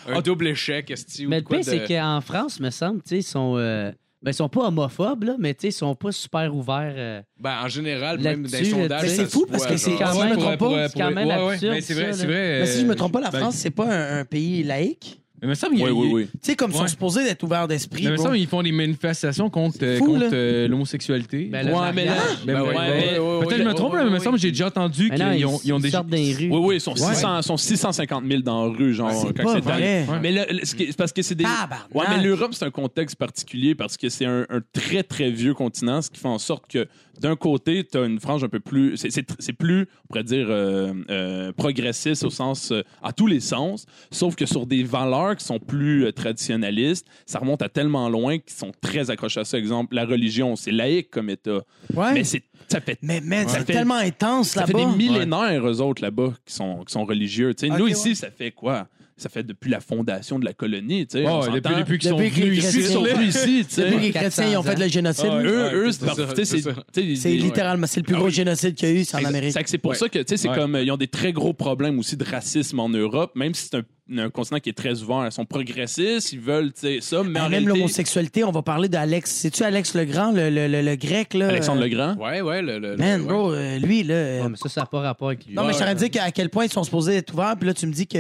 Un double échec, est-ce Mais le pire, c'est qu'en France, me semble, tu sais, ils sont. euh, ben, ils sont pas homophobes, là, mais tu sais, ils sont pas super ouverts. euh. Ben, en général, même dans les Là-dessus, sondages, mais ça c'est se fou voit, parce que c'est genre. quand Ouais, même pour- trompeux, pour- c'est quand pour- même ouais, ouais, absurde, mais c'est ça, vrai, là. c'est euh, vrai. Mais si je me trompe pas, la ben- France, c'est pas un, un pays laïque. Mais il me semble qu'il y a- Tu sais, comme ils sont Ouais. supposés d'être ouverts d'esprit. Mais il me bro. semble qu'ils font des manifestations contre, euh, fou, contre là. euh, l'homosexualité. Ben, le Ouais, mais là- hein? mariage. Ben, Ben ouais, ouais, ouais, ouais, ouais, Peut-être ouais, que je me ouais, trompe, là, ouais, mais il me ouais. semble que j'ai déjà entendu Mais Ah non, qu'ils ont, ils ont ils des. sortent des rues. Oui, oui, ils sont, 600, ils sont 650 000 dans la rue, genre. quand Ah, pas c'est dans- vrai. Ah, Mais là, le- ce qui- c'est parce que c'est des. Tabarnak. Ouais, mais l'Europe, c'est un contexte particulier parce que c'est un, un très, très vieux continent, ce qui fait en sorte que d'un côté, tu as une frange un peu plus. C'est c'est tr- c'est plus, on pourrait dire, euh, euh, progressiste au sens. euh, à tous les sens, sauf que sur des valeurs qui sont plus euh, traditionnalistes, ça remonte à tellement loin qu'ils sont très accrochés à ça. Exemple, la religion, c'est laïque comme État. Ouais. Mais c'est- ça fait Mais man, Ouais. c'est tellement intense ça fait des là-bas. millénaires, eux autres, là-bas, qui sont, qui sont religieux. Tu sais, nous, Ok, ici, ouais. ça fait quoi? Ça fait depuis la fondation de la colonie. tu sais, on Ouais, s'entend. depuis, depuis qu'ils sont Depuis qu'ils venus restent ici, Ils sont là. venus ici, tu sais. Depuis que les chrétiens ils ont fait le génocide, Ouais. Ah, Eux, eux, Ouais, c'est c'est par- ça, tu sais, c'est c'est- ça. tu sais, c'est ils- littéralement c'est le plus gros génocide qu'il y a eu, c'est en Exact. Amérique. C'est que c'est pour Ouais. Ah ça que tu sais, c'est Ouais. comme euh, ils ont des très gros problèmes aussi de racisme en Europe, même si c'est un, un continent qui est très ouvert. Ils sont progressistes, ils veulent tu sais, ça, mais Ben, en même réalité, l'homosexualité, on va parler d'Alex. C'est-tu Alex le Grand, le, le, le, le grec, là? Alexandre le Grand. Ouais, ouais, le. le- le- Euh, Man, ouais. bro, euh, lui, là. euh, Ouais, mais ça, ça n'a pas rapport avec lui. non, mais je suis en train de dire qu'à- à quel point ils sont supposés être ouverts, puis là, tu me dis que.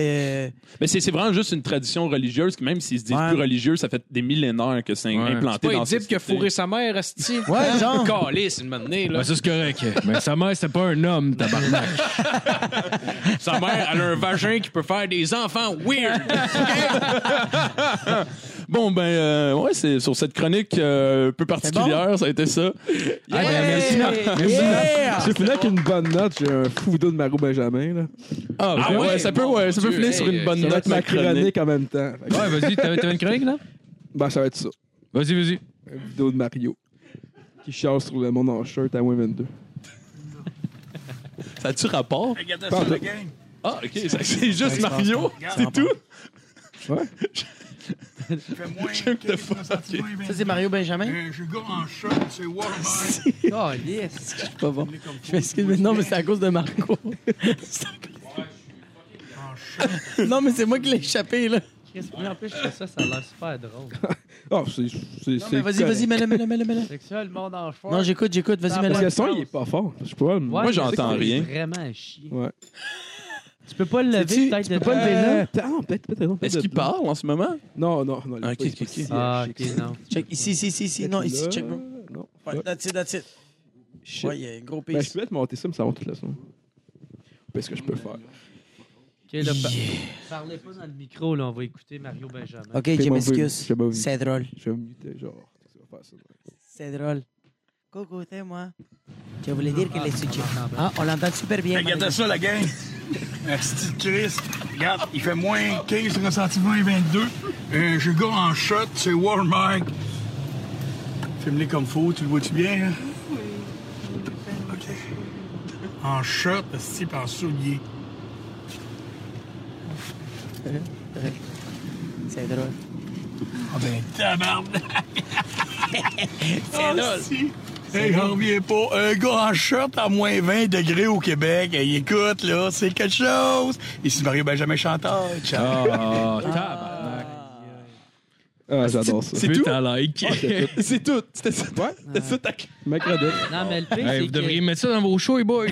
Mais c'est c'est vraiment juste une tradition religieuse qui, même s'ils se disent Ouais. plus religieux, ça fait des millénaires que c'est C'est implanté pas dans Édipe qui a fourré sa mère, Asti. Ouais, genre. Calisse, une matinée, là. Ben, ça, c'est correct. Mais sa mère, c'était pas un homme, tabarnak. Sa mère, elle a un vagin qui peut faire des enfants weird. Bon, ben, euh, ouais, c'est sur cette chronique euh, un peu particulière, ça a été ça. Ah, ben, merci, Marc. Eh, Merci, Yeah! Marc. J'ai fini avec une bonne note. J'ai un fou dos de Maro Benjamin. Là. Ah, ben, ouais, ouais, ça peut, mon ouais, ça peut Dieu, finir sur hey, une bonne Ça va note, être ma chronique en même temps. Fait que, Ouais, vas-y, t'avais t'avais une chronique, là? ben, ça va être ça. Vas-y, vas-y. Une vidéo de Mario qui chiale sur le monde en shirt à moins 22. Ça a-tu rapport? Pas en tout. Ah, ok, ça- c'est juste Mario, c'est tout? Ouais. J'aime te fuck. eh. Ça, c'est Mario Benjamin? Oh, yes. Pas bon. Je m'excuse, mais non, mais c'est à cause de Marco. C'est à cause- non, mais c'est moi qui l'ai échappé, là. Chris, mais en plus, je fais ça, ça a l'air super drôle. Ah, c'est. c'est- Non, c'est mais vas-y, correct. vas-y, mets-le, mets-le, mets-le, mets-le. C'est que ça, le monde en short. Non, j'écoute, j'écoute, vas-y, Ça Parce que mets-le. le son, il est pas fort. Je sais pas. Ouais, Moi, je sais j'entends que c'est rien. vraiment à chier. Ouais. Tu peux pas le lever, Sais-tu- peut-être, de Pas le Euh, vélo. Ah, non, peut-être, peut-être. non, Est-ce peut-être qu'il non. parle en ce moment? Non, non, non. il est Ok, pas- il est ok, pas ok. si Ah, chic ok, que ça. non. Check, ici, ici, ici, ici. Non, ici, Là, check, bro. Non. Ouais, that's it, that's it. Shit. Ouais, il y a un gros Ben, pays. je peux te monter ça, mais ça monte toute la son. Qu'est-ce que je peux faire? Ok, là, par- parlez pas dans le micro, là, on va écouter Mario Benjamin. Ok, Fais je mon m'excuse. bruit, fais mon bruit. C'est drôle. Je vais me muter, genre. Ça va faire ça. C'est drôle. Coucou, c'est moi. Je voulais dire que les sujets. on l'entend bien. Ah, on l'entend super bien. Regardez Marie. ça, la gang. Un petit Chris. Regarde, il fait moins 15 ressentiments et 22. Un giga en shot, c'est Walmart. Filme-les comme faut, tu le vois-tu bien, hein? OK. En shot, esti, par soulier. C'est drôle. Ah ben, tabarnak! c'est là! Hey, j'en reviens pas. Un gars en short à moins 20 degrés au Québec. Hey, écoute, là, c'est quelque chose. Ici Mario Benjamin Chantal. Ciao. Ah, tabarnak. Ah, j'adore ça. C'est tout? Putain, like. C'est tout. C'était ça. C'était ça ta Ma chronique. Non, mais le pire, Hey, c'est vous devriez que... mettre ça dans vos shows, les boys.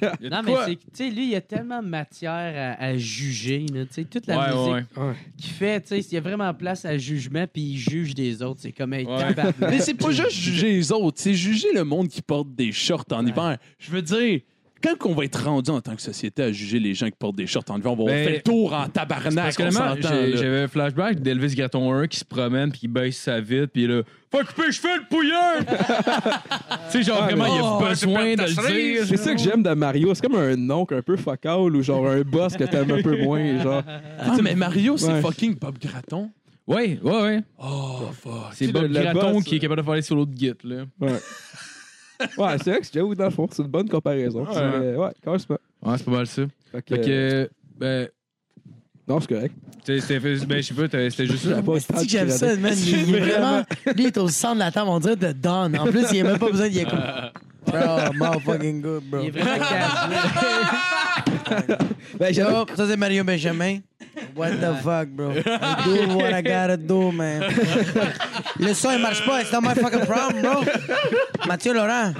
Non, mais c'est que, tu sais, lui, il y a tellement de matière à, à juger, là, tu sais, toute la Ouais, musique ouais. qu'il fait, tu sais, il y a vraiment place à jugement, puis il juge des autres, c'est comme un Ouais. tabarnak. Mais c'est pas juste juger les autres, c'est juger le monde qui porte des shorts en hiver. Je veux dire, quand on va être rendu en tant que société à juger les gens qui portent des shorts en hiver, on va Ben, faire le tour en tabarnak. Parce que on là, s'entend, Ben, j'ai- là. j'avais un flashback d'Elvis Graton 1 qui se promène puis qui baisse sa vitre puis là faut couper je fais le pouilleur. tu sais genre vraiment il y a besoin de le dire. C'est ça que j'aime de Mario. C'est comme un oncle un peu focal ou genre un boss que t'aimes un peu moins. Genre, Ah, mais Mario, c'est Ouais. fucking Bob Gratton. Ouais, ouais ouais. Oh, fuck. C'est Tu sais, Bob le- le Graton boss, qui est euh, capable de faire les solos de git là. ouais. Ouais, c'est vrai que c'est Joe, dans le fond. C'est une bonne comparaison. Ouais. C'est, euh, Ouais, quand même. Ouais, c'est pas mal ça. Fait que, Fait euh, que ben Non, c'est correct. tu sais, c'était ben je sais pas t'as- c'était juste J'avais ça. pas Mais le temps de c'est-tu que j'aime ça, chronique. man. Il est vraiment. Lui, il est au centre de la table, on dirait de Don. En plus, il a même pas besoin d'y écouter. Bro, motherfucking Oh, good, bro. Il est vraiment casual. Ben, j'avais- Yo, ça, c'est Mario Benjamin. What the fuck, bro? I do what I gotta do, man. Le son, il marche pas. It's not my fucking problem, bro. Mathieu Laurent.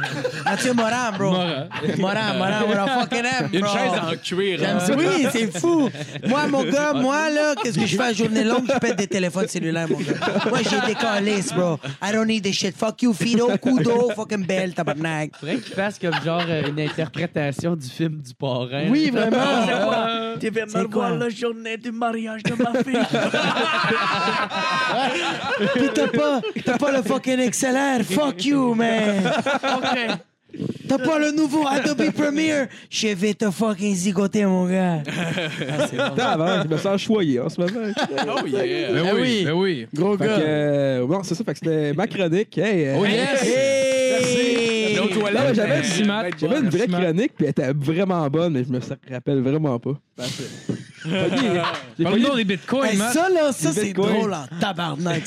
Mathieu Morin, bro. Morin. Morin, Morin, what the fucking am, Une bro. chaise en cuir. hein. J'aime ça. Oui, c'est fou. Moi, mon gars, moi, là, qu'est-ce que je fais à journée longue? Je pète des téléphones cellulaires, mon gars. Moi, j'ai des calices, bro. I don't need this shit. Fuck you, Fido, Kudo, fucking belle, tabarnak. Faudrait qu'il fasse comme genre euh, une interprétation du film du parrain. Oui, vraiment. C'est quoi? Tu viens me revoir la journée du mariage de ma fille. Puis t'as pas, t'as pas le fucking XLR. Fuck you, man. T'as pas le nouveau Adobe Premiere. Je vais te fucking zigoter, mon gars. Tabarnak, je me sens choyé en ce moment. Oh yeah! Ben Ah oui. oui, ben oui. Gros Fait que, euh, bon, c'est ça, fait que c'était ma chronique. Hey, euh, Oh yes! Hey! Nos Non, mais toilettes, j'avais euh, une- Merci, Matt. J'avais une vraie Merci, Matt. chronique, puis elle était vraiment bonne, mais je me rappelle vraiment pas. Parce que- J'ai pogné- j'ai pogné- Parle-nous des Hey, bitcoins, Matt. ça, là, ça, c'est Bitcoin. drôle en tabarnak.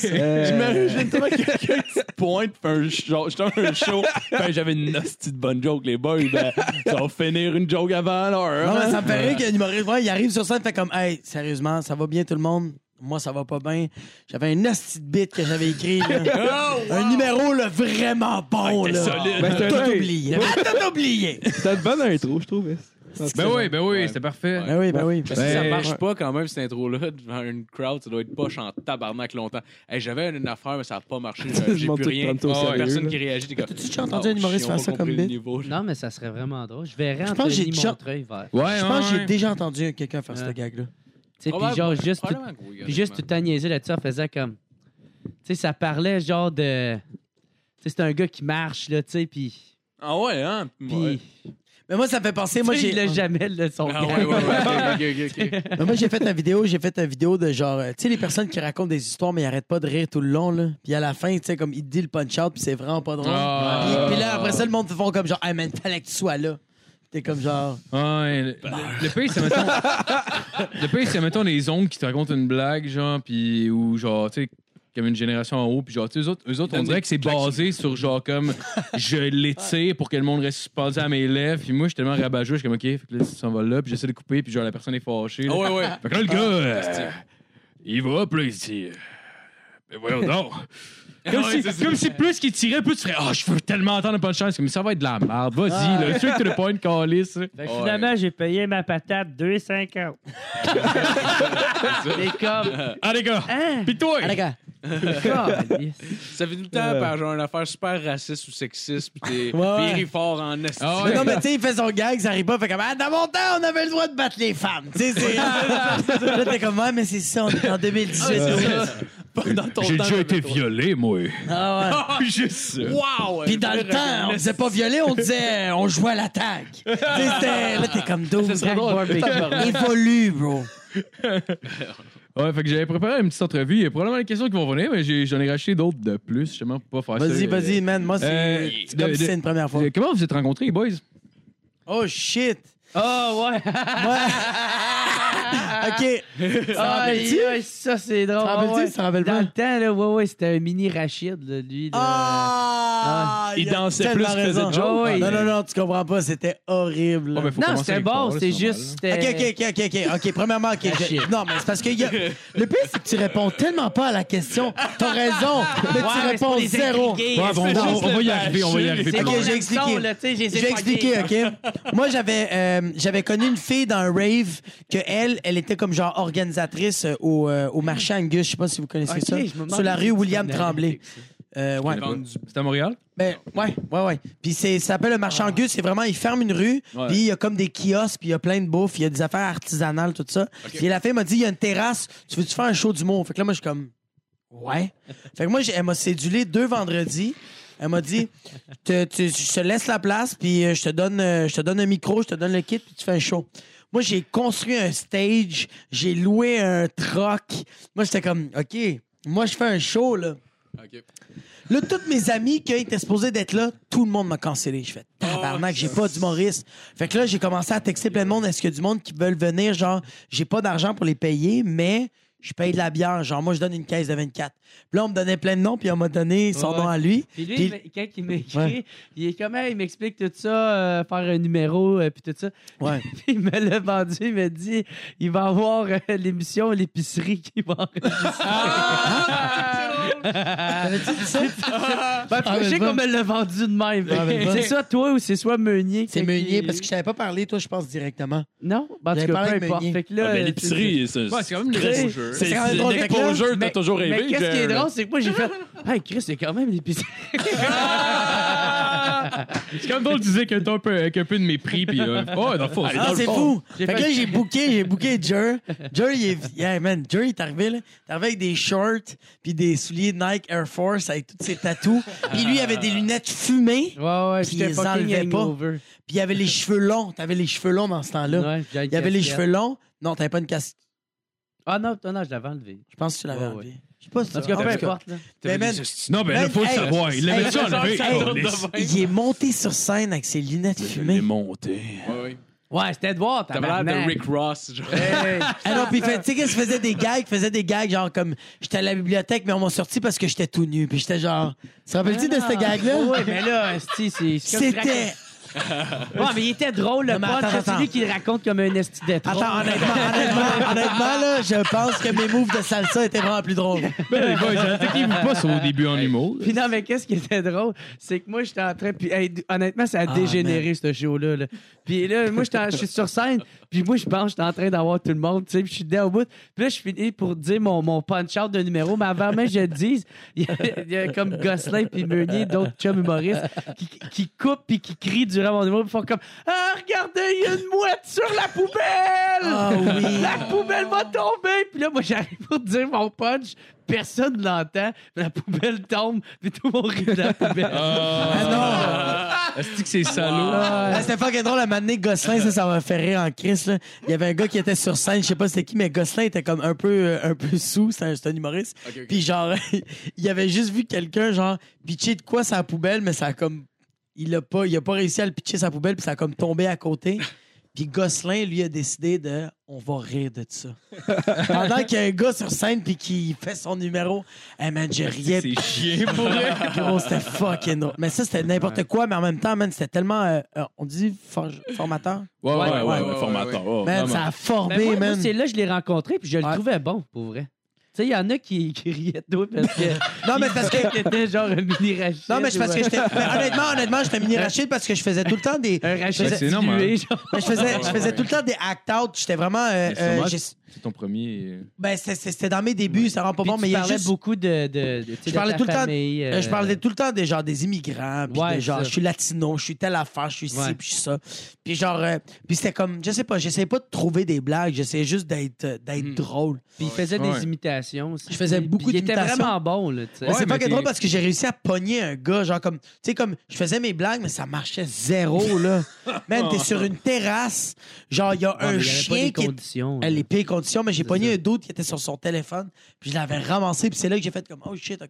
ça. euh, J'imagine toi quelqu'un qui se pointe fait un show, j'étais à un show, ben j'avais une hostie de bonne joke les boys, ben ça va finir une joke avant l'heure. Non, hein. mais ça me fait rire qu'il y a un humoriste. Ouais, il arrive sur scène, fait comme, hey, sérieusement, ça va bien tout le monde? Moi, ça va pas bien. J'avais un hostie de bit que j'avais écrit. là. Oh, Un numéro, là, vraiment bon, Ah, t'es là. solide. Ben, c'est Tout un- oublié. Ah, Tout oublié. C'était une bonne intro, je trouve. Ben oui, ben oui, c'était parfait. Ben oui, ben oui. Parce que ça Ben, marche ouais. pas quand même, cette intro-là, devant une crowd, ça doit être poche en tabarnak longtemps. Hey, J'avais une affaire, mais ça n'a pas marché. J'ai- J'ai Tout le monde plus te rien. prend au Ah ouais, sérieux, personne là. qui réagit. t'es comme, T'as-tu déjà entendu un oh, humoriste chiant, faire ça on comme comprend le bit? niveau, là. Non, mais ça serait vraiment drôle. Je verrais pense que j'ai Anthony déjà- Montreuil vert. Tu Ouais, Je pense que ouais. j'ai déjà entendu quelqu'un faire ce Ouais. gag-là. sais, puis genre, juste tout, Probablement que oui, puis juste tout honnêtement. le temps niaiser là-dessus en faisant comme... Tu sais, ça parlait genre de... Tu sais, c'est un gars qui marche, là, tu sais, puis... Ah ouais hein? Puis, Ouais. Mais moi, ça me fait penser. Moi, moi, j'ai j'ai le jamais le son. Ah ouais, ouais, ouais. ok, ok, ok, ok. Mais moi, j'ai fait une vidéo, j'ai fait une vidéo de genre, euh, tu sais, les personnes qui racontent des histoires, mais ils arrêtent pas de rire tout le long, là. Puis à la fin, tu sais, comme, ils te disent le punch-out, puis c'est vraiment pas drôle. Ah. Puis, puis là, après ça, le monde te font comme genre, hey man, fallait que tu sois là. T'es comme genre, Ouais, le, le- le pays, c'est mettons. le pays, c'est mettons les oncles qui te racontent une blague, genre, puis ou genre, tu sais, comme une génération en haut, puis genre, tu sais, eux autres, eux autres on Donne dirait des que c'est claques basé sur genre comme je l'étire pour que le monde reste suspendu à mes lèvres, puis moi, je suis tellement rabageux, je suis comme, ok, fait que là, ça va là, puis j'essaie de couper, puis genre, la personne est fâchée. là. Ah ouais, ouais. Fait que là, le gars, euh, il va, puis là, il dit, euh, ben voyons donc. Comme, Ah Ouais, si, c'est ça. comme si plus qu'il tirait, plus tu ferais Ah, je veux tellement entendre un punchline. C'est comme ça va être de la merde. Vas-y, Ah. là, tu le point de calice. là. Fait que Ben, finalement, j'ai payé ma patate 2,50. Mais comme. Ah, les gars! Hein? Pis toi! ah, les gars. Calisse. Ça fait tout le temps par genre une affaire super raciste ou sexiste, puis t'es Ouais, ouais. pire fort en estime. Ah Mais ouais. non, mais tu sais, il fait son gag, ça arrive pas, fait comme, ah, dans mon temps, on avait le droit de battre les femmes. Tu sais, c'est. là, t'es comme, ouais, mais c'est ça, on est en 2018. Pendant ton J'ai temps, déjà été toi. violé, moi. Ah, ouais. Juste ça. Wow! Puis dans le temps, on faisait pas violer, on disait euh, on jouait à l'attaque. Tu sais, c'était- là, t'es comme Doom. Évolue, bro. Ouais, fait que j'avais préparé une petite entrevue. Il y a probablement des questions qui vont venir, mais j'ai- j'en ai racheté d'autres de plus, justement, pour pas faire ça. Vas-y, Euh, vas-y, man. Moi, c'est Euh, c'est comme de- si de- c'est une première fois. euh, Comment vous êtes rencontrés, les boys? Oh, shit. Oh, ouais. OK. Ça Aïe, rappelle-tu? aïe, ça, c'est drôle. T'en rappelles-tu? Ah ouais. Tu t'en rappelles pas? Dans le temps, là, ouais, ouais, c'était un mini Rachid, là, lui. là. Ah! Il y a dansait tellement plus qu'il faisait raison. de jokes. Ah oui. Non, non, non, tu comprends pas, c'était horrible. Ah, ben, faut non, commencer c'était avec bon, toi, là, c'était c'est juste. normal, OK, c'était- OK, OK, OK, OK. OK, premièrement, OK. je- shit. Non, mais c'est parce que y a- le pire, c'est que tu réponds tellement pas à la question. T'as raison, mais Ouais, tu réponds mais c'est pour les zéro. intriguer. Ouais, bon, juste on, on le va y arriver, on va y bâcher, arriver. C'est Ok, bon, j'ai j'aime expliqué. ça, là, tu sais, j'ai J'ai expliqué, OK? Moi, j'avais euh, j'avais connu une fille dans un rave que elle, elle était comme genre organisatrice euh, au, euh, au marché Angus, je sais pas si vous connaissez Ok, je ça, me demande sur la si rue tu William connais. Tremblay. Euh, ouais. C'est à Montréal? Ben, ouais, ouais, ouais. Puis c'est, ça s'appelle le marché Ah. Angus. C'est vraiment, ils ferment une rue, puis il y a comme des kiosques, puis il y a plein de bouffe, il y a des affaires artisanales, tout ça. Puis la fille m'a dit, il y a une terrasse, tu veux-tu faire un show d'humour? Fait que là, moi, je suis comme, ouais. Fait que moi, j'ai- elle m'a sédulé deux vendredis. Elle m'a dit, te- tu- je te laisse la place, puis euh, je te donne, euh, je te donne un micro, je te donne le kit, puis tu fais un show. Moi, j'ai construit un stage, j'ai loué un troc. Moi, j'étais comme, OK, moi, je fais un show, là. Là, tous mes amis qui étaient supposés d'être là, tout le monde m'a cancellé. Je fais tabarnak, j'ai pas d'humoriste. Fait que là, j'ai commencé à texter plein de monde. Est-ce qu'il y a du monde qui veulent venir? Genre, j'ai pas d'argent pour les payer, mais je paye de la bière. Genre, moi, je donne une caisse de 24. Puis là, on me donnait plein de noms, puis on m'a donné son Ouais. nom à lui. Puis lui, Puis- il m'a- quand il m'écrit, Ouais. il est comme, Hey, il m'explique tout ça, euh, faire un numéro, euh, puis tout ça. Ouais. Puis il me l'a vendu, il m'a dit, il va avoir euh, l'émission L'épicerie qui va enregistrer. T'avais-tu dit ça? Ben, Ah, je mais sais bon. qu'on me l'a vendu de même. Ah, mais bon. c'est soit toi ou c'est soit Meunier. C'est qui- Meunier, parce que je t'avais pas parlé, toi, je pense directement. Non, ben, en J'avais tout cas, parlé peu avec importe. Meunier. Fait que là, Ah, ben, euh, l'épicerie, c'est Ouais, c'est quand même une c'est- grosse jeu. c'est C'est quand même drôle, fait que là, l'exposure, t'as toujours mais rêvé. qu'est-ce qui est Jared. drôle, c'est que moi, j'ai fait, hey, Chris, c'est quand même l'épicerie. C'est comme d'autres disaient qu'il y a un peu, avec un peu de mépris, puis euh, oh, dans le fond, Ah, c'est fou! Fait que fait- là, j'ai booké, j'ai booké Jer. Jer, il est... Yeah, man, Jer, il est arrivé, là. Il est arrivé avec des shorts, puis des souliers Nike Air Force, avec tous ses tatous. Puis lui, il avait des lunettes fumées, Ouais, ouais, Puis j'étais ils fucking enlevaient pas. hangover. puis il avait les cheveux longs. T'avais les cheveux longs dans ce temps-là. Ouais, j'avais une il avait les casquette. cheveux longs. Non, t'avais pas une casquette. Ah non, non, non, je l'avais enlevé. Je pense que tu l'avais Ouais, enlevé. Je sais pas si tu En tout cas, Ah, peu ben, importe. là. ben, man, Non, ben, là, faut le Hey, savoir. Il l'avait hey, ça enlevé. hey, Oh, il est monté sur scène avec ses lunettes Je l'ai fumées. monté. Ouais, c'était de voir. T'avais l'air de tabarnak. Rick Ross, genre. Ah non, puis il fait- tu sais qu'est-ce qu'il faisait des gags, il faisait des gags genre comme j'étais à la bibliothèque mais on m'a sorti parce que j'étais tout nu, puis j'étais genre Tu te rappelles-tu de Ah, ce gag là Ouais, mais là, esti, c'est. c'est comme- C'était Ouais, mais il était drôle, le Non, mais pote. attends, là, C'est attends. lui qui le raconte comme un esti de drôle. Attends, honnêtement, honnêtement, honnêtement là, je pense que mes moves de salsa étaient vraiment plus drôles. Ben, les boys, attaquez-vous pas sur vos débuts en humour. Puis non, mais qu'est-ce qui était drôle, c'est que moi, j'étais en train. Puis hey, d- honnêtement, ça a Ah, dégénéré, ce show-là. là. Puis là, moi, j'étais en- je suis sur scène. Puis moi, je pense que j'étais en train d'avoir tout le monde. Tu sais, puis je suis dedans au bout. Puis là, je finis pour dire mon, mon punch-out de numéro. Mais avant même, que je le dise, il y, a- il y a comme Gosselin puis Meunier, d'autres chums humoristes, qui, qui coupent puis qui crient durant mon numéro. Puis font comme Ah, regardez, il y a une mouette sur la poubelle! Ah oui. La poubelle va tomber! Puis là, moi, j'arrive pour dire mon punch. Personne ne l'entend. La poubelle tombe. Puis tout le monde rit de la poubelle. Ah non! Est-ce que c'est salaud? Ah, c'était fucking drôle, à un moment donné, Gosselin, ça, ça m'a fait rire en crise. là. Il y avait un gars qui était sur scène, je sais pas c'était qui, mais Gosselin était comme un peu, euh, un peu sous, c'est un, c'est un humoriste. Puis genre, il avait juste vu quelqu'un, genre, pitcher de quoi sa poubelle, mais ça a comme. Il a pas, il a pas réussi à le pitcher sa poubelle, puis ça a comme tombé à côté. Puis Gosselin, lui, a décidé de. On va rire de ça. Pendant qu'il y a un gars sur scène, puis qui fait son numéro. Hey man, je riais. C'est chiant pour eux. Gros, c'était fucking drôle. Mais ça, c'était n'importe quoi, mais en même temps, man, c'était tellement. euh, euh, on dit forge- formateur? Ouais, ouais, ouais, ouais, ouais, formateur. Oh. ouais, Man, vraiment. ça a formé, Ben, moi, moi, man. c'est là que je l'ai rencontré, puis je le Ouais. trouvais bon, pour vrai. Tu sais, il y en a qui, qui riaient de toi parce que. non, mais parce que. qu'il était genre un mini rachis. Non, mais c'est parce que j'étais. mais honnêtement, honnêtement, j'étais mini Rachid parce que je faisais tout le temps des. Un rachis Ben, c'est dilué, normal. genre. mais je faisais, je faisais tout le temps des act-out. J'étais vraiment. euh, Mais c'est euh, normal. j'ai- C'est ton premier. euh, ben, c'est- c'est- c'était dans mes débuts, ça rend pas Puis bon, tu mais il y a parlais juste. beaucoup de. de, de- tu sais, de parlais ta tout le temps- famille, Euh, Je euh, parlais tout le temps des genre des immigrants, puis Ouais, de genre ça. je suis latino, je suis telle affaire, je suis ci, Ouais. puis je suis ça. Puis genre euh, puis c'était comme je sais pas, j'essayais pas de trouver des blagues, j'essayais juste d'être euh, d'être Hmm. drôle. Puis il faisait Ouais. des imitations. aussi. Je faisais Puis beaucoup Il était d'imitations. vraiment bon, là, tu Mais sais. c'est Ouais, pas mais que drôle t'es- parce que j'ai réussi à pogner un gars, genre comme, tu sais, comme, je faisais mes blagues, mais ça marchait zéro, là. Man, t'es sur une terrasse, genre, il y a Ouais, mais un il y avait chien pas qui des est conditions. Elle là. les pires conditions, mais j'ai C'est pogné ça. un d'autre qui était sur son téléphone, puis je l'avais ramassé, puis c'est là que j'ai fait comme, oh shit, OK,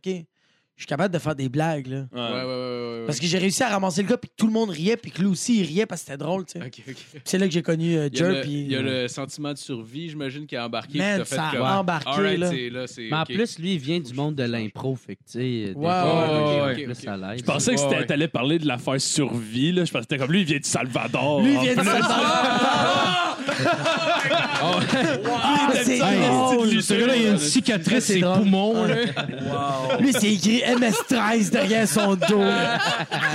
je suis capable de faire des blagues, là. Ouais, ouais. Parce que j'ai réussi à ramasser le gars, puis que tout le monde riait, puis que lui aussi, il riait parce que c'était drôle, tu sais. Ok, ok. Puis c'est là que j'ai connu euh, Il y a, Jer, le, puis... il y a le sentiment de survie, j'imagine, qui a embarqué. Man, qui t'a fait ça a comme, embarqué, alright, là. c'est- là c'est, Mais en ok. plus, lui, il vient du monde de l'impro, fait que, tu sais. des Ouais, fois, ouais, il est ouais, plus ok, ok. à l'aise. Je pensais que Ouais, c'était ouais. t'allais parler de l'affaire survie là, je pensais que c'était comme lui il vient du Salvador. Lui, en il vient de plus. c'est Oh, drôle. lui, Ce gars-là, il a une cicatrice C'est ses drôle. poumons. là. Lui, c'est écrit MS-13 derrière son dos.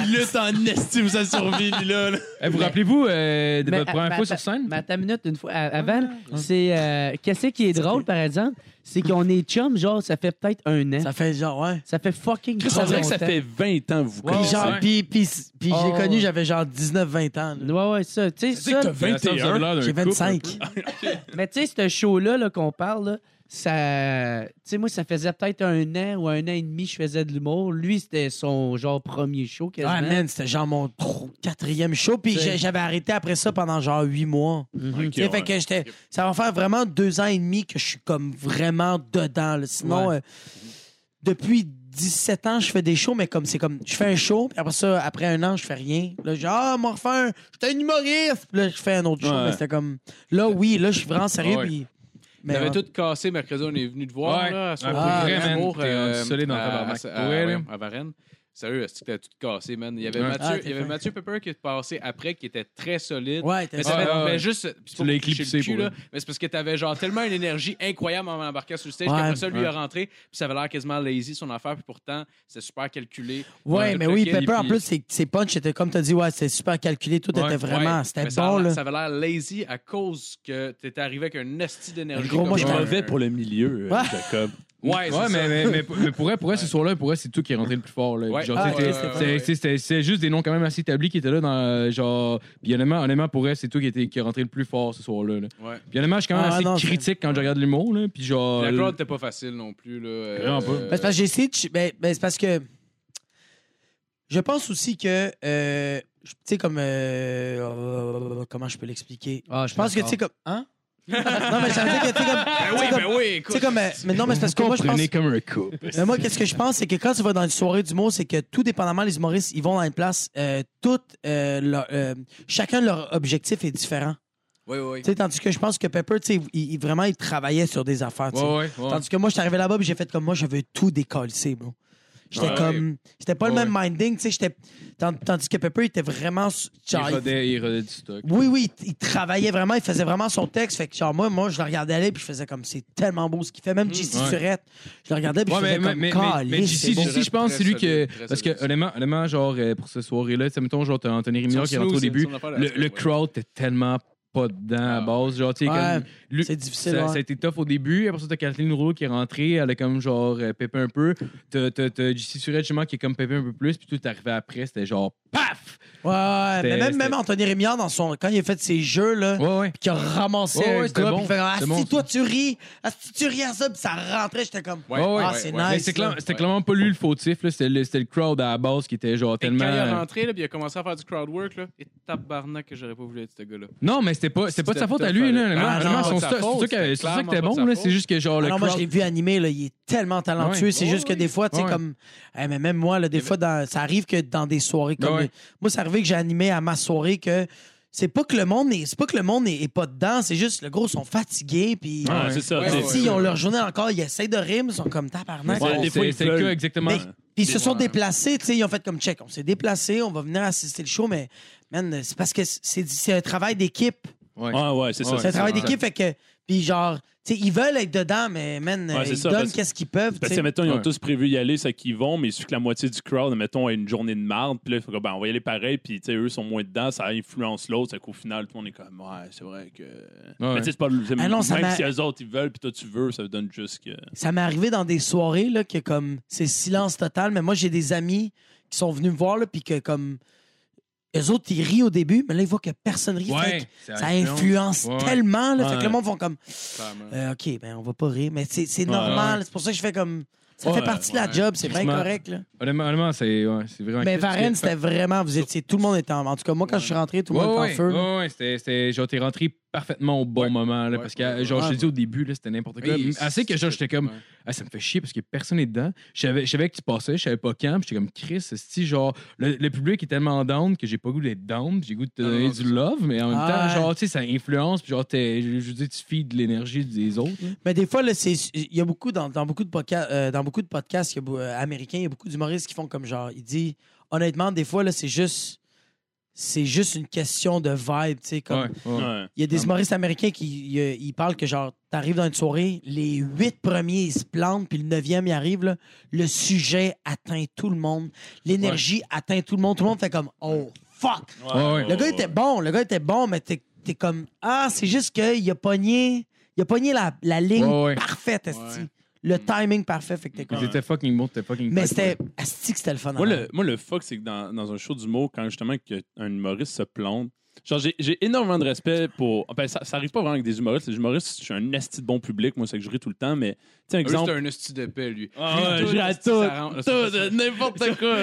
il lutte en estime sa survie lui, là. là. Eh, Vous rappelez-vous euh, de Mais, votre première mais fois sur attends- scène? Mais attends une minute, une fois. à- Avant, c'est. euh, Qu'est-ce qui est drôle, par exemple? C'est qu'on est chum, genre, ça fait peut-être un an. Ça, Ça fait genre, ouais. fait fucking Chris, on trop dirait que ça longtemps. fait 20 ans que vous Puis Ouais, connaissez. genre, ouais. puis, puis, puis je Oh. l'ai connu, j'avais genre 19-20 ans. là. Ouais, ouais, ça. Tu sais, que ça, t'as 21. Ben, Vous avez l'air d'un J'ai couple, 25. Mais tu sais, ce show-là là, qu'on parle, là, ça. Tu sais, moi, ça faisait peut-être un an ou un an et demi que je faisais de l'humour. Lui, c'était son genre premier show quasiment. Ah, man, c'était genre mon tro- quatrième show. Puis C'est- j'ai- j'avais arrêté après ça pendant genre huit mois. Mhm. Tu sais, fait ouais. que j'étais. Ça va faire vraiment deux ans et demi que je suis comme vraiment dedans. là. Sinon, Ouais. euh, depuis 17 ans, je fais des shows, mais comme c'est comme. Je fais un show, puis après ça, après un an, je fais rien. Là, j'ai Ah, m'en refais un. J'étais un humoriste. Puis là, je fais un autre show. Ouais. Mais c'était comme. Là, oui, là, je suis vraiment sérieux. Ouais. Puis. On Mais avait ouais. Ah tout cassé mercredi, on est venu te voir. Ouais. Là, à Ah, pour vrai, man. Amour, T'es rendu solide dans le euh, à- tabarnak. à- à- Ouais, là. voyons, à Varennes. Sérieux, est-ce que t'as tout cassé, man? Il y avait Ouais. Ah, Mathieu, t'es il y avait fin. Mathieu Pepper qui est passé après, qui était très solide. Ouais, t'as- Mais ça Ouais, fait- ouais, mais ouais. juste, c'est pas pour l'as te toucher éclipsé le cul, pour là, lui. mais c'est parce que t'avais genre tellement une énergie incroyable en embarquant sur le stage Ouais. qu'après ça, lui Ouais. est rentré, puis ça avait l'air quasiment lazy son affaire, puis pourtant, c'est super calculé. Ouais, Tout mais le oui, kit, Pepper, en puis- plus, c'est- ses punchs étaient comme t'as dit, ouais, c'était super calculé, tout Ouais, était vraiment. Ouais, C'était mais ça a bon, l'air- là. Ça avait l'air lazy à cause que t'étais arrivé avec un esti d'énergie. Gros, comme moi, Je Ouais. m'en vais pour le milieu, euh, Ouais. Jacob. Ouais, c'est Ouais, mais, mais, mais, mais pour vrai, pour vrai, ce soir-là, pour vrai, c'est tout qui est rentré le plus fort. Là. Ouais. Genre, Ah, c'était- ouais, c'était- ouais, ouais. c'était- c'était- C'est juste des noms quand même assez établis qui étaient là. Dans, euh, genre, puis honnêtement, honnêtement, pour vrai, c'est tout qui, était, qui est rentré le plus fort ce soir-là. là. Ouais. Puis honnêtement, je suis quand même Ah, assez non, c'est- critique quand je regarde l'humour. là, Puis genre. La crowd était pas facile non plus. Là, euh, Vraiment pas. Ben, c'est parce que j'ai essayé de ch- ben- ben, c'est parce que. Je pense aussi que. euh, je- tu sais, comme. euh, comment je peux l'expliquer? Ah, Je pense que, tu sais, comme. Hein? non, mais ça veut dire que, tu sais, comme. Ben oui, tu sais, ben comme- oui, tu écoute. sais, comme. euh, Mais non, mais c'est parce que moi, je pense. Prenez comme un couple. Mais moi, qu'est-ce que je pense, c'est que quand tu vas dans une soirée d'humour, c'est que tout dépendamment, les humoristes, ils vont dans une place, euh, toutes, euh, leur- euh, chacun de leur objectif est différent. Oui, oui, Tu sais, tandis que je pense que Pepper, tu sais, il, il- vraiment, il travaillait sur des affaires. tu sais. euh, Ouais, ouais, ouais. Tandis que moi, je suis arrivé là-bas et j'ai fait comme moi, je veux tout décoller, bro. J'étais Ouais. comme. C'était pas le Ouais, même minding, tu sais. j'étais- tand- Tandis que Pepper, il était vraiment. s- Il Genre, il- rodait, il rodait du stock. oui, oui, il, il travaillait vraiment, il faisait vraiment son texte. Fait que, genre, moi, moi je le regardais aller puis je faisais comme c'est tellement beau ce qu'il fait. Même JC Mm, ouais. Surette, je le regardais puis Ouais, je mais, faisais mais, comme mais, mais, calé. mais JC, bon. JC, je pense, c'est lui Très que. solide, très Parce que, solide. honnêtement, honnêtement, genre, euh, pour ce soirée-là, tu sais, mettons, genre, t'as Anthony Rémillard Son qui est rentré au snooze, début. son affaire, là, Le, c'est le vrai, crowd était tellement pas dedans à Ah. base. Genre, tu sais, Ouais, comme. Luc- c'est difficile, Ça, ouais. ça a été tough au début. Après ça, t'as Kathleen Rouleau qui est rentrée. Elle a comme, genre, euh, pépé un peu. T'as- T'as t'as JC Surette, justement, qui est comme pépé un peu plus. Puis tout est arrivé après. C'était genre, paf! Ouais, ouais, mais C'était- même, c'était- même Anthony Rémillard, dans son, quand il a fait ses jeux, là, Ouais, ouais. qui a ramassé Ouais, ouais, un c'était gars, bon, puis il fait Ah, c'était bon, si toi tu ris, ah, si tu ris à ça, puis ça rentrait, j'étais comme. Ouais, Ah, c'est ouais. Mais nice. c'est clair- là. C'était Ouais. clairement pas lui le fautif. là. C'était le, c'était le crowd à la base qui était, genre, Et quand il tellement. euh, est rentré, là, puis il a commencé à faire du crowd work, là, et tabarnak que j'aurais pas voulu être ce gars-là. Non, mais c'était pas, c'était pas de sa C'était faute à tough lui. à Là, lui. Honnêtement, Ah, honnêtement, non, son pas de sa stuff- faute, c'est ça que- c'était c'est ça qui était clairement pas bon. de là. sa C'est juste que, genre, le Ah non, moi, je l'ai crowd. vu animer, là, il est tellement talentueux. Ouais. C'est juste que des fois, tu sais, Ouais. comme. eh, mais même moi, là, des fois, dans- ça arrive que dans des soirées comme. Ouais. Moi, ça arrivait que j'ai animé à ma soirée que. C'est pas que le monde est, c'est pas que le monde est, est pas dedans, c'est juste le gros ils sont fatigués puis Ouais, Ah, c'est ça. Ouais, tu sais. ouais. si ils ont leur journée encore, ils essaient de rire, mais ils sont comme tabarnak. Ouais, on- des C'est fois, ils c'est le veulent. cas exactement. Mais- Puis ils se Des- sont ouais. déplacés, tu sais, ils ont fait comme check, on s'est déplacé, on va venir assister le show, mais man, c'est parce que c'est c'est un travail d'équipe. Ah, Ouais, ouais, c'est ça. Ouais, C'est un c'est travail vrai. d'équipe, fait que. Puis genre, tu sais, ils veulent être dedans, mais man, Ouais, c'est ils ça, donnent parce- qu'est-ce qu'ils peuvent. tu Parce sais. que, ben, mettons, ils ont Ouais. tous prévu y aller, c'est qu'ils vont, mais il suffit que la moitié du crowd, mettons, ait une journée de marde, puis là, ils font comme, ben, on va y aller pareil, puis, tu sais, eux sont moins dedans, ça influence l'autre, c'est qu'au final, tout le monde est comme, ouais, c'est vrai que. Mais, tu sais, c'est pas le. Ah non, ça même m'a- si eux autres, ils veulent, puis toi, tu veux, ça donne juste que. Ça m'est arrivé dans des soirées là que comme c'est silence total, mais moi j'ai des amis qui sont venus me voir là puis que comme les autres ils rient au début, mais là ils voient que personne rit. fait que ça influence Ouais, ouais. tellement là, fait que Ouais. le monde vont comme Clairement. Euh, ok, ben on va pas rire, mais c'est c'est Ouais, normal. C'est pour ça que je fais comme ça Ouais, fait partie de la ouais. job, c'est bien Justement. correct là. Honnêtement, honnêtement, c'est ouais, c'est vraiment. quelque chose Mais Ben, Varenne, qui- c'était vraiment, vous étiez tout le monde était en, en tout cas moi quand je suis rentré, tout le Ouais, monde était en ouais, feu. là. ouais, ouais, c'était- c'était genre t'es rentré parfaitement au bon moment là, ouais, parce ouais, que euh, genre ouais. je te dis au début là c'était n'importe quoi. Oui, Assez que genre j'étais comme Ouais. ah, ça me fait chier parce que personne n'est dedans. Je savais, je savais que tu passais, je savais pas quand, puis j'étais comme Chris, si genre le, le public est tellement down que j'ai pas goût d'être down, puis j'ai goût de te Ah, donner non, du love, mais en même Ah, temps genre tu sais ça influence puis genre t'es- je je veux dire tu feed de l'énergie des autres. là. Mais des fois, là, c'est- il y a beaucoup, dans, dans beaucoup, de, podca- euh, dans beaucoup de podcasts il y a beau- euh, américains, il y a beaucoup d'humoristes qui font comme genre, il dit, honnêtement, des fois, là, c'est juste, c'est juste une question de vibe, tu sais, comme, Ouais, ouais. Ouais. il y a des humoristes américains qui y- euh, ils parlent que genre, t'arrives dans une soirée, les huit premiers ils se plantent, puis le neuvième il arrive, là, le sujet atteint tout le monde, l'énergie atteint tout le monde, tout le monde fait comme, oh fuck! Ouais, ouais. Le gars était bon, le gars était bon, mais t'es t'es comme Ah, c'est juste qu'il a pogné. Il a pogné la, la ligne Ouais, ouais. parfaite, Asti. Le timing parfait, fait que t'es Ils comme. étaient fucking bons, t'étais fucking Mais tight, c'était Asti que c'était le fun. Moi, à le, moi, le fuck, c'est que dans, dans un show d'humour, quand justement que un humoriste se plante, genre, j'ai- j'ai énormément de respect pour. Ben, ça, ça arrive pas vraiment avec des humoristes. Les humoristes, je suis un asti de bon public, moi, c'est que je ris tout le temps, mais, tu sais, Eux, exemple. c'était un hostie de paix, lui. Ah ouais, Lui, j'ai à hostie, tout, ça rentre- tout, euh, n'importe quoi.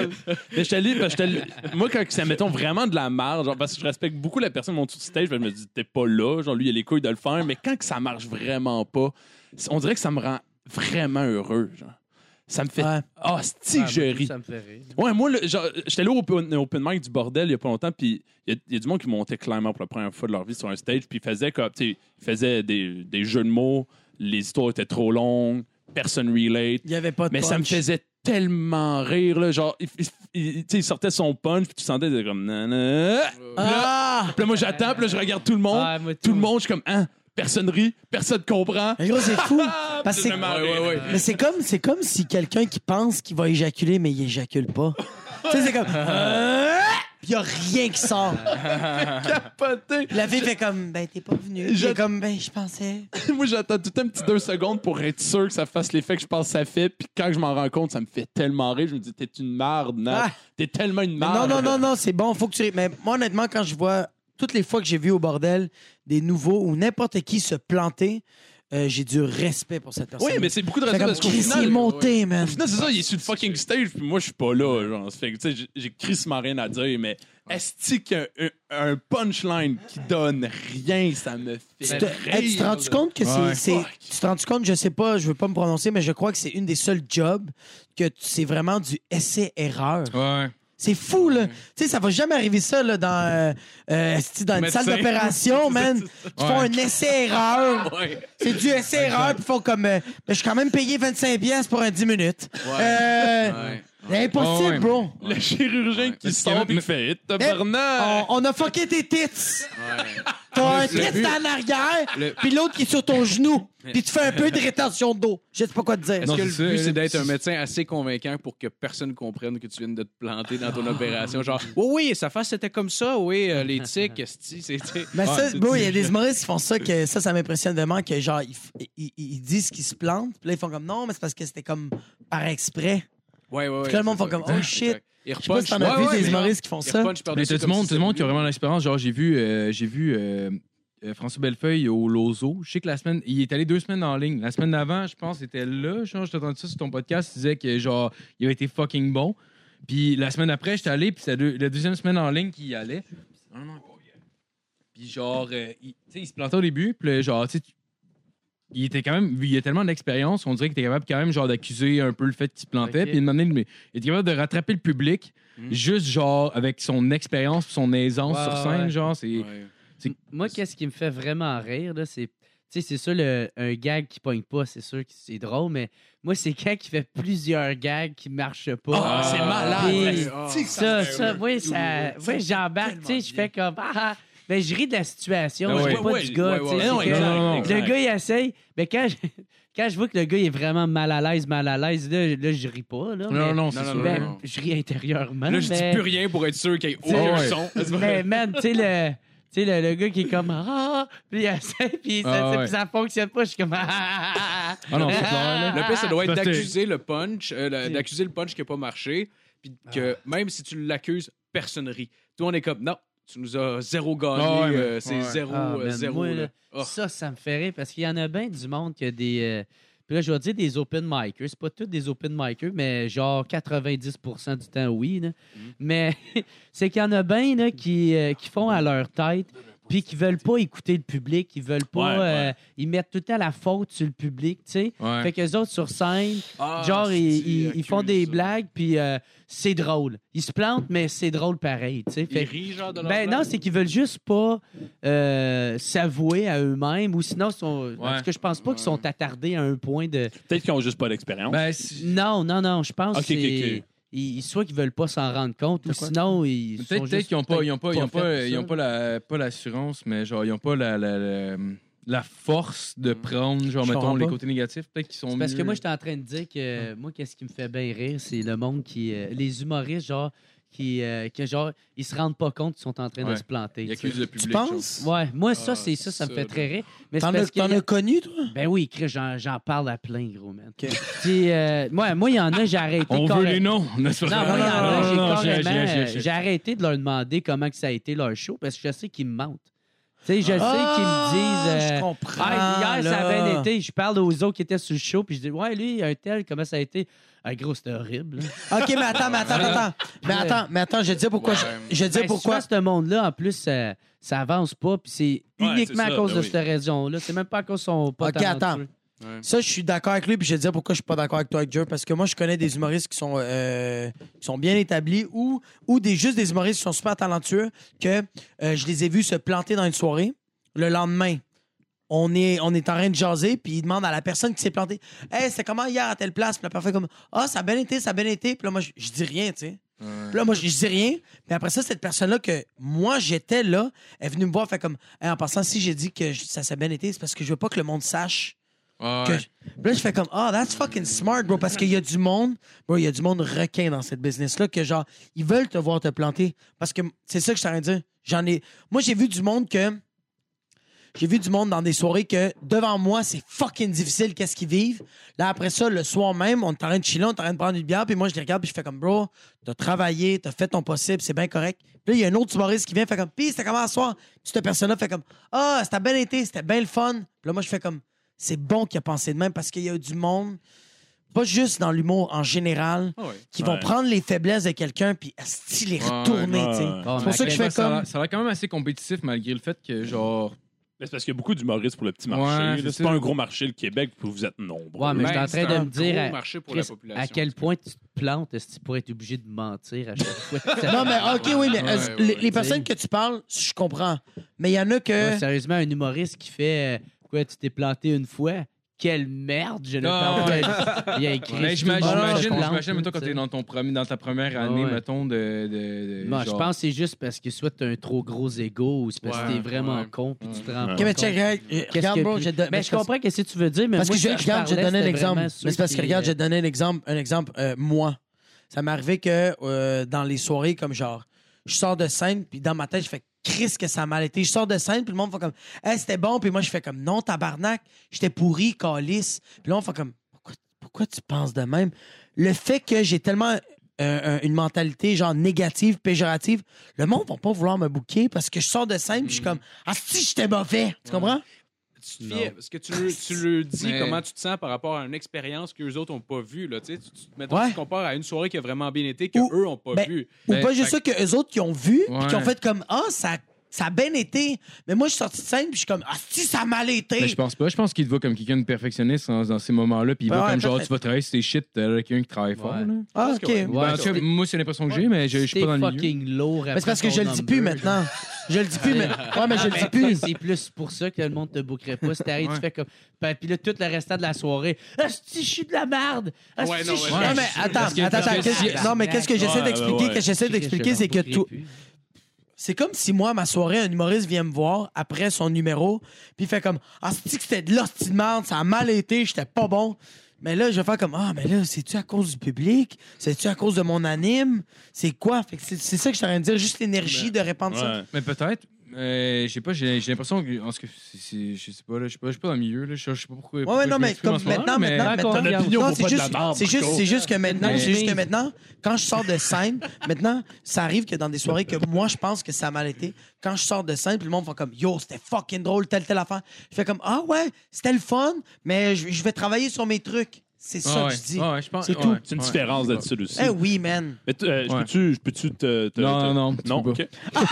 mais je t'allais, parce que j'étais allé- moi, quand ça mettons vraiment de la merde, genre, parce que je respecte beaucoup la personne mon sous stage, ben, je me dis, t'es pas là, genre, lui, il a les couilles de le faire, mais quand que ça marche vraiment pas, on dirait que ça me rend vraiment heureux, genre. Ça me fait. Ouais. Ah, c'est que je ris. Ça me fait rire. Ouais, moi, le- genre, j'étais allé au open, open mic du bordel il y a pas longtemps, puis il y, a- il y a du monde qui montait clairement pour la première fois de leur vie sur un stage, puis ils faisaient comme, tu sais, ils faisaient des, des jeux de mots, les histoires étaient trop longues, personne relate, Il y avait pas de mais ça me punch. faisait tellement rire, là, genre, il, il- il- tu sais, il sortait son punch, puis tu sentais il était comme, nanana. Ah! Puis là, moi, j'attends, puis là, je regarde tout le monde, Ah, moi, tout le monde, je suis comme, hein, personne rit, personne comprend. Mais gros, c'est fou! Parce que c'est- Absolument. Ouais, ouais, ouais. mais c'est comme, c'est comme si quelqu'un qui pense qu'il va éjaculer, mais il éjacule pas. tu sais, c'est comme. Puis il euh, a rien qui sort. Capoté. La fille fait comme, ben, t'es pas venu. Je- J'ai comme, ben, je pensais. Moi, j'attends tout le temps un petit deux secondes pour être sûr que ça fasse l'effet que je pense que ça fait. Puis quand je m'en rends compte, ça me fait tellement rire. Je me dis, t'es une marde, Nat. Ah. T'es tellement une Mais marde. Non, non, non, non, c'est bon, faut que tu. Mais moi, honnêtement, quand je vois toutes les fois que j'ai vu au bordel des nouveaux ou n'importe qui se planter, euh, j'ai du respect pour cette personne. Oui, mais c'est beaucoup de Fait raisons comme, parce qu'au Chris, il est final, monté, man. Au final, c'est ça, il est sur le fucking stage, puis moi, je suis pas là. Genre. Ça Fait que, tu sais, j'ai- j'ai crissement rien à dire, mais est-ce qu'un un- un punchline qui donne rien, ça me Tu fait te, rire. Hey, tu te rends-tu compte que c'est. Ouais. c'est- Fuck. Tu te rends-tu compte, je sais pas, je veux pas me prononcer, mais je crois que c'est une des seules jobs que tu- c'est vraiment du essai-erreur. Ouais. C'est fou, là. Tu sais, ça va jamais arriver ça, là, dans, euh, euh, esti, dans une Médecin. salle d'opération, man. Ils font Ouais. un essai-erreur. C'est du essai-erreur, puis ils font comme. euh, mais je suis quand même payé 25$ piastres pour un 10 minutes. Euh, c'est Impossible, Ouais, ouais. bro. Le chirurgien qui Parce qu'il y en a- sort, puis il fait « Tabarnak! On, on a fucké tes tits. T'as un tits en arrière, puis l'autre qui est sur ton genou. Puis tu fais un peu de rétention d'eau. Je sais pas quoi te dire. Est-ce Non, que le c'est ça, but, là, c'est d'être c'est- un médecin assez convaincant pour que personne comprenne que tu viens de te planter dans ton opération? Genre, oui, oui, sa face, c'était comme ça. Oui, euh, les tics, esti, c'est... c'est- Mais Ouais, Ben, ça, c'est- bro, il y a des humoristes qui font ça, que ça, ça m'impressionne vraiment, que genre, ils, f- ils, ils- ils disent qu'ils se plantent, puis là, ils font comme non, mais c'est parce que c'était comme par exprès. Ouais, ouais, ouais. Puis là, le monde c'est font ça. comme, oh, shit. Exact. Ils Je sais pas si repunchent. t'en Ouais, as vu ouais, des mais humanistes qui font ils ça. repunchent Mais par-dessus t'as du comme monde, si t'as du monde c'était qui a mieux. vraiment l'expérience. Genre, j'ai vu, euh, j'ai vu euh, euh, François Bellefeuille au Lozo. Je sais que la semaine, il est allé deux semaines en ligne. La semaine d'avant, je pense, était là. Genre, j'ai entendu ça sur ton podcast. Tu disais que, genre, il avait été fucking bon. Puis la semaine après, j'étais allé, puis c'était deux- la deuxième semaine en ligne qu'il y allait. Non, non. Puis genre, euh, il, tu sais, il se plantait au début, puis là, genre, tu sais, tu- il était quand même, il a tellement d'expérience, on dirait qu'il était capable quand même genre d'accuser un peu le fait qu'il se plantait, Ok. puis une année, mais il était capable de rattraper le public, Mm. juste genre avec son expérience, puis son aisance Ouais, sur scène, ouais. genre, c'est. Ouais. Moi, qu'est-ce qui me fait vraiment rire, là, c'est. Tu sais, c'est sûr, le, un gag qui pogne pas, c'est sûr que c'est drôle, mais moi, c'est quand qui fait plusieurs gags qui marchent pas. Ah, c'est malade! Puis Esti que Ça, me fait ça, rire. oui, ça. Oui, j'embarque, tu sais, je fais comme. Ah, ah. ben, je ris de la situation, Ben je oui. ris pas Ouais, du gars, ouais, tu ouais, sais. Non, c'est exact, comme- non, non. exact. le gars, il essaye, mais quand je, quand je vois que le gars il est vraiment mal à l'aise, mal à l'aise, là, je- là, je ris pas, là. mais- Non, non, c'est Ah non, ça. non, ben, non. je ris intérieurement. Là, je dis mais- plus rien pour être sûr qu'il y ait Oh, aucun ouais. son. mais man, tu sais, le, tu sais, le, le gars qui est comme Ah, puis il essaie, puis ça, Ah, ouais. puis ça fonctionne pas. Je suis comme Ah, ah, ah, ah. Ah non, c'est clair, là. Le pire, ça doit être Parce que- d'accuser le punch, euh, la- d'accuser le punch qui n'a pas marché, puis que même si tu l'accuses, personne rit. Toi, on est comme, non, tu nous as zéro gagné, Ah ouais, euh, ouais. c'est Ouais. zéro, Ah, euh, man, zéro. moi, là. là, Oh. Ça, ça me fait rire parce qu'il y en a bien du monde qui a des. euh, puis là, je vais dire des open micers. C'est pas tous des open micers, mais genre 90 du temps, oui. là. Mais c'est qu'il y en a bien là, qui, euh, qui font à leur tête, puis qui veulent pas écouter le public, ils veulent pas. Ouais, ouais. euh, ils mettent tout le temps la faute sur le public, tu sais. Ouais. Fait qu'eux autres sur scène, Ah, genre, c'est-tu ils, ils- ils font des accuse, ça. blagues, puis euh, c'est drôle. Ils se plantent, mais c'est drôle pareil, tu sais. Ils Fait que- rient, genre, de leur ben non, blague? c'est qu'ils veulent juste pas euh, s'avouer à eux-mêmes, ou sinon, ils sont, en tout cas, je pense pas qu'ils sont attardés à un point de. Peut-être qu'ils ont juste pas d'expérience. Ben, c'est- Non, non, non, je pense Ok, que c'est. ok, ok. ils- soit qu'ils veulent pas s'en rendre compte, ou quoi? sinon, ils. sont Peut-être peut-être juste qu'ils n'ont pas, ils ont pas, ils ont fait pas, pour ils ont ça. pas la, pas l'assurance, mais genre ils ont pas la, la, la, la force de prendre, genre Je mettons comprends les pas. côtés négatifs. Peut-être qu'ils sont C'est Parce que mieux- moi, j'étais en train de dire que euh, moi, qu'est-ce qui me fait bien rire, c'est le monde qui. euh, les humoristes, genre, qui. euh, que genre, ils se rendent pas compte qu'ils sont en train Ouais. de se planter. ils tu sais. accusent le public. Tu genre. penses? Ouais, moi, ça, Ah, c'est ça, ça me ça, fait là. très rire. Mais c'est T'en as, parce t'en que. as connu, toi? Ben oui, Chris, j'en, j'en parle à plein, gros, man. Puis, euh, moi, moi, il y en a, j'ai arrêté. On veut carré- les noms, n'est-ce Non, pas? moi, il y en a, j'ai j'ai- j'ai- carrément, j'ai- euh, j'ai- j'ai arrêté de leur demander comment que ça a été leur show parce que je sais qu'ils me mentent. Tu sais, je sais qu'ils me disent. euh, Ah, je comprends. Ah, hier, ça là. a bien été. Je parle aux autres qui étaient sur le show, puis je dis, ouais, lui, un tel, comment ça a été? Ah, gros, c'était horrible. là. OK, mais attends, mais attends, attends. Mais attends, mais attends, je vais te dire pourquoi. Je, je vais te dire Ben, pourquoi. souvent, ce monde-là, en plus, ça, ça avance pas, puis c'est Ouais, c'est uniquement à ça, cause ben de oui. cette raison-là. C'est même pas à cause de son pote Ok, attends. talentueux. Ça, je suis d'accord avec lui, puis je vais te dire pourquoi je suis pas d'accord avec toi, avec Joe, parce que moi, je connais des humoristes qui sont, euh, qui sont bien établis ou, ou des, juste des humoristes qui sont super talentueux que euh, je les ai vus se planter dans une soirée. Le lendemain, on est, on est en train de jaser, puis ils demandent à la personne qui s'est plantée Hey, c'était comment hier à telle place Puis la personne fait comme Ah, ça a bien été, ça a bien été. Puis là, moi, je, je dis rien, tu sais. Puis là, moi, je, je dis rien. Mais après ça, cette personne-là que moi, j'étais là, elle est venue me voir, fait comme Hey, En passant, si j'ai dit que je- ça s'est bien été, c'est parce que je veux pas que le monde sache Ah Ouais. que je- Puis là, je fais comme, ah, that's fucking smart, bro, parce qu'il y a du monde, bro, il y a du monde requin dans cette business-là que, genre, ils veulent te voir te planter. Parce que c'est ça que je suis en train de dire. J'en ai. Moi, j'ai vu du monde que. J'ai vu du monde dans des soirées que devant moi, c'est fucking difficile qu'est-ce qu'ils vivent. Là, après ça, le soir même, on est en train de chiller, on est en train de prendre une bière, puis moi, je les regarde, puis je fais comme, bro, t'as travaillé, t'as fait ton possible, c'est bien correct. Puis là, il y a un autre humoriste qui vient, fait comme, pis c'était comment ce soir? Puis cette personne-là fait comme, ah, c'était bien été, c'était bien le fun. Puis là, moi, je fais comme, c'est bon qu'il a pensé de même parce qu'il y a du monde, pas juste dans l'humour en général, qui vont prendre les faiblesses de quelqu'un, puis asti les retourner, tu sais. Bon, C'est pour ça que je Ouais, Ah, ça, fais a comme. l'air- ça a l'air quand même assez compétitif malgré le fait que, genre. Mais C'est parce qu'il y a beaucoup d'humoristes pour le petit marché. Ouais, là. c'est c'est pas ça. un gros marché, le Québec, puis vous êtes nombreux. Ouais, mais je suis en c'est train de un me dire gros à- marché pour la Chris, population. à quel point tu te plantes est-ce que tu pourrais être obligé de mentir à chaque fois. que ça- Non, mais OK, oui, mais Ouais, euh, ouais, les, ouais. les personnes que tu parles, je comprends. Mais il y en a que. Ouais, sérieusement, un humoriste qui fait euh, Quoi, tu t'es planté une fois Quelle merde, je ne Non, parle pas. Il y a écrit. Mais j'imagine, tout le monde se j'imagine, plante, j'imagine, mettons, quand tu sais. t'es dans, ton premier, dans ta première année, Ah ouais. mettons, de. de, de- Non, je genre- pense que c'est juste parce que soit t'as un trop gros ego ou c'est parce que Ouais, t'es vraiment ouais. con puis tu te rends Ouais. pas Ok, mais compte. check, regarde, Qu'est-ce regarde, que- bro, j'ai don- Mais je comprends qu'est-ce que tu veux dire, mais Parce moi, que je, quand je regarde, j'ai parlais, donné c'était l'exemple. vraiment Mais ceux c'est parce que qui, regarde, euh, j'ai donné l'exemple, un exemple, euh, moi. Ça m'est arrivé que euh, dans les soirées, comme genre, je sors de scène, puis dans ma tête, je fais Chris que ça a mal été. Je sors de scène, puis le monde fait comme Hey, c'était bon, puis moi, je fais comme Non, tabarnak, j'étais pourri, calice. Puis là, on fait comme pourquoi, pourquoi tu penses de même Le fait que j'ai tellement. euh, un- une mentalité genre négative, péjorative, le monde va pas vouloir me bouquer parce que je sors de scène puis je suis comme Hmm. Ah si j'étais mauvais, tu comprends? tu te fiais, parce que tu, le- tu le dis Mais- comment tu te sens par rapport à une expérience qu'eux autres n'ont pas vue. Là, tu sais, tu, tu, mettons, Ouais. tu te compares à une soirée qui a vraiment bien été, que Ou- eux n'ont pas ben, vue. Ou Ben, pas juste ça que eux autres qui ont vu, puis qui ont Ouais. fait comme ah ça ça a bien été, mais moi je suis sorti de scène puis je suis comme ah si ça a mal été. Mais Ben, je pense pas. Je pense qu'il te voit comme quelqu'un de perfectionniste dans, dans ces moments-là. Puis il Ouais, voit comme genre, peut-être. tu vas travailler sur tes shit, t'as quelqu'un qui travaille fort. Ouais. là. ah ok. ouais. Ben, Ben, en tout cas, Ouais. moi, c'est l'impression que j'ai, mais je je suis t'es pas dans le milieu. fucking lourd c'est parce que je le dis plus maintenant. Je le dis plus mais ouais mais je le dis Puis plus. c'est plus pour ça que le monde te bouquerait pas. Si t'arrives, tu fais comme. Ben, Puis là, tout le restant de la soirée, Asti, je suis de la merde! Asti, Ouais, je non, suis de ouais, la Non mais merde. attends, Parce que- attends, attends, parce que qu'est-ce- si- non mais qu'est-ce que j'essaie Ouais, d'expliquer, ouais, ouais. que j'essaie d'expliquer, c'est que tout, C'est comme si moi, à ma soirée, un humoriste vient me voir après son numéro, puis il fait comme Ah, c'est que c'était de l'hostie de merde, ça a mal été, j'étais pas bon. Mais là, je vais faire comme Ah, mais là, c'est-tu à cause du public C'est-tu à cause de mon anime C'est quoi Fait que c'est c'est ça que je suis en train de dire, juste l'énergie de répandre ça. Ouais. Mais peut-être. Euh, je sais pas, j'ai j'ai l'impression que. En ce que c'est- c'est- je sais pas, là, je suis pas, je suis pas dans le milieu. Là, je je sais pas pourquoi. Ouais, pourquoi ouais, je non, mais m'exprime en comme ce moment, maintenant, mais- maintenant, D'accord, maintenant. regarde. L'opinion Non, vaut c'est pas de la juste, marde, c'est juste, Nico. c'est juste que maintenant, Mais- c'est juste que maintenant, quand je sors de scène, maintenant, ça arrive que dans des soirées que moi, je pense que ça a mal été, quand je sors de scène, puis le monde fait comme, yo, c'était fucking drôle, telle, telle affaire. Je fais comme, ah ouais, c'était le fun, mais je, je vais travailler sur mes trucs. C'est ça Ah que ouais, je dis. ah ouais, je pense- C'est ouais, tout. ouais. C'est une différence d'habitude aussi. Eh oui, man. Mais tu- euh, je Ouais. peux-tu je peux-tu te, te- Non, te- non, non, tu Non, peux pas. ok.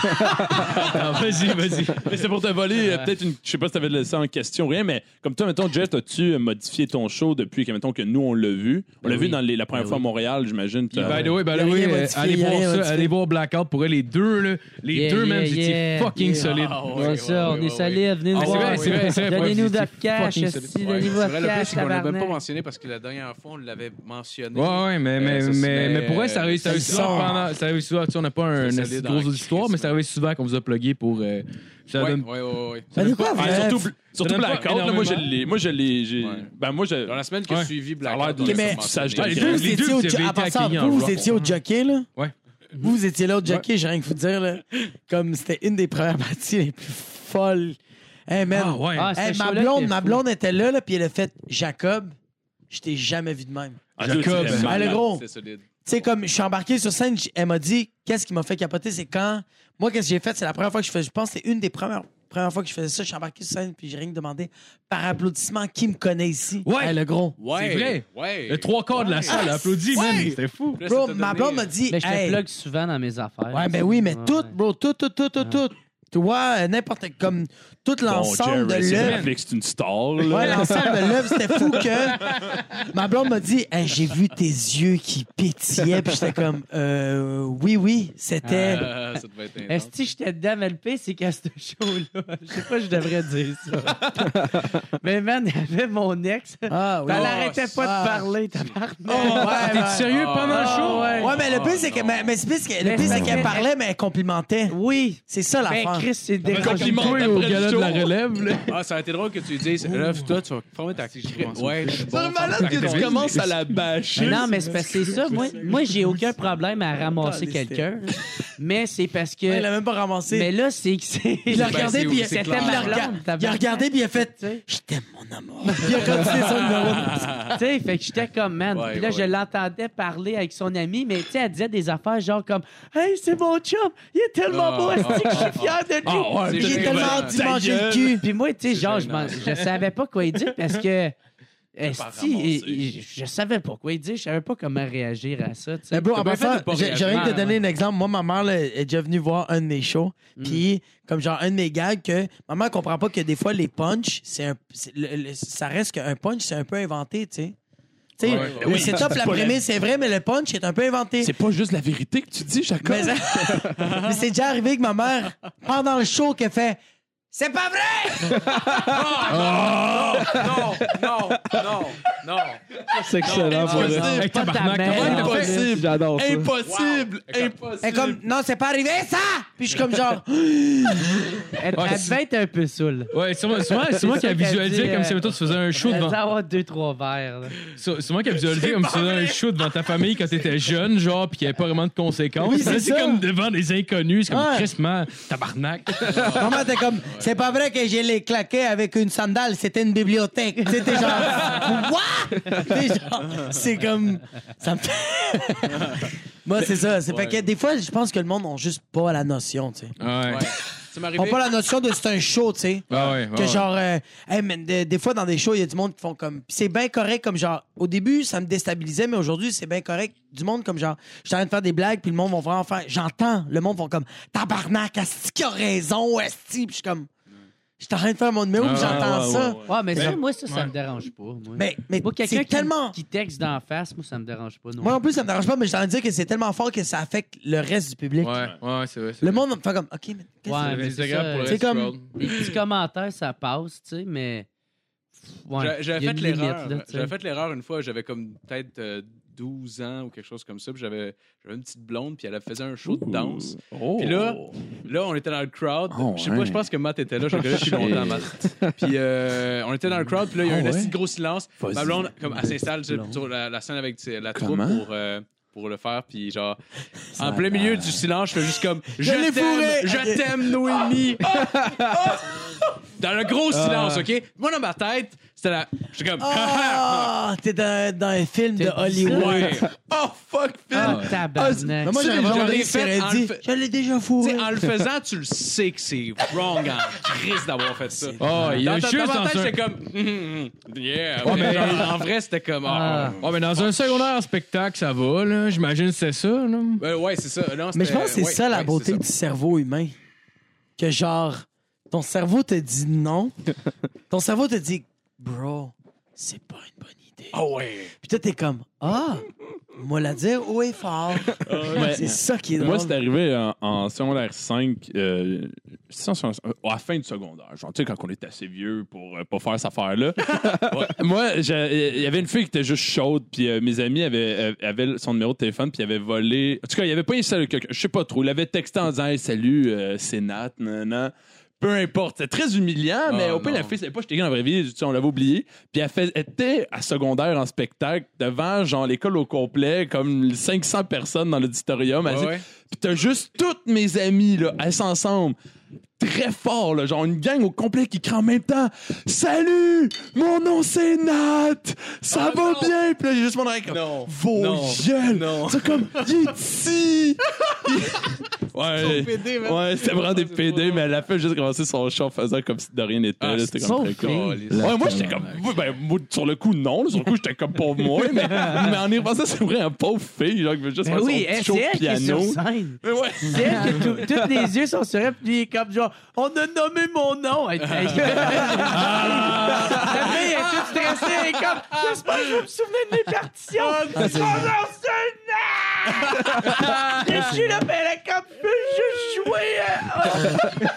Ah, vas-y, vas-y. Mais c'est pour te voler, euh, peut-être une. Je sais pas si t'avais laissé en question rien, mais comme toi, mettons, Jeff, as-tu euh, modifié ton show depuis que, mettons, que nous, on l'a vu On l'a Ben vu oui. dans les- la première Ben fois oui. à Montréal, j'imagine. t'as- By the way, by Ah Y a the way, rien euh, modifié, allez y a voir rien ça, modifié. allez voir Blackout pour eux, les deux, là, les Yeah, deux, yeah, même, yeah, j'étais fucking yeah. solide. Ah, ouais, Ouais, ça, ouais, on ouais, est ouais. solide, venez nous Ah, c'est voir. vrai, c'est vrai, c'est vrai. Donnez-nous Ouais, de c'est cash, fucking esti, solide. Ouais, donnez-nous c'est de vrai, le pire, cash, c'est qu'on l'a même pas tabarnak. mentionné parce que la dernière fois, on l'avait mentionné. Ouais, ouais, mais, mais, ça, mais, c'est- mais, mais, pour vrai, ça arrive, ça arrive ça souvent. sort. pendant- ça arrive souvent. Tu sais, on n'a pas un, C'est une solide grosse en auditoire, Christ, mais ça arrive souvent qu'on vous a plugué pour. euh, ça Ouais, donne- ouais, ouais, ouais. Mais de quoi, Ah, bref? surtout surtout Ça donne pas Blackout, là, moi, je l'ai. Moi, je l'ai. j'ai- Ouais. Ben, moi, je. Dans la semaine qui a Ouais. suivi a l'air Blackout, de- on l'a mais- mentionné. sage de Ah, les les deux, Vous, deux, vous les deux étiez au, que j'avais à été part ça, accueillis en vous, vous rock. étiez au jockey, là? Ouais. Vous, vous étiez là au jockey, j'ai rien que vous dire, là. Comme c'était une des premières parties les plus folles. Hey, man. Ah, ouais. Ah, Hey, ce ma show-là blonde, était ma fou. blonde était là, là puis elle a fait Jacob, je t'ai jamais vu de même. Ah, Dieu, Jacob. c'est Ah, le malade. gros. C'est solide. Tu sais, comme je suis embarqué sur scène, j- elle m'a dit qu'est-ce qui m'a fait capoter, c'est quand. Moi, qu'est-ce que j'ai fait, c'est la première fois que je fais. Je pense que c'est une des premières, premières fois que je faisais ça. Je suis embarqué sur scène, puis j'ai rien demandé par applaudissement qui me connaît ici. Ouais. Hey, le gros. Ouais, C'est vrai. Ouais. Le trois quarts de la Ah, salle a applaudi, Ouais. man. C'était fou. Là, ça Bro, t'a ma donné- blonde m'a dit. Mais je hey, te plug souvent dans mes affaires. Ouais, ben oui, mais Ouais, tout, ouais. bro, tout, tout, tout, tout, tout. Tu vois, euh, n'importe comme tout l'ensemble Jerry, de c'est l'œuvre. Netflix, c'est une star, là. Ouais, l'ensemble de l'œuvre, c'était fou que ma blonde m'a dit Hey, j'ai vu tes yeux qui pétillaient." Puis j'étais comme Euh, oui oui, c'était Ah, ça devait être intense. Esti, j'étais dedans, mais le pire, c'est qu'à ce show-là, je sais pas, je devrais dire ça. mais man, il y avait mon ex. Ah oui. Elle Oh, arrêtait pas ah. de parler, tabarnak. Oh, ouais, ouais. T'es sérieux Ah, pendant le ah, show? ouais. Ouais, mais le Oh, pire c'est que non. mais, mais c'est plus que- le Mais pire c'est c'est qu'elle que- parlait mais elle complimentait. Oui. C'est ça Ben, l'affaire. Chris, c'est Après ça, dérangeant. comme toi, au gala de la relève. là. Ah, ça aurait été drôle que tu lui dises, lève-toi, tu vas fermer ta si, je vais cri- m'en Ouais, je suis C'est bon. malade que tu Activiste. commences à la bâcher. Mais non, mais c'est parce que c'est ça. Moi, moi j'ai aucun problème Ah, à ramasser quelqu'un. Mais c'est parce que. Il l'a même pas ramassé. Mais là, c'est que c'est. il l'a regardé, Ben, c'est- puis il a- c'est il clair. l'a Ma rega- blonde, il a tabarnak. regardé, puis il a fait Tu sais. Je t'aime, mon amour. Puis il a continué son numéro de- Tu sais, fait que j'étais comme, man. Ouais, puis là, ouais. je l'entendais parler avec son ami, mais tu sais, elle disait des affaires genre comme Hey, c'est mon chum, il est tellement Ah, beau, est-ce que je suis fier de lui? Ah, ouais, J'ai c'est tellement ben, gênant. dit manger le cul. Puis moi, tu sais, C'est genre, je, gênant, m'en- je savais pas quoi dire parce que. Esti, ramasser. et- et- je savais pas quoi dire, je savais pas comment réagir à ça. tu sais. Mais Eh, bro, en bien fait passant, de pas j'ai- j'ai envie de te réagir. donner un exemple. Moi, ma mère là, est déjà venue voir un de mes shows. Mm. Puis, comme genre, un de mes gags que ma mère comprend pas que des fois, les punchs, c'est un- c'est- le- le- ça reste qu'un punch, c'est un peu inventé, tu sais. Tu sais, Ouais, le setup, la prémisse, c'est vrai, mais le punch est un peu inventé. C'est pas juste la vérité que tu dis, Jacob. Mais, mais c'est déjà arrivé que ma mère, pendant le show, qu'elle fait C'est pas vrai! Non, non, non, non. C'est excellent, pour vrai. Impossible. Pas ta tabarnak, mère, comment non, il c'est- possible. J'adore ça. Impossible! Wow. Impossible! Elle est comme Non, c'est pas arrivé ça! Puis je suis comme genre Elle, Ouais, elle c'est- devait être un peu saoule. Ouais, c'est moi, c'est moi- c'est moi qui a C'est ça qu'elle visualisé dit, comme si euh, mettons, tu faisais un show Elle devant. devait avoir deux, trois verres. là. C'est c'est moi qui a visualisé comme si tu faisais un show devant ta famille quand t'étais jeune, genre, pis qu'il n'y avait pas vraiment de conséquences. Oui, c'est Là, ça. comme devant des inconnus, c'est comme Ouais. crissement, tabarnak. Maman, t'es comme, c'est pas vrai que j'ai les claqué avec une sandale, c'était une bibliothèque. Tu sais, t'es genre, what? T'es genre, c'est comme, ça me fait- Moi, c'est ça. C'est fait que des fois, je pense que le monde n'a juste pas la notion, tu sais. Ah Ouais. Ça m'est arrivé. Ils n'ont pas la notion de c'est un show, tu sais. Ah ouais, ouais, Que ouais. genre, euh, hey, man, des, des fois dans des shows, il y a du monde qui font comme. Pis c'est bien correct, comme genre, au début, ça me déstabilisait, mais aujourd'hui, c'est bien correct. Du monde comme genre, je suis en train de faire des blagues, puis le monde va vraiment faire. J'entends, le monde va comme, tabarnak, est-ce qu'il a raison, est-ce que. je suis comme, je suis en train de faire mon numéro, puis Ah, j'entends ça. Ouais, mais ça, Ben, moi, ça, ça ouais. me dérange pas. Moi. Mais, mais Moi, quelqu'un c'est qui, tellement. qui texte d'en face, moi, ça me dérange pas. Non. Moi non plus, ça me dérange pas, mais j'ai envie de dire que c'est tellement fort que ça affecte le reste du public. Ouais, ouais, c'est vrai. c'est Le vrai. monde va me faire comme, OK, mais qu'est-ce Ouais, mais Ah, C'est c'est agréable pour ça. le C'est reste du comme- world. Les petits commentaires, ça passe, tu sais, mais. Ouais, J'a- J'avais il y a fait une limite, l'erreur. là, tu sais. J'avais fait l'erreur une fois, j'avais comme peut-être euh, 12 ans ou quelque chose comme ça, puis j'avais j'avais une petite blonde, puis elle faisait un show de danse. Oh. Puis là, là, on était dans le crowd. Oh, je sais pas, ouais. je pense que Matt était là, je le connais depuis longtemps, Matt. Puis euh, on était dans le crowd, puis là, il y a eu Ah, un ouais? assez gros silence. Vas-y. Ma blonde, comme, elle s'installe tu sais, sur la, la scène avec tu sais, la troupe Comment? pour, euh, pour le faire, puis genre, en plein milieu du silence, je fais juste comme Je, l'ai fourré! t'aime, je t'aime, Noémie. Ah! Dans le gros silence, OK? Moi, dans ma tête, c'était la. J'étais comme. Ah, t'es dans, dans un film de T'as dit ça? Hollywood. ouais. Oh fuck, Phil! Ah, tabarnak. Mais moi, j'aurais j'aurais vraiment fait dit ce qu'elle en dit. fait- Je l'ai déjà Tu fourré. sais, en le faisant, tu le sais que c'est wrong en crise d'avoir fait ça. Oh, il y a Dans ta- juste dans ma dans tête, un- j'étais comme. hum, hum, yeah. Ouais, mais mais- genre, en vrai, c'était comme. ah, Ah. Ouais, mais dans un secondaire en spectacle, ça va, là. J'imagine que c'est ça, là. ouais, Euh, ouais, c'est ça. Non, Mais je pense que c'est c'était- ça ouais, la ouais, beauté c'est du cerveau humain. Que genre, ton cerveau te dit non. ton cerveau te dit, bro, c'est pas une bonne idée. Ah ouais. Puis toi, t'es comme, ah, moi la dire haut et fort. ouais. Oh, c'est ça qui est drôle. ben, Moi, c'est arrivé en, en secondaire 5, euh, c'est en secondaire- euh, à la fin du secondaire, genre, tu sais, quand on est assez vieux pour euh, pas faire cette affaire-là. Ouais. Moi, j'ai- il y avait une fille qui était juste chaude, puis euh, mes amis avaient, euh, avaient son numéro de téléphone, puis ils avaient volé. En tout cas, il avait pas installé quelqu'un, je sais pas trop. Il avait texté en disant Hey, Salut, euh, c'est Nat, nanana. Peu importe, c'était très humiliant, mais au pire, Ah, non. la fille savait pas, j'étais dans la vraie vie, tu sais, on l'avait oublié. Puis elle, fait- elle était à secondaire en spectacle devant, genre, l'école au complet, comme 500 personnes dans l'auditorium. Elle Ouais, dit, ouais. Pis t'as juste toutes mes amies, là, elles sont ensemble. Très fort, là, genre une gang au complet qui crie en même temps Salut, mon nom c'est Nat, ça Ah, va non. bien. Puis là, j'ai juste mon oreille comme Non. Vos Non. gueules. Non. C'est comme Il est ici. ouais, pédés, man. ouais c'était vraiment des C'est PD, pas mais elle a fait juste commencer son chant en faisant comme si de rien n'était. Ah, là, c'était comme très sauf cool. fille. Caliste. Ouais, moi, j'étais comme. ouais, ben, moi, sur le coup, non. là, Sur le coup, j'étais comme pour moi. Mais, mais en y repensant, c'est vrai, un pauvre fille, genre, qui veut juste Ben faire oui, son petit elle, show c'est elle qui est sur piano. scène. Mais ouais. C'est elle que tout- tous les yeux sont sur elle, puis il est comme genre, on a nommé mon nom. Elle- elle- La fille Ah, elle est toute stressée, elle est comme, c'est pas que je vais me souvenir de mes partitions. Mon nom, c'est Nat! Et je suis là, ben elle est comme, je juste jouer.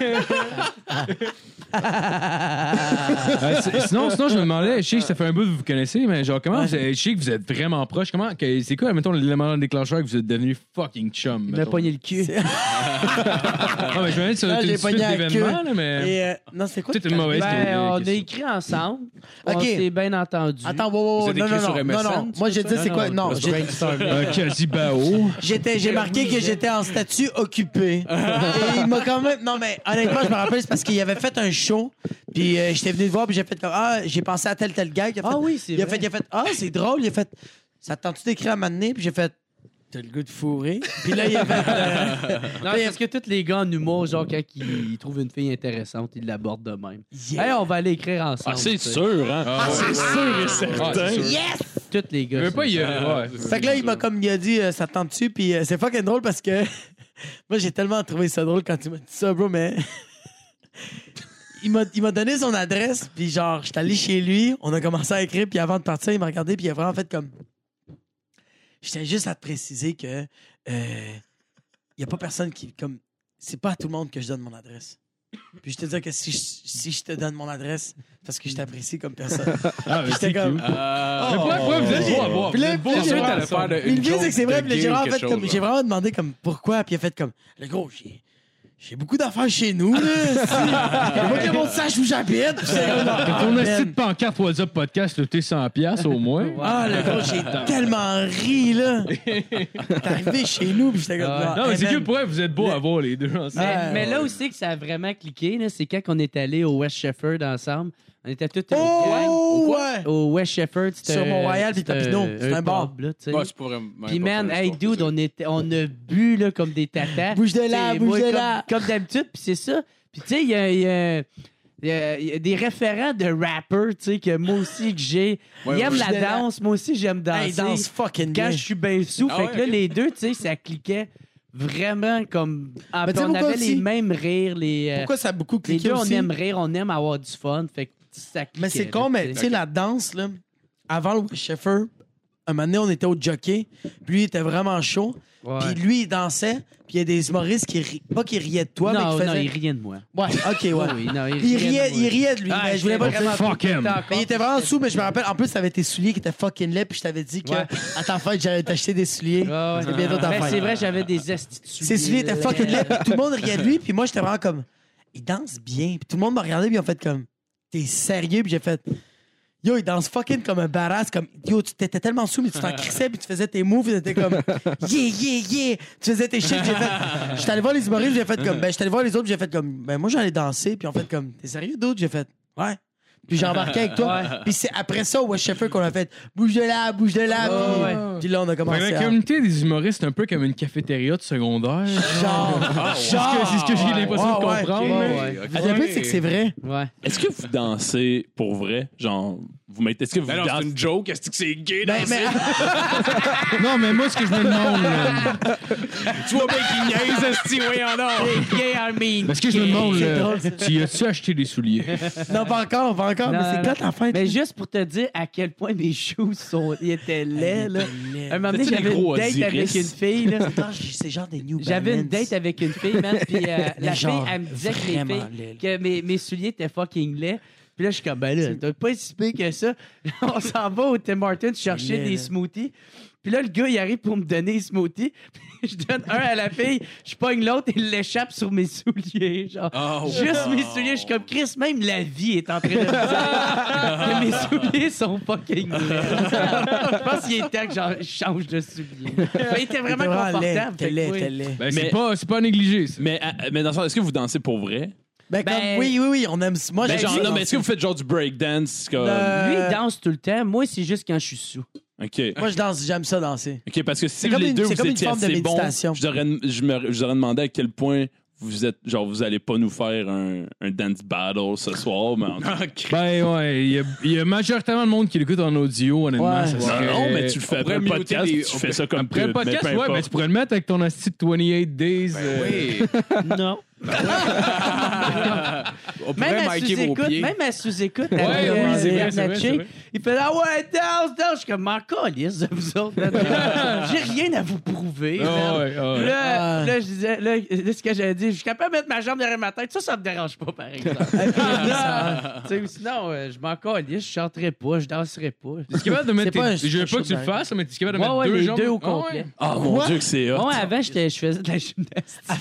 Euh, c'est- sinon, sinon, je me demandais, je sais que ça fait un bout que vous vous connaissez, mais genre, comment Ouais. vous êtes- je sais que vous êtes vraiment proche. Comment, que- c'est quoi, mettons, l'élément déclencheur que vous êtes devenu fucking chum? Il m'a mettons? pogné le cul. Ah, mais je me demande si ça doit Ah, être j'ai une suite pogné à d'événements, queue. là, mais. Et, euh, non, c'est quoi? Peut-être une mauvaise Ben, on a question. écrit ensemble. On Ok. s'est bien entendu. Attends, wow, wow, Vous wow, êtes non, écrit non, sur non, MSN, non, non. Moi, j'ai dit, c'est quoi? Non, le j'ai- brainstorming. Euh, Casibao. J'étais, j'ai marqué que j'étais en statut occupé. Et il m'a quand même. Non, mais honnêtement, je me rappelle, c'est parce qu'il avait fait un show. Puis euh, j'étais venu le voir, puis j'ai fait comme Ah, j'ai pensé à tel, tel gars. Il a fait, Ah oui, c'est il a vrai. fait, il a fait Ah, c'est drôle. Il a fait Ça te tente-tu d'écrire à m'amener? Puis j'ai fait T'as le goût de fourrer. Puis là, il a fait. euh, Non, c'est parce que tous les gars en humour, genre, quand ils trouvent une fille intéressante, ils l'abordent de même. Hey, on va aller écrire ensemble. Ah, c'est tu sais. sûr, hein? Ah, c'est Ah, sûr et certain. Yes! Tous les gars. Je veux c'est pas y ça. aller. ouais. Fait que là, il m'a comme il a dit, euh, ça te tente-tu? Puis euh, c'est fucking drôle parce que moi, j'ai tellement trouvé ça drôle quand tu m'as dit ça, bro, mais. Il m'a, il m'a donné son adresse, puis genre, j'étais allé chez lui, on a commencé à écrire, puis avant de partir, il m'a regardé, puis il a vraiment fait comme. Je tiens juste à te préciser que. euh, Il n'y a pas personne qui. comme C'est pas à tout le monde que je donne mon adresse. Puis je te dis que si je, si je te donne mon adresse, c'est parce que je t'apprécie comme personne. Ah, Puis j'étais comme. Euh, oh, Mais pourquoi- pourquoi vous êtes beau à voir? Puis là, Vous êtes beau puis à j'ai- voir, t'allais ça. faire de- Ouais, mais une le pire, joke c'est que c'est de vrai, puis là, gay j'ai ou vraiment, quelque fait comme- chose, j'ai vraiment demandé comme pourquoi, puis il a fait comme, le gros, j'ai, j'ai beaucoup d'affaires chez nous, là. si. Il faut que le monde sache où j'habite. Puis j'étais comme, On a Ah, Man. un site pancarte WhatsApp podcast, le T100$ piastres, au moins. Ah, le gros, j'ai tellement ri, là. T'es arrivé chez nous, puis j'étais comme, Ah, Non, mais hey, c'est eh, man. que pour elle, vous êtes beau à voir les deux ensemble. Ah, Mais, mais ouais. là aussi que ça a vraiment cliqué, là, c'est quand on est allé au West Shefford ensemble. On était tous une Oh, gang. ouais! Au West Shefford, c'était Sur Mont-Royal, puis c'était Papineau, c'est un bar. pub, là, tu sais. Ouais, c'est pas vraiment- Puis pas man, vraiment hey sport, dude, on, était, on a bu là, comme des tatas. Bouge de là, T'sais, bouge moi, de comme, là. Comme d'habitude, puis c'est ça. Puis tu sais, il y a, il y a- il y a- il y a des référents de rappers, tu sais, que moi aussi que j'ai. Ouais, ils aiment bouge la de là. danse, moi aussi j'aime danser. Hey, danse fucking Quand bien. je suis bien sous, Ah fait ouais, que là, ok. les deux, tu sais, ça cliquait vraiment comme. Ah, Mais puis tu sais on pourquoi avait les aussi? mêmes rires, les. euh, Pourquoi ça a beaucoup les cliqué deux, on aussi? aime rire, on aime avoir du fun, fait que ça cliquait. Mais c'est là, con, mais tu t'sais. sais, la danse, là, avant le Sheffer, un moment donné, on était au jockey, puis lui, il était vraiment chaud, Ouais. puis lui, il dansait, puis il y a des humoristes qui rient, pas qui riaient de toi, mais qui non, faisaient... non, il riait de moi. Ouais, ok, ouais. Ah oui, non, Il riait, il riait de lui, Ah, mais je voulais pas j'étais vraiment. vraiment Fuck him. content. Mais il était vraiment en dessous, mais je me rappelle, en plus, t'avais tes souliers qui étaient fucking laids, puis je t'avais dit que Ouais. à ta fête, j'allais t'acheter des souliers. Ah ouais. C'est bientôt ta Ben, fête. c'est vrai, j'avais des astuces. Ses souliers étaient fucking laids, puis tout le monde riait de lui, puis moi, j'étais vraiment comme, il danse bien, puis tout le monde m'a regardé, puis ils ont fait comme, t'es sérieux, puis j'ai fait. Yo, il danse fucking comme un badass, comme yo, tu t'étais tellement sous, mais tu t'en crissais, puis tu faisais tes moves, et t'étais comme yeah, yeah, yeah. Tu faisais tes shit, puis j'ai fait. J'étais allé voir les humoristes, puis j'ai fait comme ben, j'étais allé voir les autres, puis j'ai fait comme ben, moi, j'allais danser, puis en fait, comme t'es sérieux, d'autres, j'ai fait ouais. Puis j'ai embarqué avec toi. Puis c'est après ça, au Sheffer, qu'on a fait bouge de là, bouge de là. Oh, puis, ouais. puis là, on a Fait que commencé. la à- communauté des humoristes, c'est un peu comme une cafétéria de secondaire. Genre, C'est ce que- c'est ce que j'ai l'impression de Ah, ouais. comprendre. Ouais, là. ouais. Ah, le plus, c'est que c'est vrai. Ouais. Est-ce que vous dansez pour vrai? Genre, vous mettez. Est-ce que vous Ben non, c'est dansez? une joke. Est-ce que c'est gay? Ben, mais Non, mais moi, ce que je me demande, là, Tu vois bien qu'il niaise, est-ce que oui, oh, on a? Yeah, I mean. parce que je me demande, C'est là, drôle, ça. tu y as-tu acheté des souliers? non, pas encore, pas encore, Non, ah, mais c'est non. quand ta fête? Mais juste pour te dire à quel point mes shoes sont... ils étaient laids, là. Un moment donné, T'as-tu des Euh, j'avais une gros date Osiris? avec une fille, là. Attends, j'ai- c'est genre des New J'avais une Balance. date avec une fille, man, puis euh, la Mais genre, fille, elle me disait que, les vraiment filles- laid, là. que mes, mes souliers étaient fucking laids. Puis là, je suis comme, ben là, t'as pas si pire que ça. On s'en va au Tim Hortons chercher laid, des là. smoothies. Puis là, le gars, il arrive pour me donner les smoothies. Puis je donne un à la fille, je pogne l'autre et l'échappe sur mes souliers. Genre, juste mes souliers. Je suis comme, Chris, même la vie est en train de me dire que mes souliers sont fucking laids. je pense qu'il est temps que j'en- je change de souliers. Mais il était vraiment laid, confortable. t'es fait que laid, oui. t'es laid. Ben, c'est Mais- pas, c'est pas à négliger, ça. Mais, ah, mais dans le sens, est-ce que vous dansez pour vrai? Ben, Ben- comme, oui, oui, Ben oui, on aime. Moi, Mais j'aime genre, ça non, mais danser. est-ce que vous faites genre du breakdance? Comme... Euh, Lui, il danse tout le temps. Moi, c'est juste quand je suis sous. OK. Moi, je danse, j'aime ça danser. OK, parce que si C'est comme les une- deux, c'est vous comme une étiez forme de assez bons, méditation. je vous aurais- je me- je vous aurais demandé à quel point vous êtes, genre, vous allez pas nous faire un, un dance battle ce soir, mais en tout cas, Ben, ouais, il y, a- il y a majoritairement de monde qui l'écoute en audio, honnêtement. Ouais. ça Non, serait- Euh, non, mais tu le fais on après pourrait le muter podcast, les- tu on fais ça comme Après le pub, Euh, mais podcast, peu ouais, importe. mais tu pourrais le mettre avec ton asti de 28 Days. euh, Oui. Non. On pourrait Même à marquer vos sous-écoute, pieds. même à sous-écoute, Ouais, avec, oui, euh, c'est vrai, c'est vrai, Bernatchez, c'est vrai. il fait Ah ouais, danse, danse. Je suis comme, m'en calisse de vous autres. là. J'ai rien à vous prouver. man. Ah ouais, ah Puis ouais. Là, là, je disais, là, là, ce que j'avais dit, je suis capable de mettre ma jambe derrière ma tête. Ça, ça me dérange pas, par exemple. Là, tu sais, ou sinon, euh, je m'en calisse, je chanterai pas, je danserai pas. T'es capable de mettre pas tes- un- Je veux pas que tu le un- fasses, mais t'es capable de Ouais, mettre ouais, deux les jambes. deux au Ah ouais. complet. Ah, mon Dieu, que c'est hot. Bon, avant, j'étais- je faisais de la gymnastique. Ah,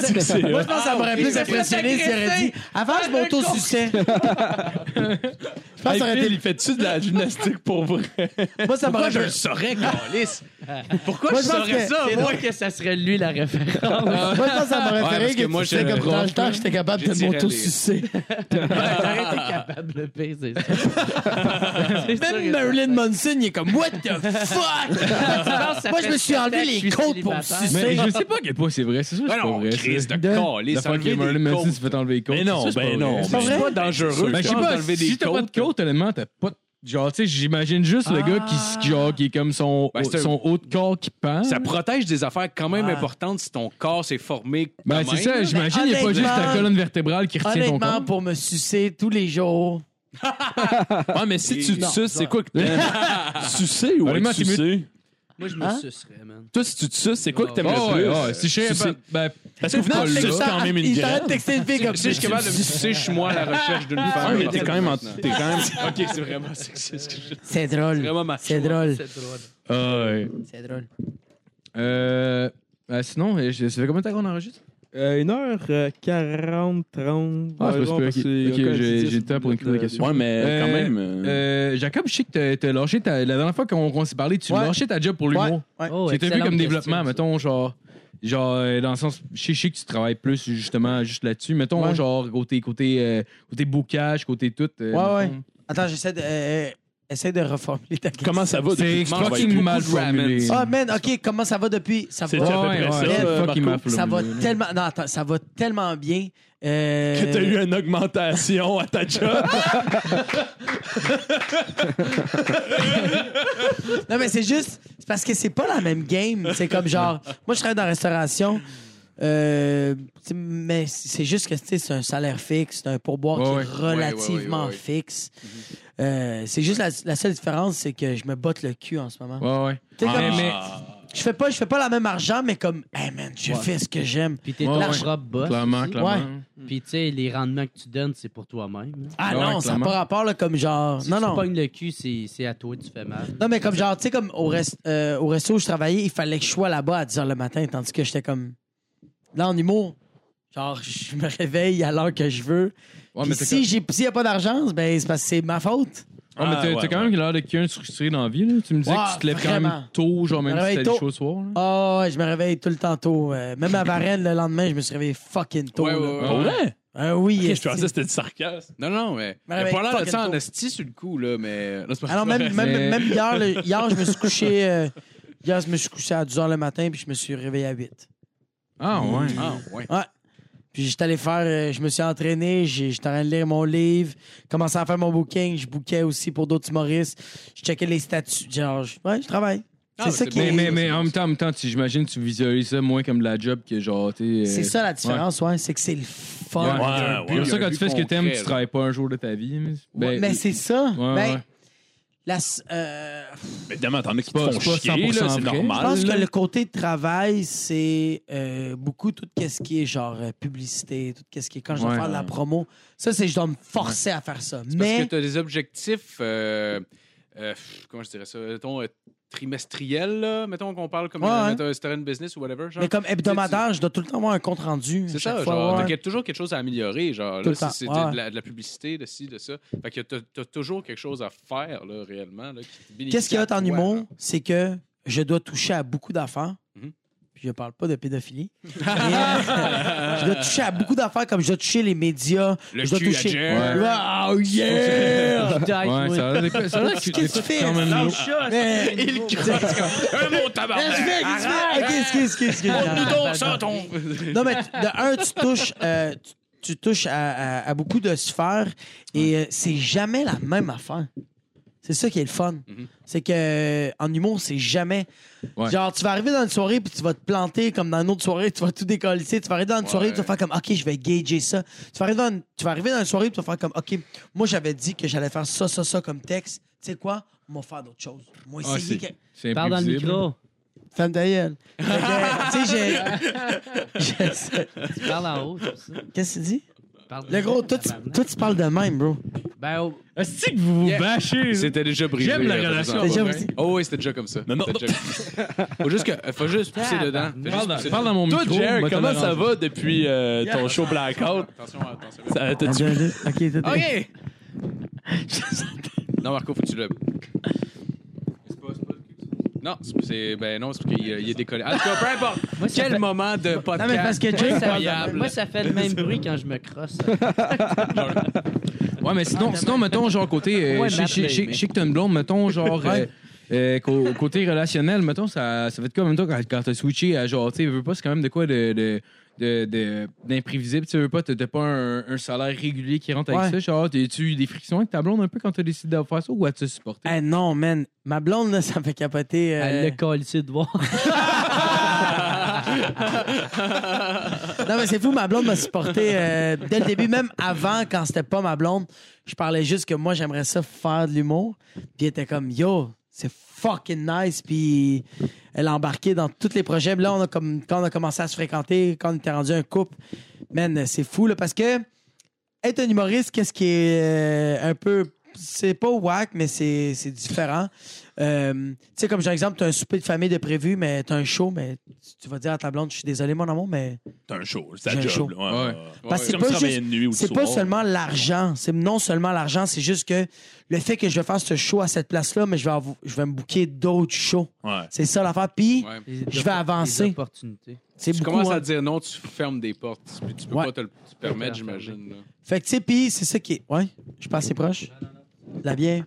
c'est que c'est hot. Moi, je pense que ça Ah, m'aurait plus impressionné si j'aurais dit avant, je m'auto-suçais. je pense que Hey, ça aurait Phil, été. il fait-tu de la gymnastique pour vrai? Moi, ça m'aurait Je le saurais, Carlis. Pourquoi Moi, je je pense saurais que- ça, C'est moi? drôle que ça serait lui la référence. Moi, je pense que ça m'aurait Ouais, fait parce rire que que moi, tu sais, je- comme dans le temps, j'étais capable j'ai de tiré m'auto-sucer. J'aurais été capable, le pire, c'est ça. C'est sûr Même et Marilyn Manson, il est comme What the fuck? Moi, je me suis enlevé les côtes pour me sucer. Mais je sais pas à quel point c'est vrai. C'est sûr que Ben c'est pas non, vrai. Chris, ça. de Carlis, La fois que Marilyn Manson se fait enlever les côtes. Mais c'est non, sûr que c'est ben pas non. vrai. C'est pas pas dangereux. Ben, je sais pas, d'enlever des si t'as pas de côtes. côte, honnêtement, t'as pas de- Genre, tu sais, j'imagine juste le gars qui, Ah. s- qui, genre, qui est comme son, Ben, c'est un- son haut de corps qui pend. Ça protège des affaires quand même Ah. importantes si ton corps s'est formé. Ben, quand c'est ça, même. j'imagine, il n'y a pas honnêtement- juste ta colonne vertébrale qui retient ton Honnêtement, corps. pour me sucer tous les jours. Ah, mais si tu te Non, suces, c'est quoi que t'aimes? sucer ou Honnêtement, être c'est sucé? Moi, je me Hein? sucerais, man. Toi, si tu te suces, c'est quoi que t'aimes Oh, le ouais, plus? Ah, ouais, si je sais Sucer. pas- ben, Parce qu'au final, il c'est quand même une il t'arrête de graine. texter une fille comme Si je suis capable de me sucer, je suis moi à la Ah! recherche d'une Ouais, femme. mais t'es quand même... en- T'es quand même... Ok, c'est vraiment sexiste. que je- C'est drôle. Vraiment macho. C'est drôle. C'est drôle. ah, ouais. C'est drôle. Euh, ben, sinon, euh, je- ça fait combien de temps qu'on enregistre? Euh, 1h40, 30. Ah, c'est pas super, ok. Ok, j'ai- j'ai le temps pour une couple de questions. Ouais, mais Euh, quand même... euh, Euh, Jacob, je sais que t'as- t'as lâché ta- La dernière fois qu'on qu'on s'est parlé, tu Ouais. lâchais ta job pour l'humour. Oh, C'était un peu excellente comme question, développement, ça. mettons, genre. Genre, euh, dans le sens, je sais- je sais que tu travailles plus justement juste là-dessus. Mettons, Ouais. genre, côté, côté, euh, côté boucage, côté tout. euh, Ouais, ouais. mettons. Attends, j'essaie de. euh, Essaie de reformuler ta question. Comment ça va? C'est depuis que tu travailles fucking plus? mal beaucoup de ramen. formulé. Ah, man, OK, comment ça va depuis? Ça C'est va. à peu près Ah, ça, c'est euh, fucking Marco. mal Ça va formulé. tellement. Non, attends, ça va tellement bien. Euh, Que t'as eu une augmentation à ta job? Non, mais c'est juste. C'est parce que c'est pas la même game. C'est comme genre. Moi, je travaille dans la restauration. euh, tu sais, mais c'est juste que tu sais, c'est un salaire fixe, c'est un pourboire Ouais, qui est ouais. relativement Ouais, ouais, ouais, ouais. fixe. Euh, c'est juste la, la seule différence, c'est que je me botte le cul en ce moment. Ouais, ouais. Tu sais, Mais, comme, mais- Ah. je fais pas, je fais pas la même argent, mais comme, hey man, je fais ce que j'aime. Puis t'es Ouais, ton ouais. propre boss. clairement, aussi. clairement. Puis tu sais, les rendements que tu donnes, c'est pour toi-même. Ah Ouais, non, ça n'a clairement. pas rapport, là, comme genre. Si non, tu non. pognes le cul, c'est c'est à toi que tu fais mal. Non, mais comme genre, tu sais, comme au, rest- euh, au resto où je travaillais, il fallait que je sois là-bas à 10 h le matin, tandis que j'étais comme. Là, en humour, genre, je me réveille à l'heure que je veux. Ouais, Puis mais t'as si j'ai s'il n'y a pas d'argent, ben, c'est parce que c'est ma faute. quand- ouais, mais Ah, t'as- ouais, t'as quand même l'air de quelqu'un de structuré dans la vie. Là. Tu me disais Ouais, que tu te lèves quand vraiment. même tôt, genre même Je si me t'as réveille des tôt. choses soir. là. Ah ouais, je me réveille tout le temps tôt. euh, même à Varennes, le lendemain, je me suis réveillé fucking tôt. Ouais, là. ouais, ouais. Pour vrai? Ah oui, Je esti. pensais que c'était du sarcasme. Non, non, mais. Mais Il a avec pas l'air de fucking ça en tôt. esti sur le coup, là, mais. Non, c'est pas- Alors, Ah même, même, Mais- même hier, le- hier, je me suis couché. euh, hier, je me suis couché à 10 h le matin, puis je me suis réveillé à 8. Ah, ouais. Ah, ouais. Puis j'étais allé faire, euh, je me suis entraîné, j'ai- j'étais en train de lire mon livre, commençais à faire mon booking, je bookais aussi pour d'autres humoristes, je checkais les statuts, genre, je- ouais, je travaille. Ah, c'est mais ça c'est qui bien, est- Mais, mais, mais c'est en même temps, en même temps, tu- j'imagine que tu visualises ça moins comme de la job que genre, tu C'est ça la différence, ouais, c'est que c'est le fun. Ouais, Ouais, Puis ouais. pour ça, Il y a un quand tu but fais ce que t'aimes, concret, tu là. travailles pas un jour de ta vie. mais- Ouais, Ben, mais c'est ça. Ouais, ben, ouais. la s- euh, Mais évidemment, t'en as qui te C'est pas- font c'est pas chier, là, 100% vrai. c'est je Ah, normal. pense là. que le côté de travail, c'est euh, beaucoup tout ce qui est genre euh, publicité, tout ce qui est quand je dois Ouais. faire de la promo. Ça, c'est je dois me forcer à faire ça. Parce que Mais tu as des objectifs, euh, euh, pff, comment je dirais ça, mettons, euh, trimestriels, là, mettons qu'on parle comme Ouais, euh, ouais. mettons, c'est un business ou whatever. Genre. mais comme hebdomadaire, je dois tout le temps avoir un compte rendu. C'est chaque ça, fois, genre, ouais. t'as quel- toujours quelque chose à améliorer, genre, Tout là, le temps, c'est, c'est ouais. de, la, de la publicité, de ci, de ça. Fait que t'as, t'as toujours quelque chose à faire, là, réellement, là, qui te bénéficie Qu'est-ce qu'il y a à en toi, humour, là. c'est que je dois toucher à beaucoup d'affaires. Mhm. Puis je parle pas de pédophilie. Mais, euh, je dois toucher à beaucoup d'affaires, comme je dois toucher les médias. Le je dois cul à toucher. Jer. Wow, yeah! Peut-être, Ouais, moi. ça Ah, a l'air de- ça a l'air que Qu'est-ce que tu fais? Eh, quand même lourd. Mais- Il croit un mot Qu'est-ce que tu fais? tabarnak! Qu'est-ce que tu fais? Ok, excuse, excuse, excuse. Nous donc ça, ton... Non, mais tu- de un, tu touches, euh, tu, tu touches à, à- à beaucoup de sphères et euh, c'est jamais la même affaire. C'est C'est ça qui est le fun. Mm-hmm. C'est que euh, en humour, c'est jamais. Genre, tu vas arriver dans une soirée puis tu vas te planter comme dans une autre soirée, tu vas tout décollisser. Tu vas arriver dans une soirée, tu vas faire comme OK, je vais gager ça. Tu vas arriver dans une, tu vas arriver dans une soirée, puis tu vas faire comme OK, moi j'avais dit que j'allais faire ça, ça, ça comme texte. Tu sais quoi? On va faire d'autres choses. Moi, Ah, essayer que. C'est Parle dans le imprévisible. micro. Femme ta gueule. Fait que, tu sais, j'ai- je sais- Tu parles en haut, comme ça. Qu'est-ce que tu dis? Parle dans Le gros, toi, micro, tu, tabarnak. toi, tu parles de même, bro. Ben, oh, Est-ce que vous vous Yeah. bâchez? C'était déjà brisé. J'aime la euh, relation. t'as raison. Déjà brisé. Oh oui, c'était déjà comme ça. Non, non. C'était déjà- faut juste que, faut juste pousser dedans. Fais juste Parle dans, pousser parle dans mon Toi, micro. Jerry, moi, t'en comment ça arrange. va depuis euh, ton show Blackout? dedans. Attention, attention. Ça, t'as-tu- OK, tout est- OK! non, Marco, faut que tu le. Non, c'est- c'est ben non, c'est parce qu'il euh, il est décollé. En tout cas, peu importe. Moi, ça Quel fait- moment de podcast. mais parce que Jay, ça- incroyable. moi, ça fait le même bruit quand je me crosse. Ouais, mais sinon, Ah, sinon mettons, genre, côté. Euh, Ouais, chez- ma chez- plaie, chez mais- chez que t'as une blonde, mettons, genre. euh, euh, qu'au- côté relationnel, mettons, ça, ça fait de quoi, en même temps, quand, quand t'as switché à genre, tu sais, veux pas, c'est quand même de quoi de. de de- de- d'imprévisible, tu veux pas, t'as t'as pas un, un salaire régulier qui rentre avec ça, genre, t'as-tu eu des frictions avec ta blonde un peu quand t'as décidé de faire ça ou as-tu supporté? Eh non, man. Ma blonde, là, ça me fait capoter. euh, Elle le colle ici de voir. Non, mais c'est fou, ma blonde m'a supporté euh, dès le début, même avant, quand c'était pas ma blonde. Je parlais juste que moi, j'aimerais ça faire de l'humour. Puis elle était comme, yo, c'est fucking nice. Puis elle a embarqué dans tous les projets. Puis là, on a comme, quand on a commencé à se fréquenter, quand on était rendu un couple, man, c'est fou, là, parce que être un humoriste, qu'est-ce qui est euh, un peu. C'est pas whack, mais c'est c'est différent. Euh, tu sais, comme par exemple, t'as un souper de famille de prévu, mais t'as un show, mais tu- tu vas dire à ta blonde, je suis désolé, mon amour, mais T'as un show, c'est J'ai ta un show. job. là, ouais, Ouais. ouais, ouais. parce que Comme c'est pas, travailler juste- de nuit ou de c'est pas soir. seulement l'argent. C'est non seulement l'argent, c'est juste que le fait que je vais faire ce show à cette place-là, mais je vais, avou- je vais me booker d'autres shows. Ouais. C'est ça l'affaire. Puis, Ouais. Je vais avancer. Des opportunités. c'est Tu beaucoup. commences à hein. dire non, tu fermes des portes. Puis tu peux Ouais. pas te le te permettre, j'imagine. là. Fait que, tu sais, puis c'est ça qui est. Ouais, je suis pas assez proche. La bière.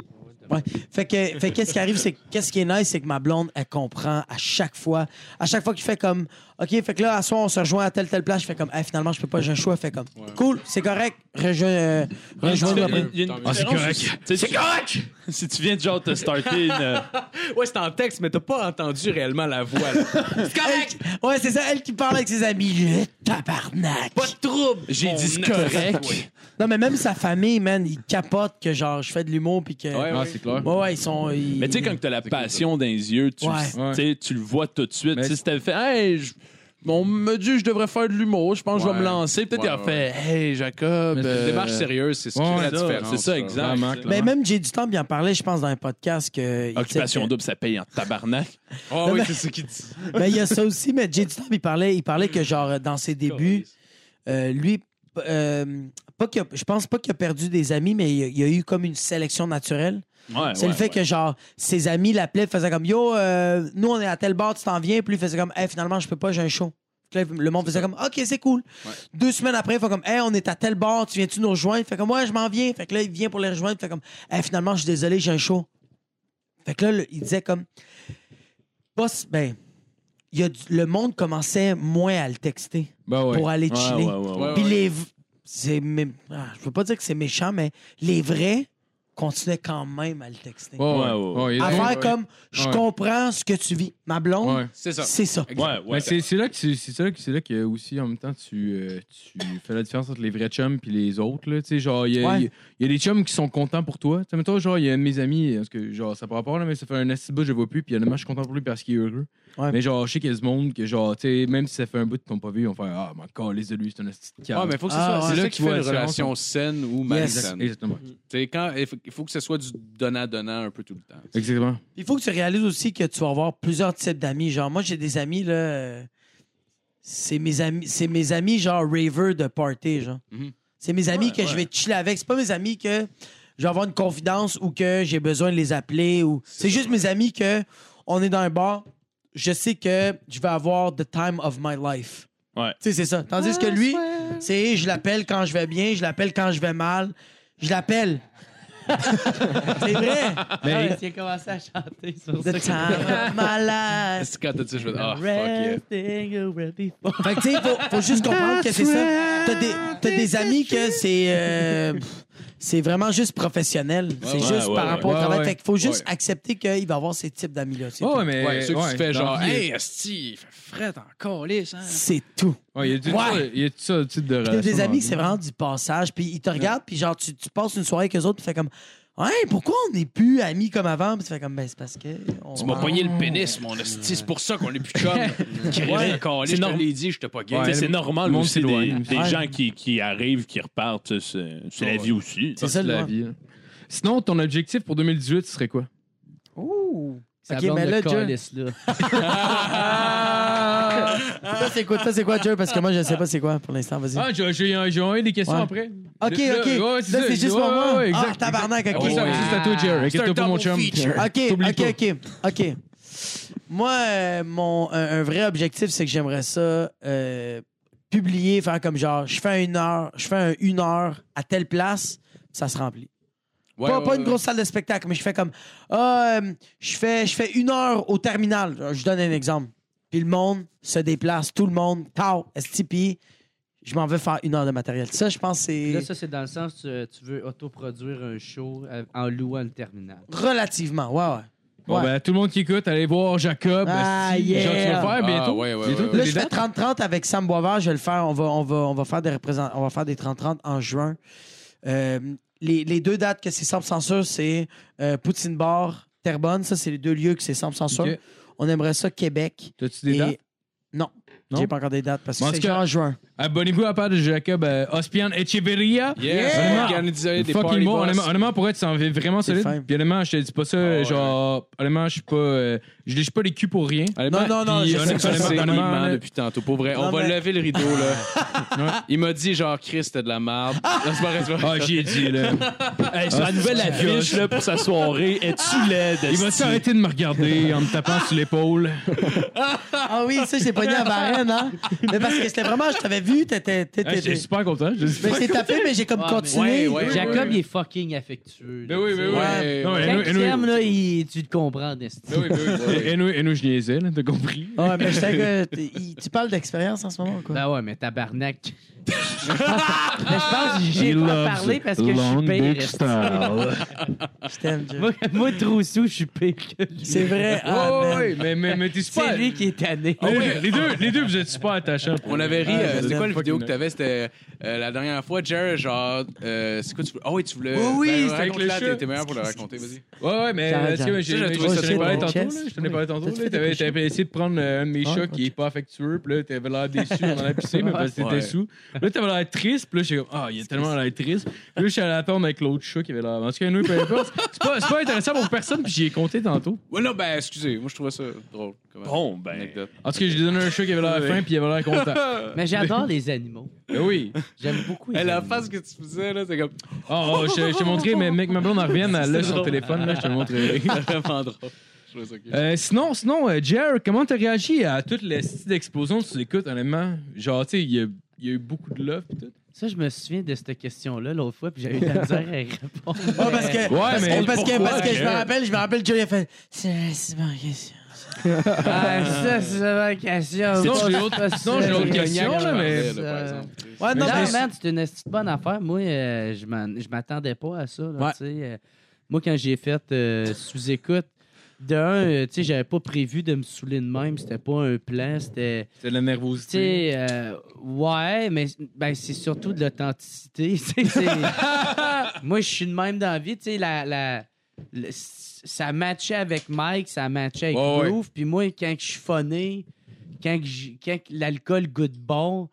Ouais. Fait que, fait que qu'est-ce qui arrive, c'est que- qu'est-ce qui est nice, c'est que ma blonde, elle comprend à chaque fois. À chaque fois qu'il fait comme, OK, fait que là, à soir, on se rejoint à telle, telle place, je fais comme, hey, finalement, je peux pas, j'ai un choix. Elle fait comme, cool, c'est correct, rejoins, euh, rejoins-moi après. Il y a une Ah, c'est différence correct. aussi. Tu sais, tu- Si tu viens de genre te starter une. euh, Ouais, c'est en texte, mais t'as pas entendu réellement la voix. là. C'est correct! Elle- ouais, c'est ça, elle qui parle avec ses amis. Le tabarnak. Pas de trouble! Euh. J'ai Mon dit c'est neuf. correct. Ouais. Non, mais même sa famille, man, ils capotent que genre je fais de l'humour puis que. Ouais, Ah, c'est clair. Ouais, ouais, ils sont. ils- Mais tu sais, quand t'as la passion dans les yeux, tu, Ouais. tu sais, tu le vois tout de suite. Mais- Tu sais, Si t'avais fait, hey, je- on me dit, je devrais faire de l'humour, je pense que je vais Ouais. me lancer. Peut-être Ouais, qu'il a fait, hey, Jacob. Mais c'est une Une euh, démarche sérieuse, c'est ce qui Ouais, fait la c'est ça, différence. c'est ça, là. exact. Vraiment, Mais clairement. même J'ai du temps, puis en parlait, je pense, dans un podcast que. il Occupation disait que- double, ça paye en tabarnak. Ah Non, oui, mais- c'est ce qu'il dit. Ben, il y a ça aussi, mais J'ai du temps, il parlait, il parlait que genre dans ses débuts, euh, lui, p- euh, pas qu'il a- je pense pas qu'il a perdu des amis, mais il y a, il y a eu comme une sélection naturelle. Ouais, C'est le Ah, ouais, fait ouais. que genre ses amis l'appelaient, faisaient comme yo, euh, nous on est à tel bar, tu t'en viens, puis lui faisait comme, hey, finalement je peux pas, j'ai un show. Puis là, Le monde faisait comme OK, c'est cool. Deux semaines après, il fait comme Hey, on est à tel bar, tu viens-tu nous rejoindre? Fait comme Ouais, je m'en viens. Fait que là, il vient pour les rejoindre. Fait comme Hey, finalement, je suis désolé, j'ai un show. Fait que là, le- il disait comme Boss, ben, il y a du- le monde commençait moins à le texter Ben ouais. pour aller Ouais, chiller. ouais, ouais, ouais. Ah Ouais, Puis ouais. les. v- c'est mé- ah, je veux pas dire que c'est méchant, mais les vrais continuaient quand même à le texter. Ouais, ouais, Ouais, ouais. ouais, ils à ont- faire comme Je Ouais. comprends ce que tu vis. Ma blonde, Ouais. C'est ça. c'est ça. Ouais, ouais. Mais c'est c'est là que c'est c'est ça que c'est là que aussi en même temps tu, euh, tu fais la différence entre les vrais chums puis les autres là, tu sais genre il y, a- Ouais. il y a- il y a des chums qui sont contents pour toi. Tu sais mettons, genre il y a un de mes amis parce que genre ça par rapport là mais ça fait un assis bout je le vois plus puis honnêtement je suis content pour lui parce qu'il est heureux. Ouais. Mais genre je sais qu'il y a du monde que genre tu sais même si ça fait un bout de ton pas vu on fait ah mon calisse de lui c'est un assis de Ouais, cave. mais faut que ce Ah, soit. ouais. C'est Là, ça tu qui vois fait une la différence, relation saine ou malsaine. Exactement. T'sais, quand, il faut- il faut que ce soit du donnant-donnant un peu tout le temps. Exactement. Il faut que tu réalises aussi que tu vas avoir plusieurs types d'amis. Genre, moi, j'ai des amis, là. euh, C'est mes amis, c'est mes amis, genre, raver de party, genre. Mhm. C'est mes amis que je vais chiller avec. C'est pas mes amis que je vais avoir une confidence ou que j'ai besoin de les appeler. ou C'est juste mes amis que on est dans un bar, je sais que je vais avoir the time of my life. Ouais. Tu sais, c'est ça. Tandis que lui, c'est je l'appelle quand je vais bien, je l'appelle quand je vais mal, je l'appelle. c'est vrai. Ah ouais, tu as commencé à chanter sur ça. The time of my life. C'est quand t'as dit, je vais. Ah, fuck yeah. Everything will be fine. Fait que, tu sais, faut, faut juste comprendre que c'est ça. t'as des, t'as des amis que c'est. euh, pff, c'est vraiment juste professionnel. c'est ouais, juste ouais, par ouais. rapport au Ouais, travail. ouais. Fait qu'il faut juste Ouais. accepter qu'il va avoir ces types d'amis-là. C'est Ouais, tout. ouais, mais. Ouais, ceux que tu ouais, fais dans genre, la vie, hey, Asti, il fait fret encore, lisse, hein. C'est tout. Ouais, il y a tout ça- il y a tout ça, le type de Puis relation. t'as des amis que c'est dans vraiment du passage. Puis ils te regardent, puis genre, tu, tu passes une soirée avec eux autres, puis tu fais comme. Ouais, pourquoi on n'est plus amis comme avant? Puis tu fais comme, ben, c'est parce que. on- Tu m'as pogné le pénis, mon hostie. C'est pour ça qu'on est plus chum. Ouais. C'est normal. Je te l'ai dit, je te pas gay. Ouais. Tu sais, c'est normal Mon aussi petit des, doigt. des Ouais. gens qui, qui arrivent, qui repartent. tu sais, C'est c'est la vie aussi. C'est ça le la monde. vie, là. Sinon, ton objectif pour 2018, ce serait quoi? Ça Ok, blonde mais de là, Joe- calice, là. Ça, Ah, c'est quoi? Ça, c'est quoi, Joe? Parce que moi, je sais pas c'est quoi pour l'instant. Vas-y. Ah, j'ai- j'ai j'ai envoyé des questions Ouais. après. Ok, ok. Là, ouais, Là, ça. c'est juste Ouais, pour ouais, moi. ouais, Ah, exact. tabarnak, ok. Ah oui, ça, c'est à toi, Jerry. C'est un Inquiète-toi pour mon double chum. feature. OK, T'oublies OK, OK, OK. Moi, euh, mon, un, un vrai objectif, c'est que j'aimerais ça euh, publier, faire comme genre, je fais un une heure, je fais un une heure à telle place, ça se remplit. pas, pas une grosse salle de spectacle, mais je fais comme, ah, euh, je fais, je fais une heure au terminal. Je vous donne un exemple. Puis le monde se déplace, tout le monde, tau, STP, je m'en vais faire une heure de matériel. Ça, je pense, que c'est Là, ça, c'est dans le sens tu, tu veux autoproduire un show euh, en louant le terminal. relativement, ouais, ouais. Bon, Ouais. ben, tout le monde qui écoute, allez voir Jacob. Ah, Esti, yeah. Genre, tu vas le faire Ah, bientôt. ouais, ouais, Bientôt, ouais, t'as Là, des je fais dates? 30-30 avec Sam Boisvert. Je vais le faire. On va, on va, on va faire des représent- on va faire des 30-30 en juin. Euh, les, les deux dates que c'est sans censure, c'est euh, Poutine Bar, Terrebonne. Ça, c'est les deux lieux que c'est sans censure. Ok. On aimerait ça Québec. T'as-tu des Et- dates? Non. Non? J'ai pas encore des dates parce que Bon, en c'est tout cas- genre en juin. Abonnez-vous à la page de Jacob euh, Ospian Echeverria. Yes, Yeah! organise des Fucking party bon, boss. Ah, honnêtement, honnêtement, pour être sans- vraiment C'est solide. fin. Puis honnêtement, je te dis pas ça, ouais. genre, honnêtement, je suis pas, euh, je lèche pas les culs pour rien. Honnêtement, Non, non, non, il- je sais honnêtement, que ça, honnêtement, c'est honnêtement, vraiment, là. depuis tantôt. Pour vrai, on Non, va mais- lever le rideau, là. Il m'a dit, genre, Chris, t'as de la merde. Non, c'est pas vrai, c'est pas vrai. Ah, j'y ai dit, là. Ah, Hey, sur la nouvelle affiche là, pour sa soirée, es-tu laide? Il va esti? s'arrêter de me regarder en me tapant sur l'épaule. Ah oui, ça, j'ai pogné à Varennes, hein? Mais parce que c'était vraiment, je t'avais vu, t'étais. Ah, J'étais t'étais super content. Je suis mais super c'est tapé, mais j'ai comme Ah, mais- continué. Ouais, ouais. Jacob, il est fucking affectueux. là, Ben oui, tu ben sais. oui. Ben Ouais. Non, Quand anyway, il anyway, t'aime, là, il- tu le comprends, Desti. Oui, oui, oui, oui. anyway, anyway, Euh, je niaisais, là, t'as compris. Ouais, mais je sais que t'es- il- tu parles d'expérience en ce moment, ou quoi. Ben ouais, mais tabarnak. mais je Ben, pense que Ah, j'ai He pas loves parlé parce que je long suis pire. dick esti. style. Je t'aime, Joe. Moi, moi Trousseau, je suis pire que lui. C'est vrai. Ah, Ouais, ouais, man. ouais, mais, mais, mais t'es C'est super. lui Ah qui est tanné. Les, les deux, les deux, vous êtes super attachants. On avait ri, Ah, euh, je c'était quoi l'aime la vidéo que fucking t'avais? C'était euh, la dernière fois, Jerry, genre, euh, c'est quoi tu voulais? Ah oui, tu voulais. Oui, oui, Ben, c'était avec le chat. raconte-la, t'es- T'es meilleur pour le raconter, vas-y. Ouais, ouais, mais J'arrête, euh, tu sais, j'arrête. j'ai- Ça, j'ai j'ai- trouvé je ça t'en ai parlé drôle. tantôt. là, Chess. Je t'en ai parlé tantôt. T'as-tu là, fait T'avais des t'avais essayé de prendre euh, un de mes Ouais, chats qui ok. est pas affectueux, puis là, t'avais l'air déçu dans la piscine, mais parce que t'étais Ouais. sous. Puis Là, t'avais l'air triste, puis là, j'ai comme, ah, il a tellement l'air triste. Puis là, je suis allé attendre avec l'autre chat qui avait l'air. En tout cas, nous, peu importe. C'est pas, c'est pas intéressant pour personne, puis j'y ai compté tantôt. Ouais, non, ben, excusez, moi je trouvais ça drôle. comme Bon, ben. Anecdote. En tout cas, je lui ai donné un chat qui avait l'air faim, puis il avait l'air content. Mais j'adore les animaux. Ben oui. J'aime beaucoup les Hey, la animaux. face que tu faisais, là, c'est comme Oh, oh, je te- je t'ai montré, mais mec, ma blonde en revienne, elle lève son téléphone, là, je te le montrerai. vraiment drôle. Je trouvais ça cute. Euh, sinon, sinon, euh, Jer, comment t'as réagi à toutes les styles d'explosion que tu écoutes, honnêtement? Genre, tu sais, il y a, il y a eu beaucoup de love pis tout. Ça, je me souviens de cette question-là l'autre fois, puis j'ai eu de la misère à y répondre. Ouais, parce que, parce, mais que, parce, que, pourquoi, parce que je me Jerry? rappelle, je me rappelle, Joe, il a fait C'est c'est ma question. Ah, ça, c'est ma question. Sinon, j'ai Moi, autre- je suis pas sinon, j'ai sûr. autre Le question, cognac, je là, mais- parlais, par Euh, exemple. Ouais, Non, non, mais. man, c'est une esti de bonne affaire. Moi, euh, je m'en- je m'attendais pas à ça. là, Ouais. tu sais, euh, moi, quand j'ai fait euh, sous-écoute, de un, euh, tu sais, j'avais pas prévu de me saouler de même. C'était pas un plan. C'était. C'est de la Tu nervosité. sais, euh, ouais, mais ben, c'est surtout de l'authenticité. Tu sais, c'est- Moi, je suis de même dans la vie. Tu sais, la, la- le- ça matchait avec Mike, ça matchait avec Ouais, ouais. Groove. Puis moi, quand je suis phoné, quand, que j- quand que l'alcool goûte bon,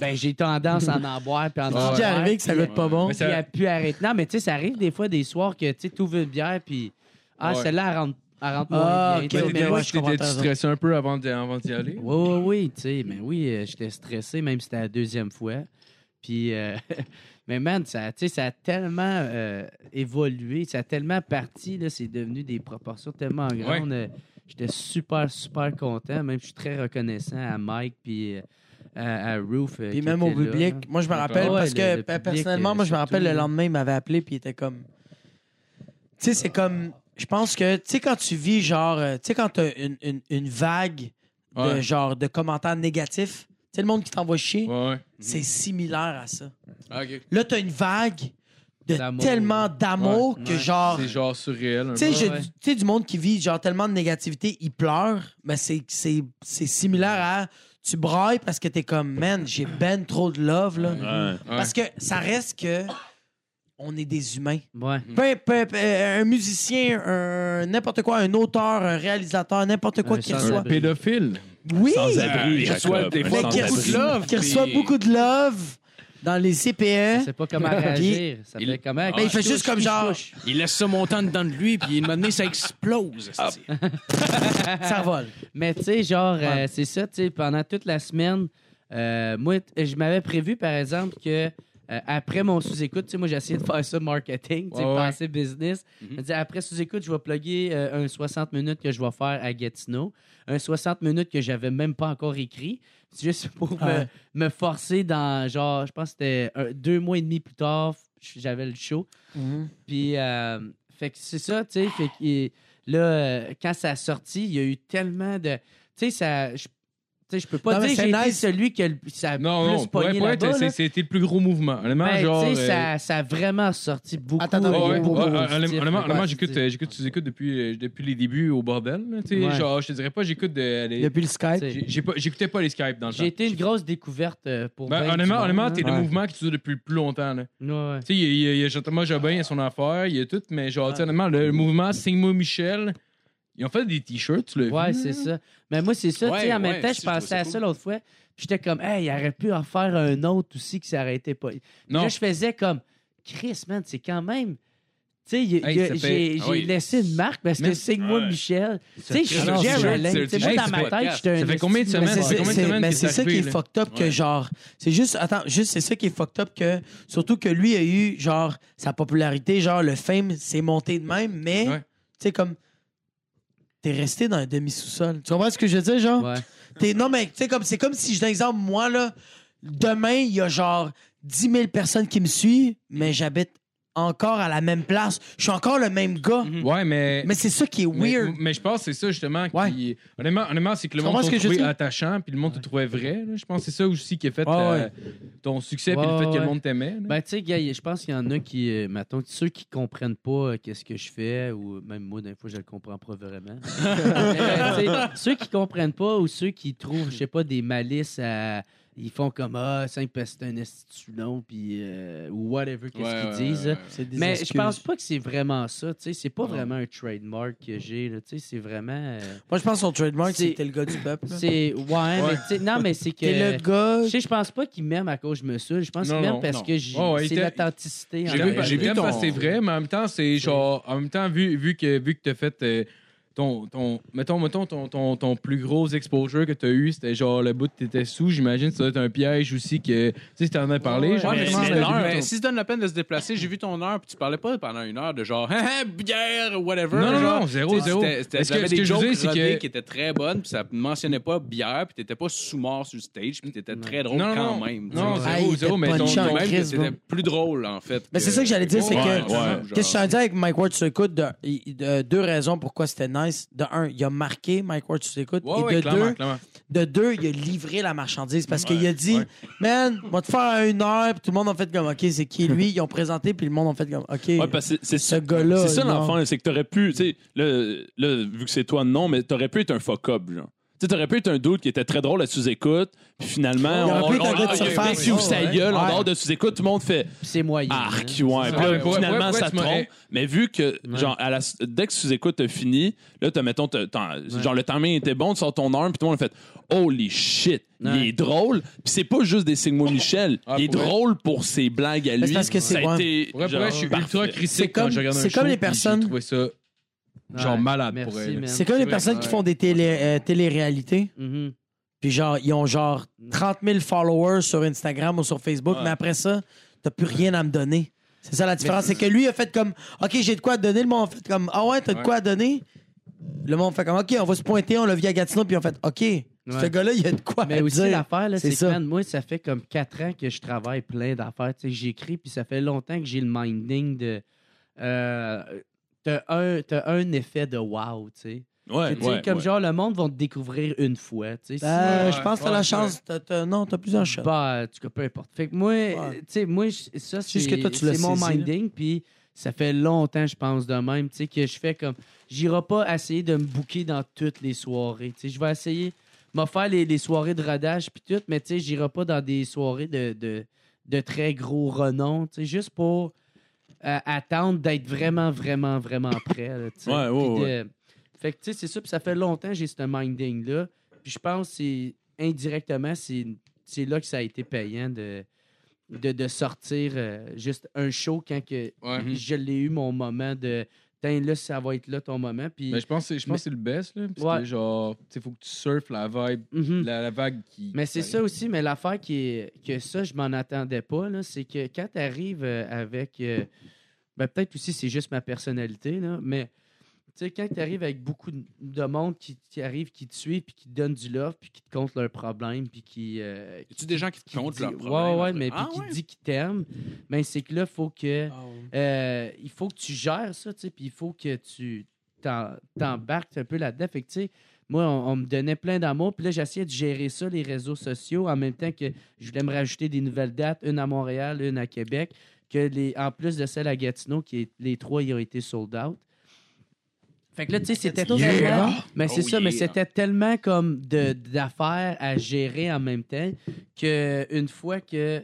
ben j'ai tendance à en boire. Puis en C'est en déjà boire, arrivé que ça puis- goûte pas bon. Mais Puis ça- à pu arrêter. Non, mais tu sais, ça arrive des fois des soirs que tu sais, veux une bière, puis ah, Ouais. celle-là, elle rentre, elle rentre Ah, moins bien. ok. tu sais, Mais mais moi, ouais, je comprends T'étais-tu ta raison. stressé un peu avant d'y avant d'y aller? oui, oui, oui, tu sais, mais oui, euh, j'étais stressé, même si c'était la deuxième fois. Puis, euh, mais man, ça, tu sais, ça a tellement euh, évolué, ça a tellement parti, là, c'est devenu des proportions tellement grandes. Euh, J'étais super, super content, même je suis très reconnaissant à Mike, puis euh, à, à Roof. euh, Puis qui même au était là, public, là. moi, je me rappelle, Ouais, parce le- que le public, personnellement, euh, moi, je me surtout, rappelle, le là. lendemain, il m'avait appelé, puis il était comme. Tu sais, c'est comme. Je pense que, tu sais, quand tu vis, genre. euh, Tu sais, quand t'as une, une, une vague de, Ouais. genre, de commentaires négatifs, sais, le monde qui t'envoie chier, Ouais. c'est similaire à ça. Ok. Là, t'as une vague de D'amour. tellement d'amour Ouais. que Ouais. genre. C'est genre surréel. un Tu sais, peu. j'ai- Ouais. tu sais, du monde qui vit genre tellement de négativité, il pleure, mais c'est- c'est c'est similaire à tu brailles parce que t'es comme man, j'ai ben trop de love là. Ouais. Parce que ça reste que on est des humains. Ouais. Peu- peu- peu- un musicien, un n'importe quoi, un auteur, un réalisateur, n'importe quoi Un qu'il sans- reçoit. Pédophile. Oui, Sans-abri, il reçoit Jacob. des Un mais qu'il sans-abri. reçoit, qu'il reçoit beaucoup de love dans les CPE. C'est pas comment réagir. Ça Ben, fait comment. Mais Ah, il fait juste comme genre, Il laisse ça montant dedans de lui, puis une donné, ça explose. esti. ça vole. Mais tu sais, genre, euh, c'est ça, tu sais, pendant toute la semaine, euh, moi, t- je m'avais prévu, par exemple, que euh, après mon sous-écoute, tu sais, moi, j'ai essayé de faire ça marketing, tu sais, Ouais, Mm-hmm. ouais. penser business. Je me dis, après sous-écoute, je vais plugger euh, un 60 minutes que je vais faire à Gatineau, un 60 minutes que j'avais même pas encore écrit, C'est juste pour me- Ouais. me, forcer dans, genre, je pense que c'était un- deux mois et demi plus tard, j- j'avais le show. Puis, euh, fait que c'est ça, tu sais. Fait que euh, là, euh, quand ça a sorti, il y a eu tellement de. Tu sais, ça. Je, tu sais, je peux pas Non, mais dire que c'est j'ai été nice. celui qui a le- ça a Non, plus non, pour pogné être- pour là-bas, être, là. c'est- c'était le plus gros mouvement. Honnêtement, Mais, tu sais, genre. euh, ça, ça a vraiment sorti beaucoup. Attends, attends, Ouais, euh, ouais, Beaucoup, ouais, beaucoup, honnêtement- positif, honnêtement, ouais. honnêtement, j'écoute, euh, j'écoute, tu écoutes depuis, euh, depuis les débuts au bordel. là, tu sais, Ouais. Genre, je te dirais pas, j'écoute de. les- Depuis le Skype. Tu sais, j'ai- j'ai pas- J'écoutais pas les Skype dans le temps. J'ai été une grosse découverte euh, pour. Ben, ben du honnêtement, monde, honnêtement, là. t'es le Ouais. mouvement qui dure depuis le plus longtemps. là. Ouais, ouais. Tu sais, il y a- il y a- il y a Jean Thomas Jobin à son affaire, il y a tout, mais genre, tu sais, honnêtement, le mouvement Signe-moi Michel, ils ont fait des t-shirts, tu l'as vu. Ouais, c'est ça. Mais moi, c'est ça. Ouais, tu sais, en même ouais, temps, si, je je trouve pensais ça à cool. ça l'autre fois. puis J'étais comme, hey, il aurait pu en faire un autre aussi que ça aurait été pas. Puis Non. Là, je faisais comme, Chris, man, c'est quand même. Tu sais, il y a- Hey, il y a- ça fait- j'ai Ah j'ai oui. laissé une marque parce que Mais- c'est moi, Ouais. Michel. Tu sais, je suis Ah non, c'est- Jalen. Tu c'est- sais, moi, c'est- dans ma c'est- tête, j'étais un. Ça fait combien de esti semaines? Mais Ça fait c'est- combien de c'est- semaines mais qu'il c'est est ça qui arrivé, est là? fucked up que Ouais. genre c'est juste attends juste c'est ça qui est fucked up que surtout que lui a eu genre sa popularité genre le fame s'est monté de même mais Ouais. tu sais comme t'es resté dans un demi sous-sol tu comprends ce que je veux dire genre Ouais. T'es- non mais tu sais comme c'est comme si je donne un exemple moi là demain il y a genre 10 000 personnes qui me suivent mais j'habite encore à la même place je suis encore le même gars Ouais, mais. mais c'est ça qui est Mhm. Mais- weird Mais, je pense que c'est ça, justement. Qui, Ouais. Honnêtement, honnêtement, c'est que le Tu monde comprends t'a ce que je veux trouvé dire? attachant, puis le monde te trouvait vrai. là. Je pense que c'est ça aussi qui a fait Ouais, euh, ton succès, puis le Ouais, fait que le ouais. monde t'aimait. là. Ben, tu sais, gars, je pense qu'il y en a qui, euh, mettons, ceux qui comprennent pas euh, qu'est-ce que je fais, ou même moi, des fois, je le comprends pas vraiment. Euh, tu sais, ceux qui comprennent pas ou ceux qui trouvent, je sais pas, des malices à. Ils font comme Ah, 5 parce que c'est un institulon, puis. euh, ou whatever, qu'est-ce Ouais, qu'ils ouais, disent. ouais, là. ouais. C'est des Mais je excuses. pense pas que c'est vraiment ça, tu sais. C'est pas vraiment un trademark que j'ai, là. Tu sais, c'est vraiment. euh, moi je pense que son trademark C'est- c'est que t'es le gars du peuple là. c'est. Ouais, mais tu sais. Non, mais c'est que. T'es le gars Je sais, je pense pas qu'ils m'aiment à cause que je me saoule. Je pense Non, qu'ils non, m'aiment parce non. que j'ai- Oh, Ouais, ouais, c'est t'es- l'authenticité. J'ai en vu, fait. j'ai vu J'aime ton- parce que c'est vrai, mais en même temps, c'est genre. En même temps, vu, vu que, vu que t'as fait. euh, ton, ton, mettons, mettons ton, ton, ton plus gros exposure que t'as eu, c'était genre le bout de t'étais sous. J'imagine que ça doit être un piège aussi que. Tu sais, si t'en as parlé, genre, Ouais, mais je c'est pense que l'heure. t'as vu Mais ton- S'ils se donnent la peine de se déplacer, j'ai vu ton heure, puis tu parlais pas pendant une heure de genre, Hein, hein, bière, whatever. Non, non, genre. non, zéro, Tu sais, zéro. c'était- c'était- Est-ce que- J'avais ce des que je veux jokes dire, c'est rodées que- qui étaient très bonnes, puis ça mentionnait pas bière, puis t'étais pas sous-mort sur le stage, puis t'étais très drôle Non, quand non, même. tu Non, sais. Hey, zéro, il zéro, était mais ton- punchant, ton- Chris, même que c'était bro. plus drôle, en fait. Mais c'est ça que j'allais dire, c'est Ouais, que- ouais, Qu'est-ce que je suis genre. en dire avec Mike Ward, tu t'écoutes? De, il- de- deux raisons pourquoi c'était nice. De un, il a marqué Mike Ward, tu t'écoutes. Ouais, et ouais, de, clairement, deux, clairement. de deux, il a livré la marchandise parce qu'il a dit, man, on va te faire à une heure. Puis tout le monde a fait comme, OK, c'est qui lui? Ils ont présenté, puis le monde a fait comme, OK, Ouais, parce que c'est- ce c'est gars-là. C'est ça non. l'enfant, hein. c'est que t'aurais pu, tu sais, là, là, vu que c'est toi, non, mais t'aurais pu être un fuck-up, genre. Tu sais, t'aurais pu être un doute qui était très drôle à sous-écoute, puis finalement, Il aurait on, pu être on- un gars de ah, il y a surface. un gars qui ouvre sa Ouais. gueule en Ouais. dehors de sous-écoute, tout le monde fait Puis c'est moyen. Ah, arc, ouais. hein. Ah, Puis là, Ouais, ouais, finalement, ouais, ça ouais, te tu m'aurais- trompe. Mais vu que, genre, à la, dès que sous-écoute t'as fini, là, t'as, mettons, t'as- t'as- genre, le timing était bon, tu sors ton arme, puis tout le monde a fait Holy shit, il Ouais. est drôle, puis c'est pas juste des Sigma Michel, Ah, il est pour vrai. drôle pour ses blagues à c'est lui. parce que c'est ça a moi. été. Pour vrai, pour genre, vrai, je suis ultra parfait. C'est critique comme- quand je regarde un c'est show, comme les puis personnes- J'ai trouvé ça genre Ouais, malade merci, pour elle. man. C'est comme les Ouais. personnes qui font des télé, euh, téléréalités. Mhm. Puis genre, ils ont genre 30 000 followers sur Instagram ou sur Facebook, mais après ça, t'as plus rien à me donner. C'est ça la différence. C'est que lui a fait comme, OK, j'ai de quoi à te donner. Le monde a fait comme, Ah ouais, t'as de quoi à donner. Le monde fait comme, OK, on va se pointer, on l'a vu à Gatineau, puis on fait, OK, ce gars-là, il a de quoi Mais à aussi, dire. l'affaire, là, C'est c'est ça. que man, moi, ça fait comme quatre ans que je travaille plein d'affaires. Tu sais, J'écris, puis ça fait longtemps que j'ai le minding de. euh, T'as un, t'as un effet de wow, tu sais. Ouais, Tu sais, ouais, comme ouais. genre, le monde va te découvrir une fois. tu sais, si- Euh, je pense que t'as la chance. t'as- t'as- non, t'as plusieurs shots. Bah, en tout cas, peu importe. Fait que moi, tu sais, moi, je- C'est ça, c'est juste que toi, tu l'as c'est mon saisi, là. minding, puis ça fait longtemps, je pense, de même, tu sais, que je fais comme... J'irai pas essayer de me bouquer dans toutes les soirées, tu sais. Je vais essayer m'a faire les, les soirées de rodage, puis tout, mais tu sais, j'irai pas dans des soirées de, de, de très gros renom, tu sais, juste pour euh, attendre d'être vraiment, vraiment, vraiment prêt, là, tu sais. Ouais, ouais, Puis de- Fait que, tu sais, c'est ça, puis ça fait longtemps que j'ai ce minding-là, puis je pense que c'est indirectement, c'est c'est là que ça a été payant de, de, de sortir euh, juste un show quand que Ouais. je l'ai eu mon moment de Tiens, là, ça va être là ton moment. Puis, Mais Ben, je pense que c'est- je pense que c'est le best. Là, parce que Ouais. genre, tu sais, faut que tu surfes la vibe, Mhm. la, la vague qui. Mais c'est ça aussi, mais l'affaire qui est, que ça, je m'en attendais pas, là, c'est que quand tu arrives avec. euh, ben, peut-être aussi, c'est juste ma personnalité, là, mais tu sais, quand tu arrives avec beaucoup de- de monde qui, qui arrive, qui te suit, puis qui te donne du love, puis qui te compte leurs problèmes, puis qui. euh, Y a-tu des gens qui te qui comptent dit- leurs Ouais, problèmes? ouais, mais Ah puis qui ouais? Ah, dit qu'il t'aime, ben c'est que là, faut que, euh, il faut que tu gères ça, tu sais, puis il faut que tu t'en- t'embarques un peu là-dedans. Fait que, tu sais, moi, on, on me donnait plein d'amour, puis là, j'essayais de gérer ça, les réseaux sociaux, en même temps que je voulais me rajouter des nouvelles dates, une à Montréal, une à Québec, que les, en plus de celle à Gatineau, qui est, les trois, ils ont été sold out. Fait que là, tu sais, c'était tellement- Mais c'est Oh ça, mais yeah. c'était tellement comme de- d'affaires à gérer en même temps que une fois que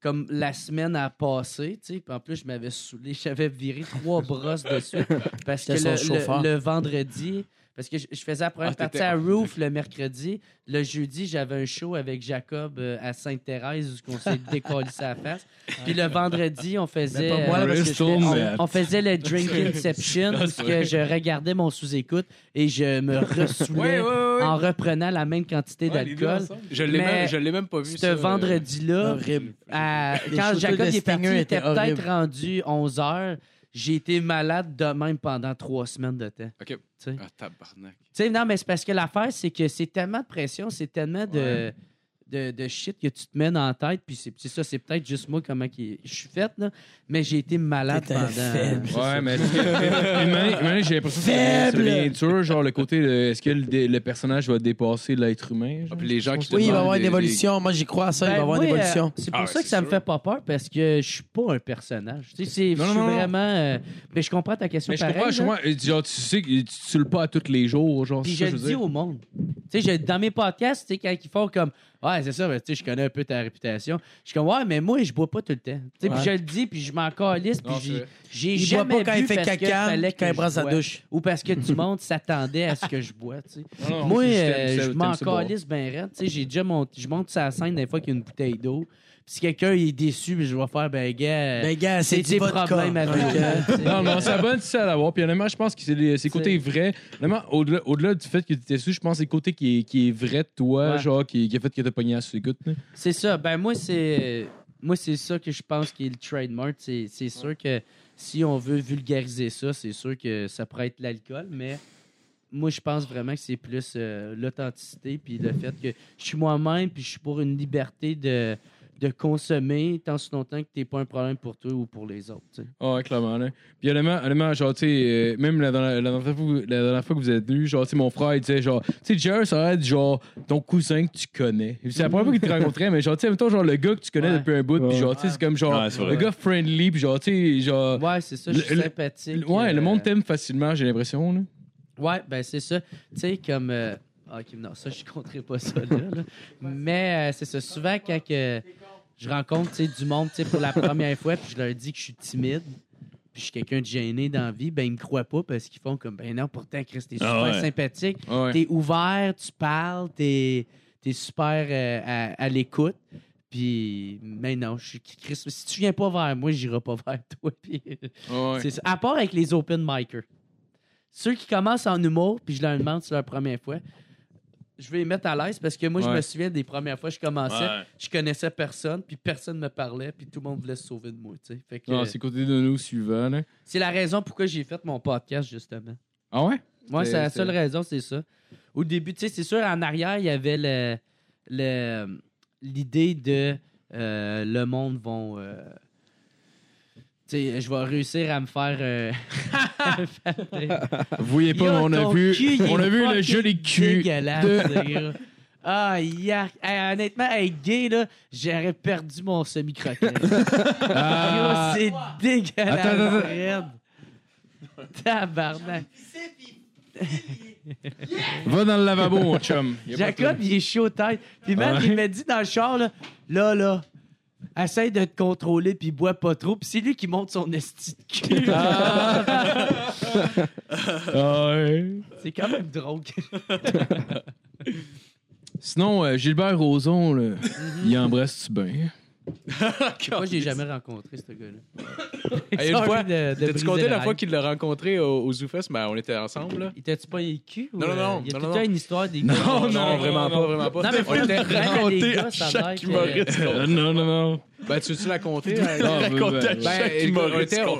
comme la semaine a passé, tu sais, puis en plus je m'avais saoulé, j'avais viré trois brosses de suite parce que C'était le, son le- chauffeur. le vendredi, parce que je, je faisais la première Ah, partie t'étais- à Roof le mercredi, le jeudi j'avais un show avec Jacob euh, à Sainte-Thérèse où on s'est décollissé à la face, puis le vendredi on faisait euh, pas moi, là, parce que Bristol, j'étais- mais- on faisait le Drink Inception parce que je regardais mon sous-écoute et je me ressoulais en reprenant la même quantité d'alcool. Je l'ai Mais même, je l'ai même pas vu. Ce vendredi-là, euh, Horrible. à- Les quand shooters Jacob de est parti, Stinger il étaient était peut-être horribles. rendu 11 heures. J'ai été malade de même pendant trois semaines de temps. OK. Tu sais. Ah, tabarnak. Tu sais, non, mais c'est parce que l'affaire, c'est que c'est tellement de pression, c'est tellement de, de, de shit que tu te mets dans la tête. Puis c'est c'est ça, c'est peut-être juste moi comment qui- je suis faite, là. Mais j'ai été malade T'étais pendant. faible. Ouais, mais est-ce que- Une minute- une minute, j'ai l'impression que ça Faible! devient- ça devient dur, genre le côté de est-ce que le, dé- le personnage va dépasser l'être humain? Ah, genre? puis les gens qui te Oui, il va y demandent avoir une des- des- évolution. Moi, j'y crois à ça. il va y Ben, avoir une moi, évolution. euh, c'est pour Ah, ça ouais, que ça c'est me fait pas peur parce que je suis pas un personnage. Tu sais, c'est- Non, non, je suis non, non. vraiment. euh, mais je comprends ta question Mais je pareil. comprends, je là. comprends. Euh, Genre, tu sais que tu te saoules pas à tous les jours, genre, Puis c'est je ça, le que je veux dis dire. au monde. Tu sais, je- dans mes podcasts, tu sais, quand ils font comme Ouais, c'est ça, mais tu sais, je connais un peu ta réputation. Je suis comme Ouais, mais moi, je bois pas tout le temps. Tu sais, Puis Ouais. je le dis, puis je m'en calisse, puis Non, c'est j'ai- vrai. j'ai Il boit jamais pas quand bu il fait parce que caca, fallait que quand il je prend sa bois. douche. Ou parce que du monde s'attendait à ce que je bois, tu sais. Non, non, Moi, je t'aime, euh, t'aime, je t'aimes m'en ça boire. calisse bien raide. Tu sais, j'ai déjà mont- je monte sur la scène des fois qu'il y a une bouteille d'eau. Puis si quelqu'un est déçu, ben, je vais faire, ben, gars, Ben, gars, c'est c'est du des vodka. problèmes avec eux. tu sais. Non, non, c'est la bonne difficile à l'avoir. Puis honnêtement, je pense que c'est les- c'est le côté vrai. Honnêtement, au-delà au-delà du fait que tu étais su, je pense que c'est le côté qui est, qui est vrai de toi, Ouais. genre, qui, qui a fait que t'as pogné à sous écoute. C'est ça. Ben, moi, c'est. Moi, c'est ça que je pense qui est le trademark. C'est c'est sûr que si on veut vulgariser ça, c'est sûr que ça pourrait être l'alcool, mais moi, je pense vraiment que c'est plus euh, l'authenticité puis le fait que je suis moi-même puis je suis pour une liberté de, de consommer tant si longtemps que t'es pas un problème pour toi ou pour les autres. tu sais. Ah, ouais, clairement, là. Puis honnêtement, honnêtement genre, tu sais, euh, même la, la- la dernière fois, que vous- la dernière fois que vous êtes venu, genre, tu sais, mon frère, il disait, genre, tu sais, Jerry, ça va être, genre, ton cousin que tu connais. Puis C'est la première fois qu'il te rencontrait, mais genre, tu sais, mettons, genre, le gars que tu connais Ouais. depuis un bout, puis genre, tu sais, c'est comme, genre, Ouais, c'est vrai. le gars friendly, puis genre, tu sais, genre. Ouais, c'est ça. Je suis Le- le- sympathique. Ouais, le euh, monde t'aime facilement, j'ai l'impression, là. Ouais, ben c'est ça. Tu sais, comme. euh, Ok, non, ça, je compterai pas ça là. là. Mais euh, c'est ça. Souvent, quand que je rencontre tu sais, du monde tu sais, pour la première fois, puis je leur dis que je suis timide, puis je suis quelqu'un de gêné dans la vie, ben ils me croient pas parce qu'ils font comme. Ben non, pourtant, Chris, t'es super Ah ouais. sympathique, Ah ouais. t'es ouvert, tu parles, t'es es super euh, à, à l'écoute. Puis, mais non, je suis Chris. Si tu viens pas vers moi, j'irai pas vers toi. Puis, Ah ouais. c'est ça. À part avec les open micers. Ceux qui commencent en humour, puis je leur demande sur leur première fois, je vais les mettre à l'aise parce que moi, je Ouais. me souviens des premières fois que je commençais, Ouais. je connaissais personne, puis personne me parlait, puis tout le monde voulait se sauver de moi. tu sais. Fait que, Non, Ah, c'est le côté de nous suivant, là. c'est la raison pourquoi j'ai fait mon podcast, justement. Ah ouais? Moi, C'est- c'est la c'est- seule raison, c'est ça. Au début, tu sais, c'est sûr, en arrière, il y avait le- le- l'idée de euh, le monde vont. euh, tu sais, je vais réussir à me faire. euh, Vous voyez pas, Yo, mais on a ton vu, cul, il on a est vu le fucking joli cul. dégueulasse, le gars. Ah, yark. Hey, honnêtement, hey, gay, là, j'aurais perdu mon semi-croquet. Ah. Yo, c'est dégueulasse. Attends, attends, attends. Red. Tabarnak. Va dans le lavabo, mon chum. Y a pas de Jacob, il est chaud tête. Puis même, Ouais. il m'a dit dans le char, là, là, là, essaye de te contrôler, puis bois pas trop. Puis c'est lui qui monte son esti de cul. Ah. trouble. Ah ouais. C'est quand même drôle. Sinon, euh, Gilbert Rozon, là, il embrasse-tu bien? Moi, je l'ai jamais rencontré, ce gars-là. Hey, une Sorry fois, de- de T'as-tu briser compté le la fois hype. qu'il l'a rencontré au, au Zoufest? Ben, on était ensemble, là. Il t'a-tu pas les culs? ou, Non, non, euh, non, Il y non, a tout non, le temps non. une histoire des Non, gars. non, non, vraiment pas, vraiment pas. Oh, Non, mais on était frère, raconté les gars, à ça a l'air chaque que- humoriste. Euh, non, non, non. Ben, tu veux-tu la compter? Ah, ben, ben, Ben, ben, écoute, on, était au,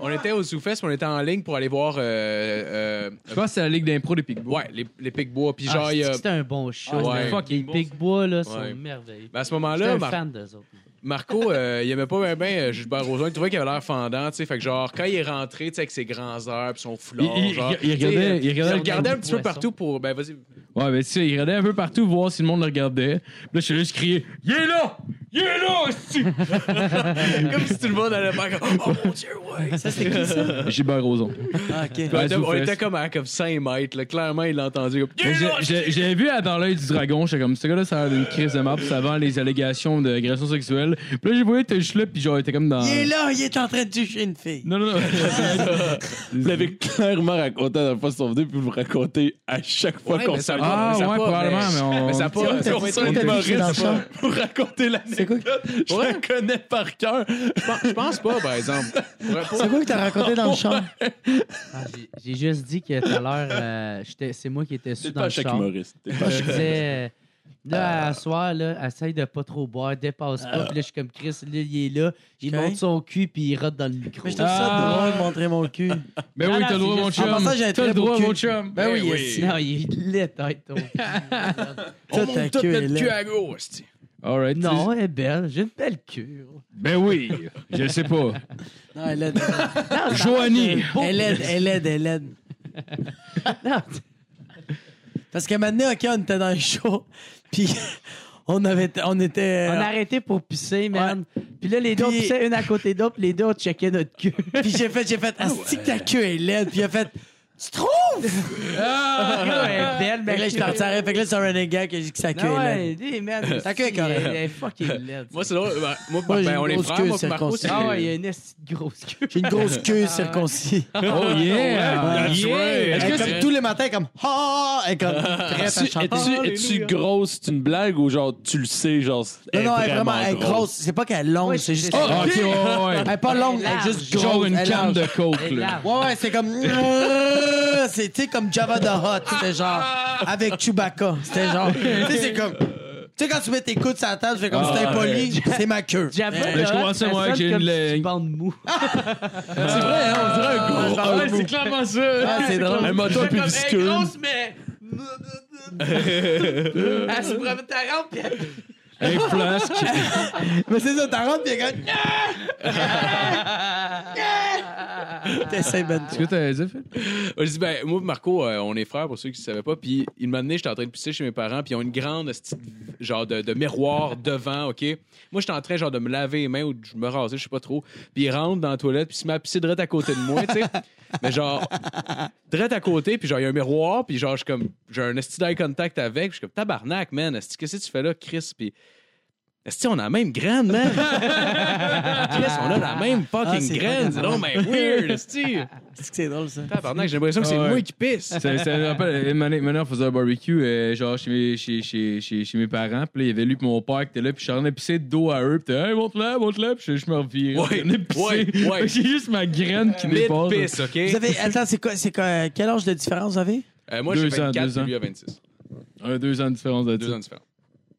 on était au Zoufest, mais on était en ligne pour aller voir euh, euh, Je pense que c'est la Ligue d'impro des Pigbois. ouais, les, les Pic-Bois. Puis Ah, genre, il y a- c'est- C'était un bon show. Ah, ouais. Les Fucking bon, Pigbois, là, sont Ouais. merveilleux. ben, à ce J'étais moment-là, un Mar- fan d'eux autres. Marco, euh, il aimait pas bien ben, euh, Gilbert Rozon. Il trouvait qu'il avait l'air fendant, tu sais. Fait que genre, quand il est rentré, tu sais, avec ses grands airs puis son Il, foulard, il- genre... il- il regardait, il Il regardait, regardait un petit peu Poisson. partout pour... Ben, vas-y. ouais, ben, tu sais, il regardait un peu partout voir si le monde le regardait. Puis Là, je suis juste crié Il est là Il est là hostie! Comme si tout le monde allait faire comme, Oh mon Dieu, ouais! Ça, c'est qui ça? Gilbert Rozon. Ah, OK. Puis on Ouais, était- Zoufest. on était comme à comme 5 mètres. là. Clairement, il l'a entendu. comme, Mais j'ai- j'ai- J'avais vu à dans l'œil du dragon, j'étais comme ce gars-là, ça a l'air d'une crise de marbre, c'est avant les allégations d'agression sexuelle. Puis là, j'ai voyé, t'es juste là, puis genre, il était comme dans. Il est là, il est en train de toucher une fille. Non, non, non. Vous l'avez clairement raconté à la fois que sont venus, puis vous le racontez à chaque fois Ouais, qu'on mais ça- s'en ah, mais ouais, ça pas- probablement, mais, mais- on. Mais ça a pas... Ouais, ça a pas c'est été- Ah, un humoriste, dans le c'est champ. pas- Vous racontez l'anecdote. Je la connais par cœur. Je pense- Je pense pas, par exemple. Pour- pour- C'est quoi que t'as raconté dans le champ? Ah, j'ai- J'ai juste dit que tout à l'heure, euh, j'étais- c'est moi qui étais sous C'est pas dans le à chaque char. humoriste. Je disais, euh, là, à soir, là, essaye de pas trop boire, dépasse pas. Puis là, je suis comme Chris, là, il est là, il Ok. monte son cul, puis il rote dans le micro. Mais je trouve ça drôle de montrer mon cul. Mais Ben oui, Ah, t'as le droit, c'est mon juste- chum. En passant, j'ai un T'as très le beau droit, cul. mon chum. Ben oui, Non, il est tête, ton Toi, ta queue est cul là. à gauche, c'ti. Alright. Non, elle est belle, j'ai une belle cure. Ben oui. Je sais pas. Non, elle aide. Joanie. Elle aide, elle aide, elle aide. Parce qu'à un moment donné, OK, on était dans le show, puis on, avait, on était... On a arrêté pour pisser, man. Puis là, les deux, on Euh, Puis- pissait une à côté d'autre, puis les deux, on checkait notre cul. Puis j'ai fait, j'ai fait, asti que ta queue est laide. Puis il a fait, tu trouves? Ah, elle est Fait belle, que là, mais je t'en tirais. Fait que là, c'est un running gag que j'ai dit que sa queue Non, est laide. Ah ouais, lui, man, Ta queue est correcte. Elle est fucking laide. Moi, c'est drôle. Ben, Oh, moi, Moi, j'ai ben, une on est grosse frères. queue Moi, puis Marco, c'est... circoncis. Ah ouais, il y a une esti de grosse queue. J'ai une grosse queue circoncis. Oh yeah. That's yeah. Est-ce que c'est tous les matins comme, ah, elle est comme, très Es-tu fâchante. es-tu- es-tu grosse? C'est une blague ou genre tu le sais? Genre, Non, non, elle est vraiment, elle est drôle? grosse. C'est pas qu'elle est longue, Ouais, c'est juste. c'est- qu'elle Ah, est longue. ok, ouais, ouais. Elle est pas longue, elle est juste grosse. Genre une elle est canne large. de coke, Elle est là. large. Ouais, ouais, c'est comme. C'était comme Java the Hutt. C'était genre. Avec Chewbacca. C'était genre. Tu sais, c'est comme. Tu sais, quand tu mets tes coudes sur la table, je fais comme c'était impoli, c'est ma queue. Jabba, Mais- là, je commence à ça voir sonne que j'ai une comme si ligne. tu bandes mou. C'est vrai, hein, on dirait un Ah, gros. je parle beaucoup. clairement ça. Ah, c'est drôle. Un moteur pubiscule. mais. Ah, Elle se promène ta rampe, puis elle Un flasque. Mais c'est ça, t'en rentres, pis quand. T'essaies ben. Qu'est-ce que t'as dit, Phil? Je dis, ben, moi, Marco, euh, on est frères pour ceux qui ne savaient pas. Puis il m'a amené, j'étais en train de pisser chez mes parents, puis ils ont une grande esti de- genre de, de miroir devant, OK? Moi, j'étais en train genre de me laver les mains ou de me raser, je sais pas trop. Puis il rentre dans la toilette, puis il se met à pisser direct à côté de moi, tu sais. Mais genre, direct à côté, puis genre, il y a un miroir, puis genre, je suis comme, j'ai un esti d'eye contact avec, puis je suis comme, tabarnak, man, esti, qu'est-ce que tu fais là, Chris? Puis. Esti, on a la même graine, man! Chris, on a la même Ah, fucking c'est graine! C'est donc ben weird, esti! C'est que c'est drôle, ça. Tabarnak, j'ai l'impression que c'est Ah ouais. moi qui pisse! Ça, ça me rappelle, une année- une année, on faisait un barbecue, euh, genre chez mes, chez, chez, chez, chez mes parents. Puis là, il y avait lui, puis mon père qui était là, puis je suis en train de pisser de dos à eux. Puis t'es, hey, monte-là, monte-là. Puis je, je me revirais. Ouais, Je venais pisser. ouais, ouais. Fait que J'ai juste ma graine qui dépasse. Mid-pisse, OK? Vous avez. Attends, c'est quoi, c'est quoi. Quel âge de différence vous avez? Euh, moi, j'ai Deux ans, 24 deux ans. puis lui a 26. On a deux ans de différence de Deux ça. ans différents.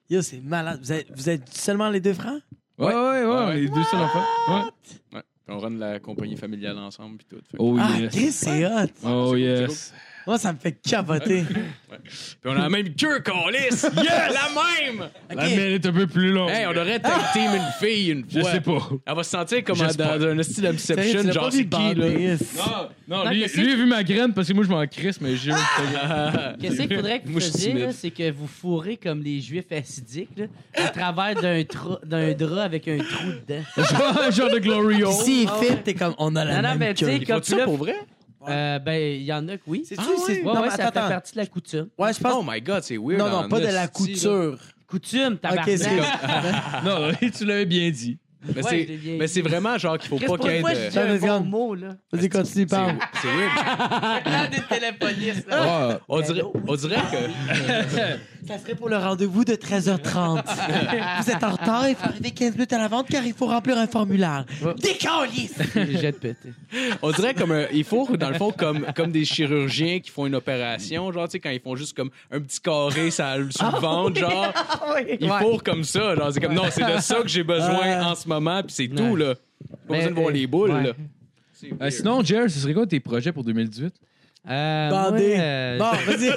Yo, c'est malade. Vous êtes, vous êtes seulement les deux francs? Ouais, ouais, ouais. Ouais, on est ouais. deux seuls enfants. Ouais. On run la compagnie familiale ensemble puis tout. Fait que- Oh Ah, yes. Chris, c'est hot. Oh C'est cool, yes. Moi, ça me fait capoter. Puis on a la même queue, Calis! Yes! La même! La mienne est un peu plus longue. Hey, on devrait tag team une fille une Je fois. sais pas. Elle va se sentir comme dans, J'espère. dans un style Sérieux, d'obsession, tu l'as genre pas c'est vu qui là? bander, Ah, Non, Non, lui, mais c'est- lui a vu ma graine parce que moi, je m'en crisse, mais j'ai. Qu'est-ce qu'il faudrait que vous Moi, je suis fassiez, là, timide. c'est que vous fourrez comme les juifs acidiques, là, à travers d'un tra- d'un drap avec un trou dedans. genre genre de Glory Puis Hole. s'il est fit, t'es comme, on a la oh, ah, Non, non, même mais tu queue. sais, comme Faut-tu ça là, pour vrai? euh, ben, il y en a que oui. C'est-tu- Ah, c'est- ouais, non, ouais, mais ça attends, fait partie de la coutume. Ouais, je Oh pense. my god, c'est weird. Non, non, hein, en pas de la hostie, là. couture. Coutume, tabarnak. Ok, c'est Non, tu l'avais bien dit. Mais Ouais, c'est- je l'ai bien mais dit. c'est vraiment genre qu'il faut Qu'est-ce pas qu'il y ait pourquoi je de. dis ben, Attends un une seconde. bon mot, là? Vas-y, continue, parle. C'est weird. des téléphonistes, Ah, On dirait, on dirait que. Ça serait pour le rendez-vous de 13h30. Vous êtes en retard, il faut arriver 15 minutes à la vente car il faut remplir un formulaire. Décalisse! J'ai de péter. On dirait comme un, il faut dans le fond comme comme des chirurgiens qui font une opération genre tu sais quand ils font juste comme un petit carré ça sur le ventre genre ils fourrent comme ça genre c'est comme non c'est de ça que j'ai besoin Ouais. en ce moment puis c'est tout là pas Mais- besoin de voir les boules ouais. là. Euh, sinon, Jerry, ce serait quoi tes projets pour 2018? Euh, Bandé. moi, euh, Bon, vas-y.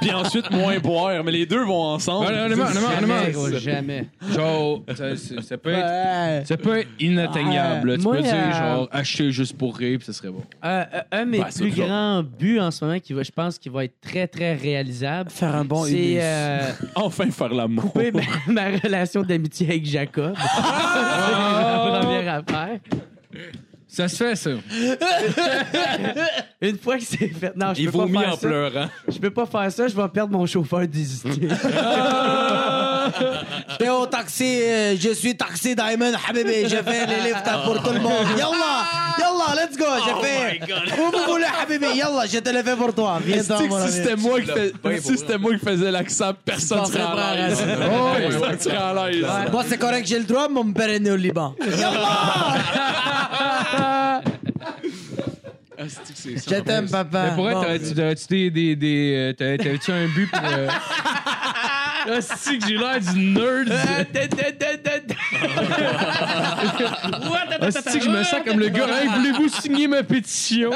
puis ensuite, moins boire. Mais les deux vont ensemble. Ouais, Ah, honnêtement, honnêtement, jamais, honnêtement. gros, jamais. Genre, ça, c'est- ça peut être. Ouais. Ça peut être inatteignable. là. tu moi, peux dire, euh, genre, acheter juste pour rire, puis ça serait bon. Euh, euh, un de mes Ben, c'est plus toujours- grands buts en ce moment, qui va, je pense qu'il va être très, très réalisable, Faire un bon c'est Ulysse. euh, Enfin, faire l'amour. couper ma, ma relation d'amitié avec Jacob. c'est Ah! la première affaire. Ça se fait, ça. Une fois que c'est fait, non, je Ils peux pas vomissent faire en ça. pleurant. Je peux pas faire ça, je vais perdre mon chauffeur d'hésiter. J'étais au taxi, euh, je suis taxi Diamond, habibi, je fais les lifts pour tout le monde. Yallah, yallah, let's go, je fais. Où vous voulez, habibi, yallah, je te le fais pour toi. Viens Est-ce dans mon que si ami. c'était moi, qui l'as fais- bien si pour c'était moi qui faisais l'accent, personne penserais serait pas à à l'aise. raison. Oh, Personne serait à l'aise. Moi, c'est correct, j'ai le droit, mais mon père est né au Liban. Je t'aime, papa. Ah, Mais pour Bon. être, tu t'aurais-tu des. des, des euh, t'aurais- T'avais-tu un but pour. Euh... Ah, c'est que j'ai l'air du nerd. Ah, c'est que je me sens comme le gars. Hey, voulez-vous signer ma pétition?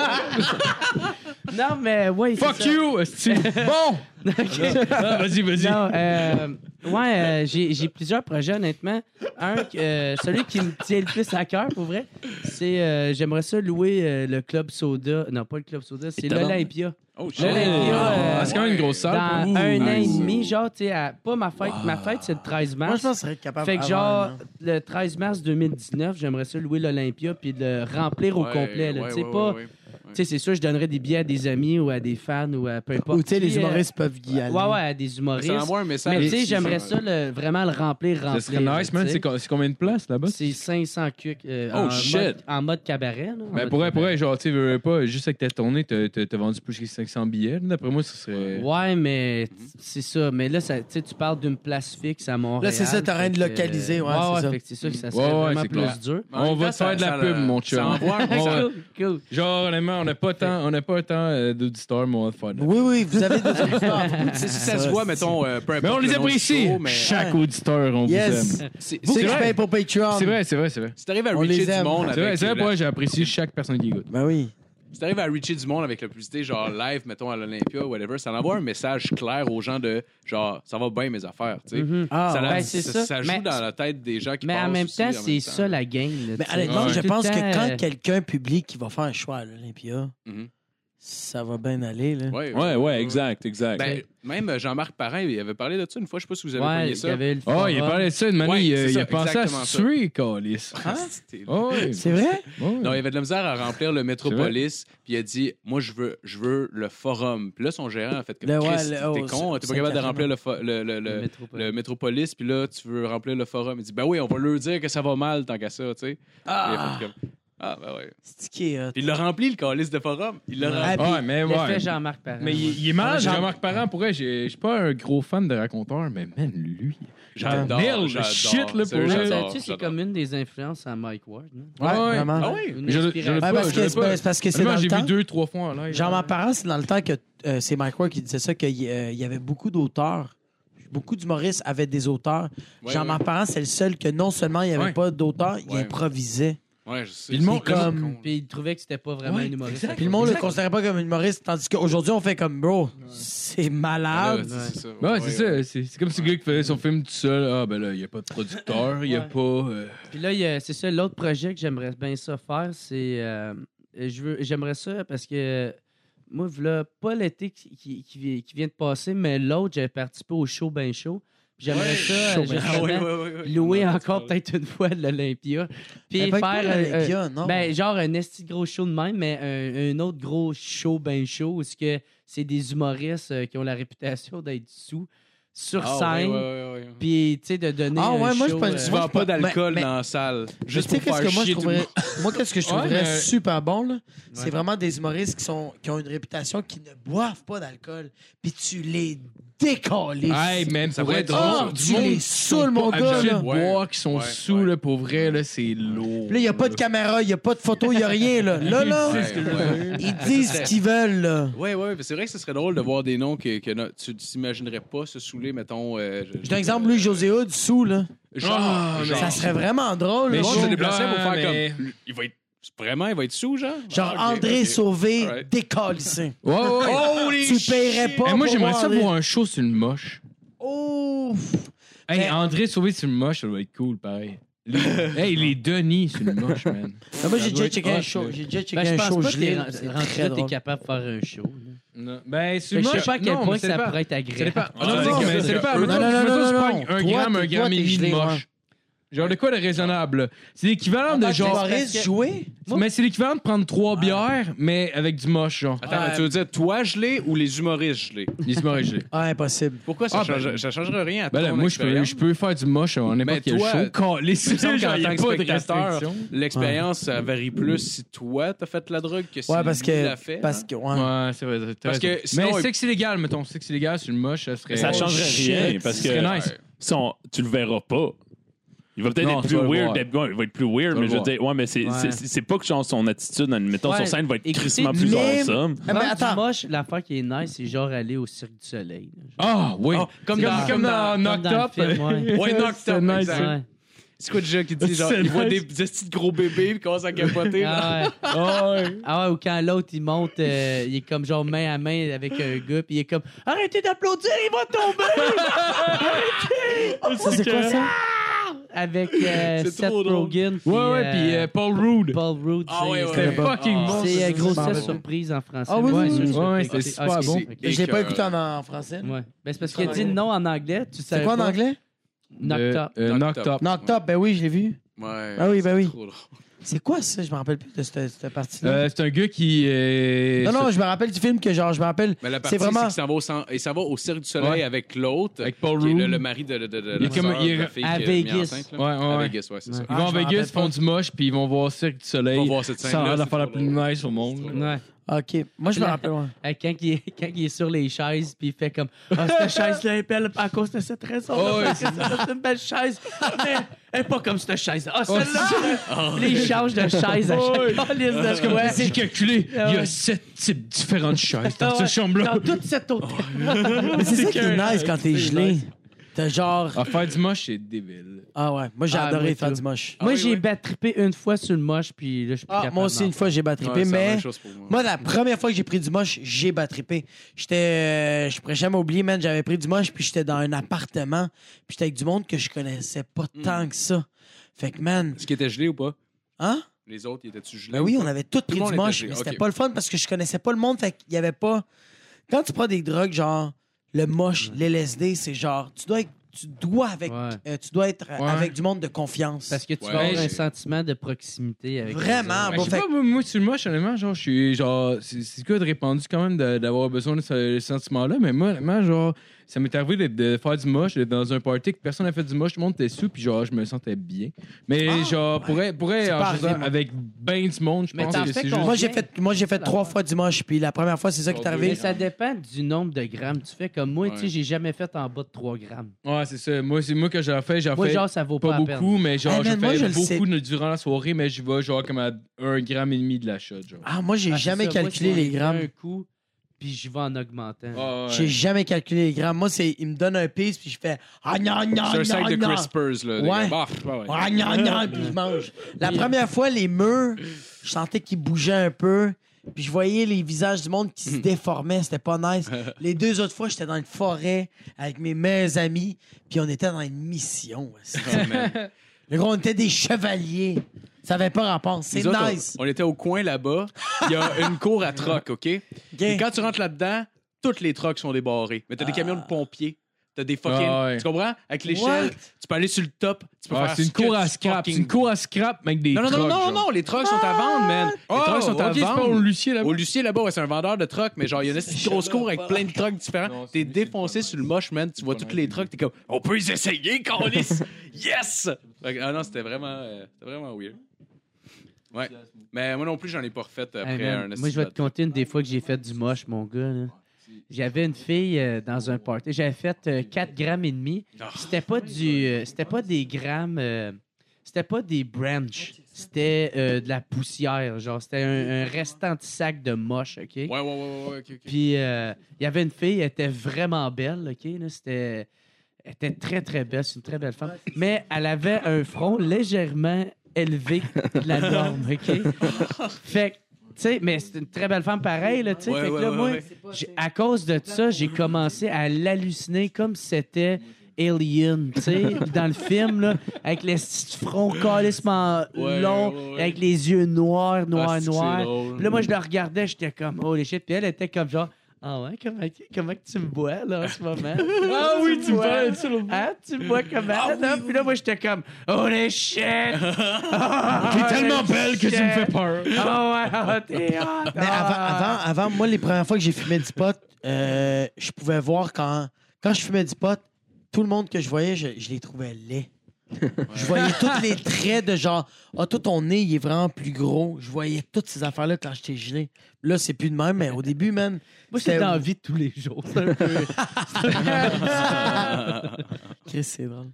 non, mais oui. Ah, c'est Fuck ça. you! esti. Bon! Ah, vas-y, vas-y. Non, euh, ouais, euh, j'ai j'ai plusieurs projets, honnêtement. Un, que, euh, celui qui me tient le plus à cœur, pour vrai, c'est euh, j'aimerais ça louer euh, le Club Soda. Non, pas le Club Soda, c'est l'Olympia. Oh, shit. L'Olympia, euh, Ah, c'est quand même une grosse salle. dans pour vous. un an et Nice. demi, genre, tu sais, à- pas ma fête. Ma fête, c'est le 13 Moi, je pense mars. que je serais capable fait que d'avoir hein. genre, un an. le 13 mars 2019, j'aimerais ça louer l'Olympia puis le remplir au Ouais, complet. là. ouais, tu sais, ouais, pas... ouais, ouais. Tu sais, c'est sûr, je donnerais des billets à des amis ou à des fans ou à peu importe. Ou tu sais, les qui, euh, humoristes peuvent y aller. Ouais, ouais, à des humoristes. Ça envoie un message. Mais tu sais, aussi, j'aimerais genre. ça le- vraiment le remplir, Ça remplir. serait nice, man. tu sais. C'est co- c'est combien de places là-bas? C'est 500 cucs euh, Oh, en, shit. Mode, en mode cabaret. Là, en Ben, mode pour vrai, pour cabaret. vrai, genre, tu sais, veux, veux pas, juste avec ta tournée, t'as t'as- t'as vendu plus que 500 billets. D'après moi, ce serait. Ouais, mais t- c'est ça. Mais là, ça, tu sais, tu parles d'une place fixe à Là, Montréal. c'est ça, t'as rien de fait que, localisé, ouais, ouais, c'est ça. fait que c'est sûr que ça Ouais, serait ouais, vraiment c'est plus clair. dur. En même On va temps, te ça- faire de la ça pub, le- mon chum. Ça envoie un On va- message. Cool, cool. Genre, honnêtement, on n'a pas tant, on n'a pas tant euh, d'auditeurs, mais on va le faire. Oui, oui, vous avez des histoires. Si ça se voit, mettons, euh, peu importe Mais on le les nom du apprécie. show, mais- Chaque auditeur, on vous Yes. aime. C'est Vous C'est qui vrai. payez pour Patreon. C'est vrai, c'est vrai, c'est vrai. Si t'arrives à On reacher les du aime. monde C'est vrai, avec c'est vrai, la- pour vrai, j'apprécie chaque personne qui écoute. Ben oui. si t'arrives à reacher du monde avec la publicité, genre live, mettons à l'Olympia, whatever, ça envoie un message clair aux gens de genre ça va bien mes affaires, tu sais. Mhm. Ah, ça, la- ben, c'est ça. ça joue Mais- dans la tête des gens qui Mais en passent même aussi, temps, en c'est même ça la game. là, Mais tu sais. Ben, honnêtement, Ouais. je Tout le pense temps, que euh, quand quelqu'un publie qu'il va faire un choix à l'Olympia, Mm-hmm. Mhm. ça va bien aller. Là. Ouais, Ouais, ouais, exact, exact. Ben, même euh, Jean-Marc Parrain, il avait parlé de ça une fois, je sais pas si vous avez Ouais, pogné il y ça. avait le Oh, il a forum. parlé de ça, une manie, Ouais, il, c'est il a ça, pensé à exactement se ça. tuer, Calis. Ah, Hein? C'était- Oh, oui. C'est vrai? Oh, oui. Non, il avait de la misère à remplir le Métropolis, puis il a dit Moi, je veux, je veux le forum. Puis là, son gérant a fait comme Le- ouais, Christ, le- t'es oh, con, t'es pas Saint-Catherine, capable de remplir hein. le, fo- le, le, Le le, métropole. le Métropolis, puis là, tu veux remplir le forum. Il dit Ben oui, on va leur dire que ça va mal tant qu'à ça, tu sais. Ah. Il a fait comme Ah, ben ouais. C'est qui est hot. Puis il l'a rempli, le calice de forum. Il l'a rempli. Ah, puis- Ouais, mais L'effet ouais. Jean-Marc Parent. Mais ouais. il, il est mal, Jean- Jean-Marc Parent, pour vrai, j'ai- je suis pas un gros fan de raconteur, mais man, lui. J'adore. Merde, j'adore. shit, là, Sérieux, pour Ouais, vrai. j'adore, tu sais, c'est j'adore. comme une des influences à Mike Ward. non? Ouais, Ah ouais. vraiment. Ah Ouais, oui? Une Mais je- je- inspiration. pas, parce, je que, l'ai pas. c'est parce que c'est Honnêtement, dans le j'ai vu temps. deux, trois fois en live. Jean-Marc Parent, c'est dans le temps que euh, c'est Mike Ward qui disait ça, qu'il y- euh, il y avait beaucoup d'auteurs. Beaucoup d'humoristes avaient des auteurs. Ouais, Jean-Marc Parent, c'est le seul que non seulement il n'y avait Ouais. pas d'auteur, il Ouais. improvisait. Ouais, je sais. Puis le monde- Puis comme- le monde- Puis il trouvait que c'était pas vraiment Ouais, un humoriste. Puis le monde le considérait pas comme humoriste, tandis qu'aujourd'hui, on fait comme, bro, c'est Ah, Euh, malade. c'est ça. Ouais, c'est ça. C'est c'est comme ce gars qui faisait son film tout seul. Ah, ben là, il n'y a pas de producteur, il n'y a Ouais. pas. euh, Puis là, il y a- c'est ça, l'autre projet que j'aimerais bien ça faire, c'est. euh, je veux, j'aimerais ça parce que moi, voilà, pas l'été qui, qui, qui vi- qui vient de passer, mais l'autre, j'avais participé au show Ben Show. Puis J'aimerais ça, euh, Ah, justement, ouais, ouais, ouais, ouais. louer Non, tu parles. encore peut-être une fois l'Olympia. Mais Puis faire. Ben, pas que un- l'Olympia, un- non. Ben, genre un esti de gros show de même, mais un, un autre gros show, ben show, où est-ce que c'est des humoristes euh, qui ont la réputation d'être sous sur Ah, ouais, scène. ouais, ouais, ouais, ouais. Puis, tu sais, de donner. Ah, un ouais, moi, je show, pense- euh, Tu Moi, vends je pas pense- d'alcool mais- dans la salle. Juste Mais pour tu faire sais, qu'est-ce que moi, je chier tout le trouverais, monde. moi, qu'est-ce que je Ouais, trouverais mais- super bon, là, Ouais. c'est vraiment des humoristes qui, sont, qui ont une réputation qui ne boivent pas d'alcool, puis tu les décolles. Hey, man, ça pourrait être Ah, drôle. tu les saoules, mon gars, habitués là. de boire, qui sont Ouais, sous, ouais. là, pour vrai, là, c'est lourd. Puis Là, il n'y a pas de caméra, il n'y a pas de photo, il n'y a rien, là. Là, là, Ouais, ouais. ils disent ce qu'ils veulent, là. Ouais, ouais, mais c'est vrai que ce serait drôle de voir des noms que, que no- tu t'imaginerais pas se saouler, mettons. euh, Je donne exemple, Louis-José Hood, sous, là. Genre, Ah, mais- genre. Ça serait vraiment drôle, Mais là. Le monde chaud, se déplaçait pour blanc, faire mais- comme. Il va être. Vraiment, il va être sous, genre? Genre Ah, ok, André ok. Sauvé, Alright. décalissé. Ouais, ouais, ouais. Holy Tu paierais pas. Eh, moi, pour j'aimerais voir ça André- voir un show sur une moche. Oh! Hey, Mais- André Sauvé sur une moche, ça doit être cool, pareil. Les... hey, les Denis sur une moche, man. Non, moi, Ça doit j'ai déjà être checké hot, un show. là. J'ai déjà checké Ben, je un pense show pas que gelé. t'es, là. rendu C'est là, très t'es drôle. capable de faire un show. là. Non. Ben, sur Je une sais moche, pas à quel non, point mais ça c'est pas- pourrait être Ça dépend. agréable. Ah, non, Ah, non, c'est mais ça. ça dépend. Non, Mettons- non, non, mettons, non, tu non, pognes non. Un Toi, gramme, un t'es- gramme toi, et t'es demi de gelé, ouais. moche. Genre de quoi de raisonnable? là? C'est l'équivalent de genre. Humoriste joué? Mais c'est l'équivalent de prendre trois bières, mais avec du moche, genre. Attends, mais tu veux dire toi gelé ou les humoristes gelés? Les humoristes gelés. Ah, impossible. Pourquoi ça, Ah, change- ben- ça changerait rien à Ben là, ton moi, je peux, expérience? je peux faire du moche en n'importe quel toi, show. Quand les Il me semble qu'en tant que spectateur, restriction. l'expérience, ça varie plus si toi, t'as fait la drogue que si Ouais, parce lui l'a que. fait. hein? Parce que. ouais. Ouais, c'est vrai. t'as Parce que raison. sinon, mais il- sexe illégal, mettons. Sexe illégal, c'est une moche, ça serait. Ça changerait rien parce Ce serait que nice. si on- tu le verras pas. Il va peut-être Non, être tu plus vas le weird, voir. d'être- ouais, il va être plus vas weird, mais le je veux voir. dire, ouais, mais c'est Ouais. c'est- c'est- c'est pas que genre son attitude, hein, mettons, Ouais, sur scène va être écoutez, crissement plus mais- awesome. Ah, Faire mais du attends. moche, l'affaire qui est nice, c'est genre aller au Cirque du Soleil. Ah, oui. Oh, comme, c'est dans, vrai. comme dans Comme Knocked dans Up. le film, ouais. Ouais, knocked C'est up, nice, exact. ça. Ouais. C'est quoi déjà qui dit, genre, C'est il voit des nice. petits gros bébés puis commence à capoter, là. Ah, ouais. Ah ouais, ou quand l'autre il monte, euh, il est comme genre main à main avec un gars, puis il est comme Arrêtez d'applaudir, il va tomber! Ça, c'est quoi ça? Avec euh, C'est Seth trop drôle. Rogen. puis, Ouais, ouais, euh, puis euh, Paul Rudd. Paul Rudd. Ah c'est- ouais, ouais, c'est- C'était fucking Ah, bon. C'est euh, bon, grossesse c'est surprise en français. Ah oui, oui, oui. c'est ça. Ouais, c'était Ah, super c'est- bon. ok. Je l'ai pas écouté en, en français. Ouais. Ben, c'est parce C'est qu'il a dit non en anglais. Tu C'est savais quoi en pas. anglais? Knocked up. Euh, euh, Knocked Up. Non, top, ben oui, je l'ai vu. Ouais. Ah oui, ben c'est oui. trop drôle. C'est quoi ça? Je me rappelle plus de cette, cette partie-là. Euh, c'est un gars qui. euh, non, non, je me rappelle du film que genre, je me rappelle. Mais la partie, C'est c'est vraiment... vraiment. qu'il s'en va au, cen- il s'en va au Cirque du Soleil Ouais. avec l'autre, Avec Paul qui est le, Rudd. le mari de, de, de, de Il est la comme- sœur il de est la fille à qui est mise Vegas. enceinte, là. Ouais, ouais, À ouais. Vegas, ouais, c'est ça. Ils Ah, vont je à m'en Vegas, rappelle font pas. du moche, puis ils vont voir Cirque du On va Soleil. voir cette Ça a scène-là. l'air c'est d'affaire la trop plus drôle. nice au monde. là. Ouais. Ok, moi, je me La- rappelle. ouais. Euh, quand, il est, quand il est sur les chaises, puis il fait comme Ah, cette chaise-là est belle à cause de cette raison. Oh, parce que c'est une belle chaise, mais elle est pas comme cette chaise-là. Ah, celle-là! Puis là, il change de chaise à chaque colisse de Comme quoi. Ben, c'est calculé, Ah il y ouais. a sept types différents de chaises Ah dans Ouais, cette chambre-là. Dans toute cette autre. Mais c'est ça qui est que- nice quand t'es gelé. T'as genre. Ah, faire du moche, c'est débile. Ah ouais, moi, j'ai Ah, adoré moi, faire tout. du moche. moi, oui, j'ai oui. battrippé une fois sur le moche, puis là, je suis plus Ah, capable moi aussi, d'en une fois, j'ai battrippé, Ouais, c'est la mais. même chose pour moi. Moi, la première fois que j'ai pris du moche, j'ai battrippé. J'étais. euh, je pourrais jamais oublier, man. J'avais pris du moche, puis j'étais dans un appartement, puis j'étais avec du monde que je connaissais pas tant que ça. Fait que, man. Est-ce qu'il était gelé ou pas? Hein? Les autres, ils étaient-tu gelés? Ben ou oui, pas? on avait tous pris monde du était moche, gelé, mais ok. c'était pas le fun parce que je connaissais pas le monde, fait qu'il y avait pas. Quand tu prends des drogues, genre le moche, l'LSD, c'est genre tu dois être, tu dois avec, Ouais. euh, tu dois être Ouais. avec du monde de confiance. Parce que tu Ouais, vas avoir j'ai- un sentiment de proximité avec Vraiment, les Ben, autres. je sais pas, moi, moi, sur le moche, honnêtement, genre, je suis, genre, c'est c'est quoi de répandu quand même de- d'avoir besoin de ce sentiment-là, mais moi, honnêtement, genre, ça m'est arrivé d'être- de, faire du moche, d'être dans un party que personne n'a fait du moche, tout le monde était sous, puis genre, je me sentais bien. Mais Ah, genre, pour pourrait, C'est pas arrivé, moi. avec ben du monde, je Mais pense t'en que fais c'est combien? juste. Moi j'ai fait, moi j'ai fait trois fois du moche, puis la première fois c'est ça qui est Mais arrivé. ça dépend du nombre de grammes. Tu fais comme moi, tu sais, Ouais. j'ai jamais fait en bas de 3 grammes. Ouais, c'est ça. Moi, c'est moi que j'en fais, j'en Moi, fais genre, ça vaut pas, pas la peine. beaucoup, mais genre, Hey, man, je moi, fais je le beaucoup durant la soirée, mais je vais genre comme à un gramme et demi de la shot, genre. Ah moi j'ai Ah, c'est jamais ça, moi, calculé c'est les grammes. Un coup, puis j'y vais en augmentant. Ah, ouais. J'ai jamais calculé les grammes. Moi, c'est, il me donne un piece, puis je fais. Ah, gna, gna, C'est un sac gna, de gna. crispers, là. des- Ouais. Bah, bah, ouais. Ah, gna, gna, puis je mange. La première fois, les murs, je sentais qu'ils bougeaient un peu. Puis je voyais les visages du monde qui se déformaient. C'était pas nice. Les deux autres fois, j'étais dans une forêt avec mes meilleurs amis. Puis on était dans une mission. aussi. Le gros, on était des chevaliers. Ça avait pas rapport. C'est Nous autres, nice. on, on était au coin là-bas. Il y a une cour à troc, OK? Et quand tu rentres là-dedans, toutes les trocs sont débarrés. Mais t'as des camions de pompiers. T'as des fucking. Ah ouais. Tu comprends? Avec l'échelle, tu peux aller sur le top. Tu peux Ah, faire c'est une ce que cour à tu scrap. C'est fucking une cour à scrap, mais avec des Non, non, non, trucks, non, genre. non, les trucks sont à vendre, man. Les Oh, trucks sont à ok, c'est pas au vendre. Lucier, là-bas. Au Lucier, là-bas, ouais, c'est un vendeur de trucks, mais genre, il y en a une grosse cour avec plein de trucks différents. Non, T'es c'est- défoncé c'est sur le moche, man. Tu vois tous les trucks, t'es comme, on peut les essayer, Carlis! yes! Fait que, ah non, c'était vraiment, euh, c'était vraiment weird. Ouais. Mais moi non plus, j'en ai pas refait euh, après Hey, man, un moi, je vais te conter une des fois que j'ai fait du moche, mon gars. là. J'avais une fille euh, dans un party. J'avais fait euh, 4 grammes et demi. Ah. C'était pas du, euh, c'était pas des grammes, euh, c'était pas des branches. C'était euh, de la poussière, genre c'était un, un restant de sac de moche, ok. Ouais, ouais, ouais, ouais, ouais, ok, ok. Puis euh, il y avait une fille, elle était vraiment belle, ok. là, c'était, elle était très très belle, c'est une très belle femme. Mais elle avait un front légèrement élevé de la norme, ok. Fait que, tu sais, mais c'est une très belle femme pareille, là, tu sais. Ouais, fait que ouais, là, ouais, moi, ouais. j'ai- à cause de ça, j'ai commencé à l'halluciner comme si c'était Alien, tu sais, dans le film, là, avec les petits fronts calissement Ouais, longs, ouais, ouais. avec les yeux noirs, noirs, Ah, c'est que c'est noirs. drôle. Puis là, moi, je la regardais, j'étais comme, oh les shit. Puis elle était comme genre, ah ouais, comment, comment que tu me bois, là, en ce moment? ah oui, tu me bois, tu me bois. Ah, tu me bois comment? là? Puis là, moi, j'étais comme, oh les shit! T'es tellement belle que tu me fais peur. Ah ouais, ah, t'es hot! Mais avant, avant, avant, moi, les premières fois que j'ai fumé du pot, euh, je pouvais voir quand, quand je fumais du pot, tout le monde que je voyais, je, je les trouvais laids. Je voyais tous les traits de genre, ah, tout ton nez, il est vraiment plus gros. Je voyais toutes ces affaires-là quand j'étais gelé. Là, c'est plus de même, mais au début, man. Moi, c'est dans la vie de tous les jours. C'est un peu- Chris, c'est drôle.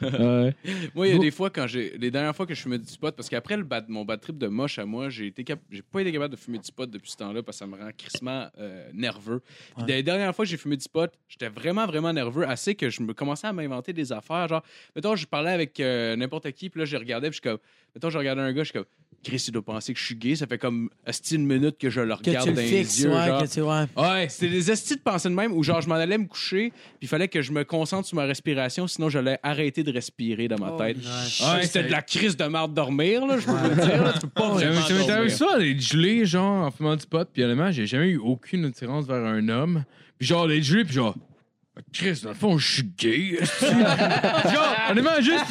Ouais. Moi, il y a des fois, quand j'ai. Les dernières fois que je fumais du pot, parce qu'après le bad- mon bad trip de moche à moi, j'ai été cap- j'ai pas été capable de fumer du pot depuis ce temps-là parce que ça me rend crissement euh, nerveux. Puis la dernière fois que j'ai fumé du pot, j'étais vraiment, vraiment nerveux, assez que je me commençais à m'inventer des affaires. Genre, mettons, je parlais avec euh, n'importe qui, puis là, je regardais, puis je suis comme. Mettons, je regardais un gars, je suis comme. Chris, il doit penser que je suis gay, ça fait comme asti une minute que je le Que regarde tu dans le les fixes, yeux. ouais, genre. que tu, ouais. Ouais, c'était des estis de pensée de même où genre je m'en allais me coucher, puis il fallait que je me concentre sur ma respiration, sinon j'allais arrêter de respirer dans ma tête. Ouais, c'était de la crise de marre de dormir, là, je peux vous le dire. Là, tu peux pas Ça vraiment m'est- ça m'est arrivé dormir. ça, d'être gelé, genre, en fumant du pot, puis honnêtement, j'ai jamais eu aucune attirance vers un homme. Puis genre, d'être gelé, puis genre, Ah, Chris, dans le fond, je suis gay. esti. genre, honnêtement, juste,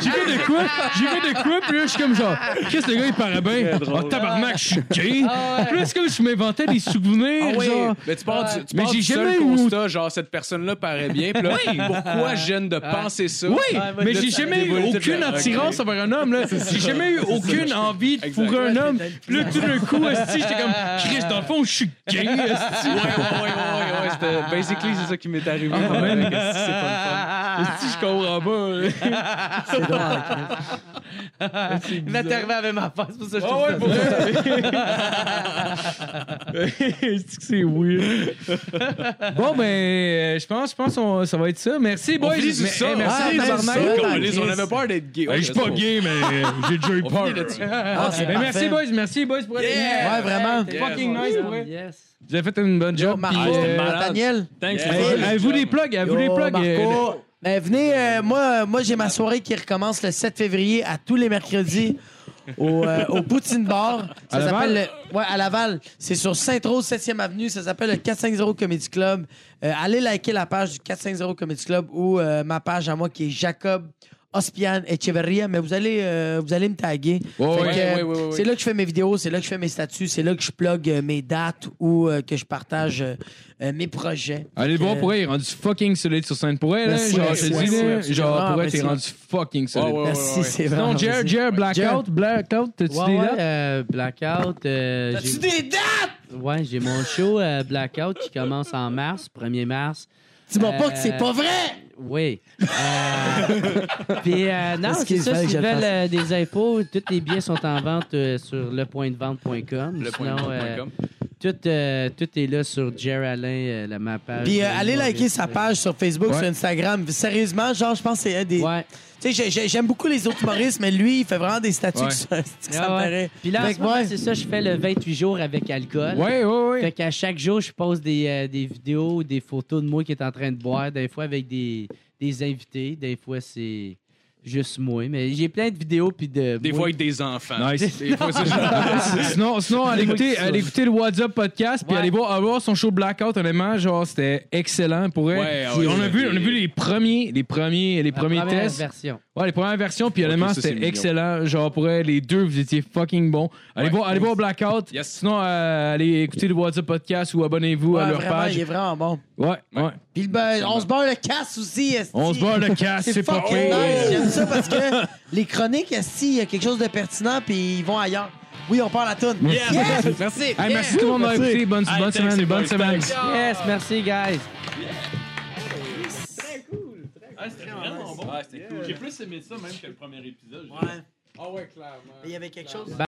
j'ai vu de quoi, j'ai vu de quoi, puis là, je suis comme genre, Chris, le gars, il paraît bien. Oh, tabarnak, je suis gay. Puis là, c'est comme si je m'inventais des souvenirs, Ah oui, genre. mais tu pars du, tu Mais pars j'ai du seul jamais eu- constat, genre cette personne-là paraît bien, puis là, pourquoi je gêne de penser ça? Oui, Ah, moi, mais là, j'ai ça jamais eu dévoile toute aucune la- attirance envers un homme. là. J'ai jamais eu aucune envie de Exact. fourrer un homme. Puis là, tout d'un coup, esti, j'étais comme, Chris, dans le fond, je suis gay. esti. Ouais, ouais, ouais, ouais, ouais, ouais, c'était basically c'est ça qui m'est arrivé. Ah, man. Ouais, qu'est-ce que c'est pas Esti, je comprends pas. hein. Il m'est arrivé avec ma face, c'est pour ça que je trouve ça Est-ce que c'est weird? bon, ben, euh, je pense, je pense qu'on- ça va être ça. Merci, boys. le fun. Finissons Mais- ça, hey, merci, Ah, les ben, tabarnak. ça, on, ben, les- on avait peur d'être gay. Ben, Je suis pas gay, mais euh, j'ai déjà eu peur. Ah, c'est Ben, merci, parfait. boys. Merci, boys, pour être Yeah! Ouais, vraiment. Hey, Fucking fun. nice, pour vrai. Yes. Vous avez fait une bonne job. Marco, puis, euh, Nathaniel. Thanks, Yeah. les hey, boys. Avez-vous des plugs? Avez-vous des Yo, plugs? euh, Marco. Ben, venez, euh, moi, moi j'ai ma soirée qui recommence le 7 février à tous les mercredis au, euh, au Poutine Bar. Ça À Laval? s'appelle le- ouais, à Laval. C'est sur Sainte-Rose, 7e Avenue. Ça s'appelle le 450 Comedy Club. Euh, allez liker la page du 450 Comedy Club ou euh, ma page à moi qui est Jacob Ospian Echeverria. Mais vous allez, euh, vous allez me taguer. Fait ouais, que, euh, ouais, ouais, ouais, ouais. C'est là que je fais mes vidéos, c'est là que je fais mes statuts, c'est là que je plug euh, mes dates ou euh, que je partage euh, euh, mes projets. Allez le voir Euh, pour elle, il est rendu fucking solide sur scène pour elle. hein, Merci, Genre, merci, je te dis, merci, là, merci. genre, pour elle, Merci. t'es rendu fucking solide. Ouais, ouais, Merci, c'est vraiment. Non, Jer, gentil. Jer, Jer. Blackout, Blackout, t'as-tu Ouais, des ouais, dates? euh, Blackout. euh, j'ai- T'as-tu des dates? Ouais, j'ai mon show euh, Blackout qui commence en mars, 1er mars. Dis-moi Euh, pas que c'est pas vrai! Oui. Euh, Puis, euh, non, Est-ce c'est qu'il ça, fallait que s'ils je le veulent euh, des impôts, tous les billets sont en vente euh, sur lepointdevente.com. Le Sinon, euh, point.com. tous Tout, euh, tout est là sur Jer Alain, euh, la ma page. Puis euh, Euh, allez Maurice, liker sa ouais. page sur Facebook, sur Instagram. Sérieusement, genre, je pense que c'est un des. Ouais. Tu sais, j'ai- j'ai- j'aime beaucoup les autres humoristes, mais lui, il fait vraiment des statuts. Ouais. que ça- que Ah ça me ouais. paraît. Puis là, en Fait ce que moment, ouais. c'est ça, je fais le 28 jours avec alcool. Ouais, ouais, ouais. Fait qu'à chaque jour, je pose des, euh, des vidéos, des photos de moi qui est en train de boire, des fois avec des, des invités, des fois c'est juste moi. Mais j'ai plein de vidéos puis de. Des moi- fois avec des enfants. Nice. Des fois, c'est genre- sinon, sinon allez, écouter, ça. allez écouter le What's Up podcast, puis Ouais. allez voir, allez voir son show Blackout, honnêtement, genre, c'était excellent pour elle. Ouais, ouais, on, a ouais. vu, on a vu les premiers, les premiers, les la premiers première tests. version. Ouais, les premières versions, puis Ok, honnêtement, ça, c'est c'était mignon. excellent. Genre, pour elle, les deux, vous étiez fucking bons. Allez, voir, allez voir Blackout. Yes. Sinon, euh, allez écouter le What's Up podcast ou abonnez-vous Ouais, à leur vraiment, page. il est vraiment bon. Ouais, ouais. Puis le beurre- on se beurre le casse aussi, esti. On se barre le casse, c'est pas fucking nice. J'aime ça parce que les chroniques, esti, il y a quelque chose de pertinent, puis ils vont ailleurs. Oui, on parle à toune. Yes. Merci. Hey, merci tout le monde d'avoir écouté. Bonne, Hey, bonne thanks, les semaine, bonne boys, semaine. thanks. Yes, merci, guys. J'ai plus aimé ça même que le premier épisode. Ah Mais Il y avait quelque chose. Ben,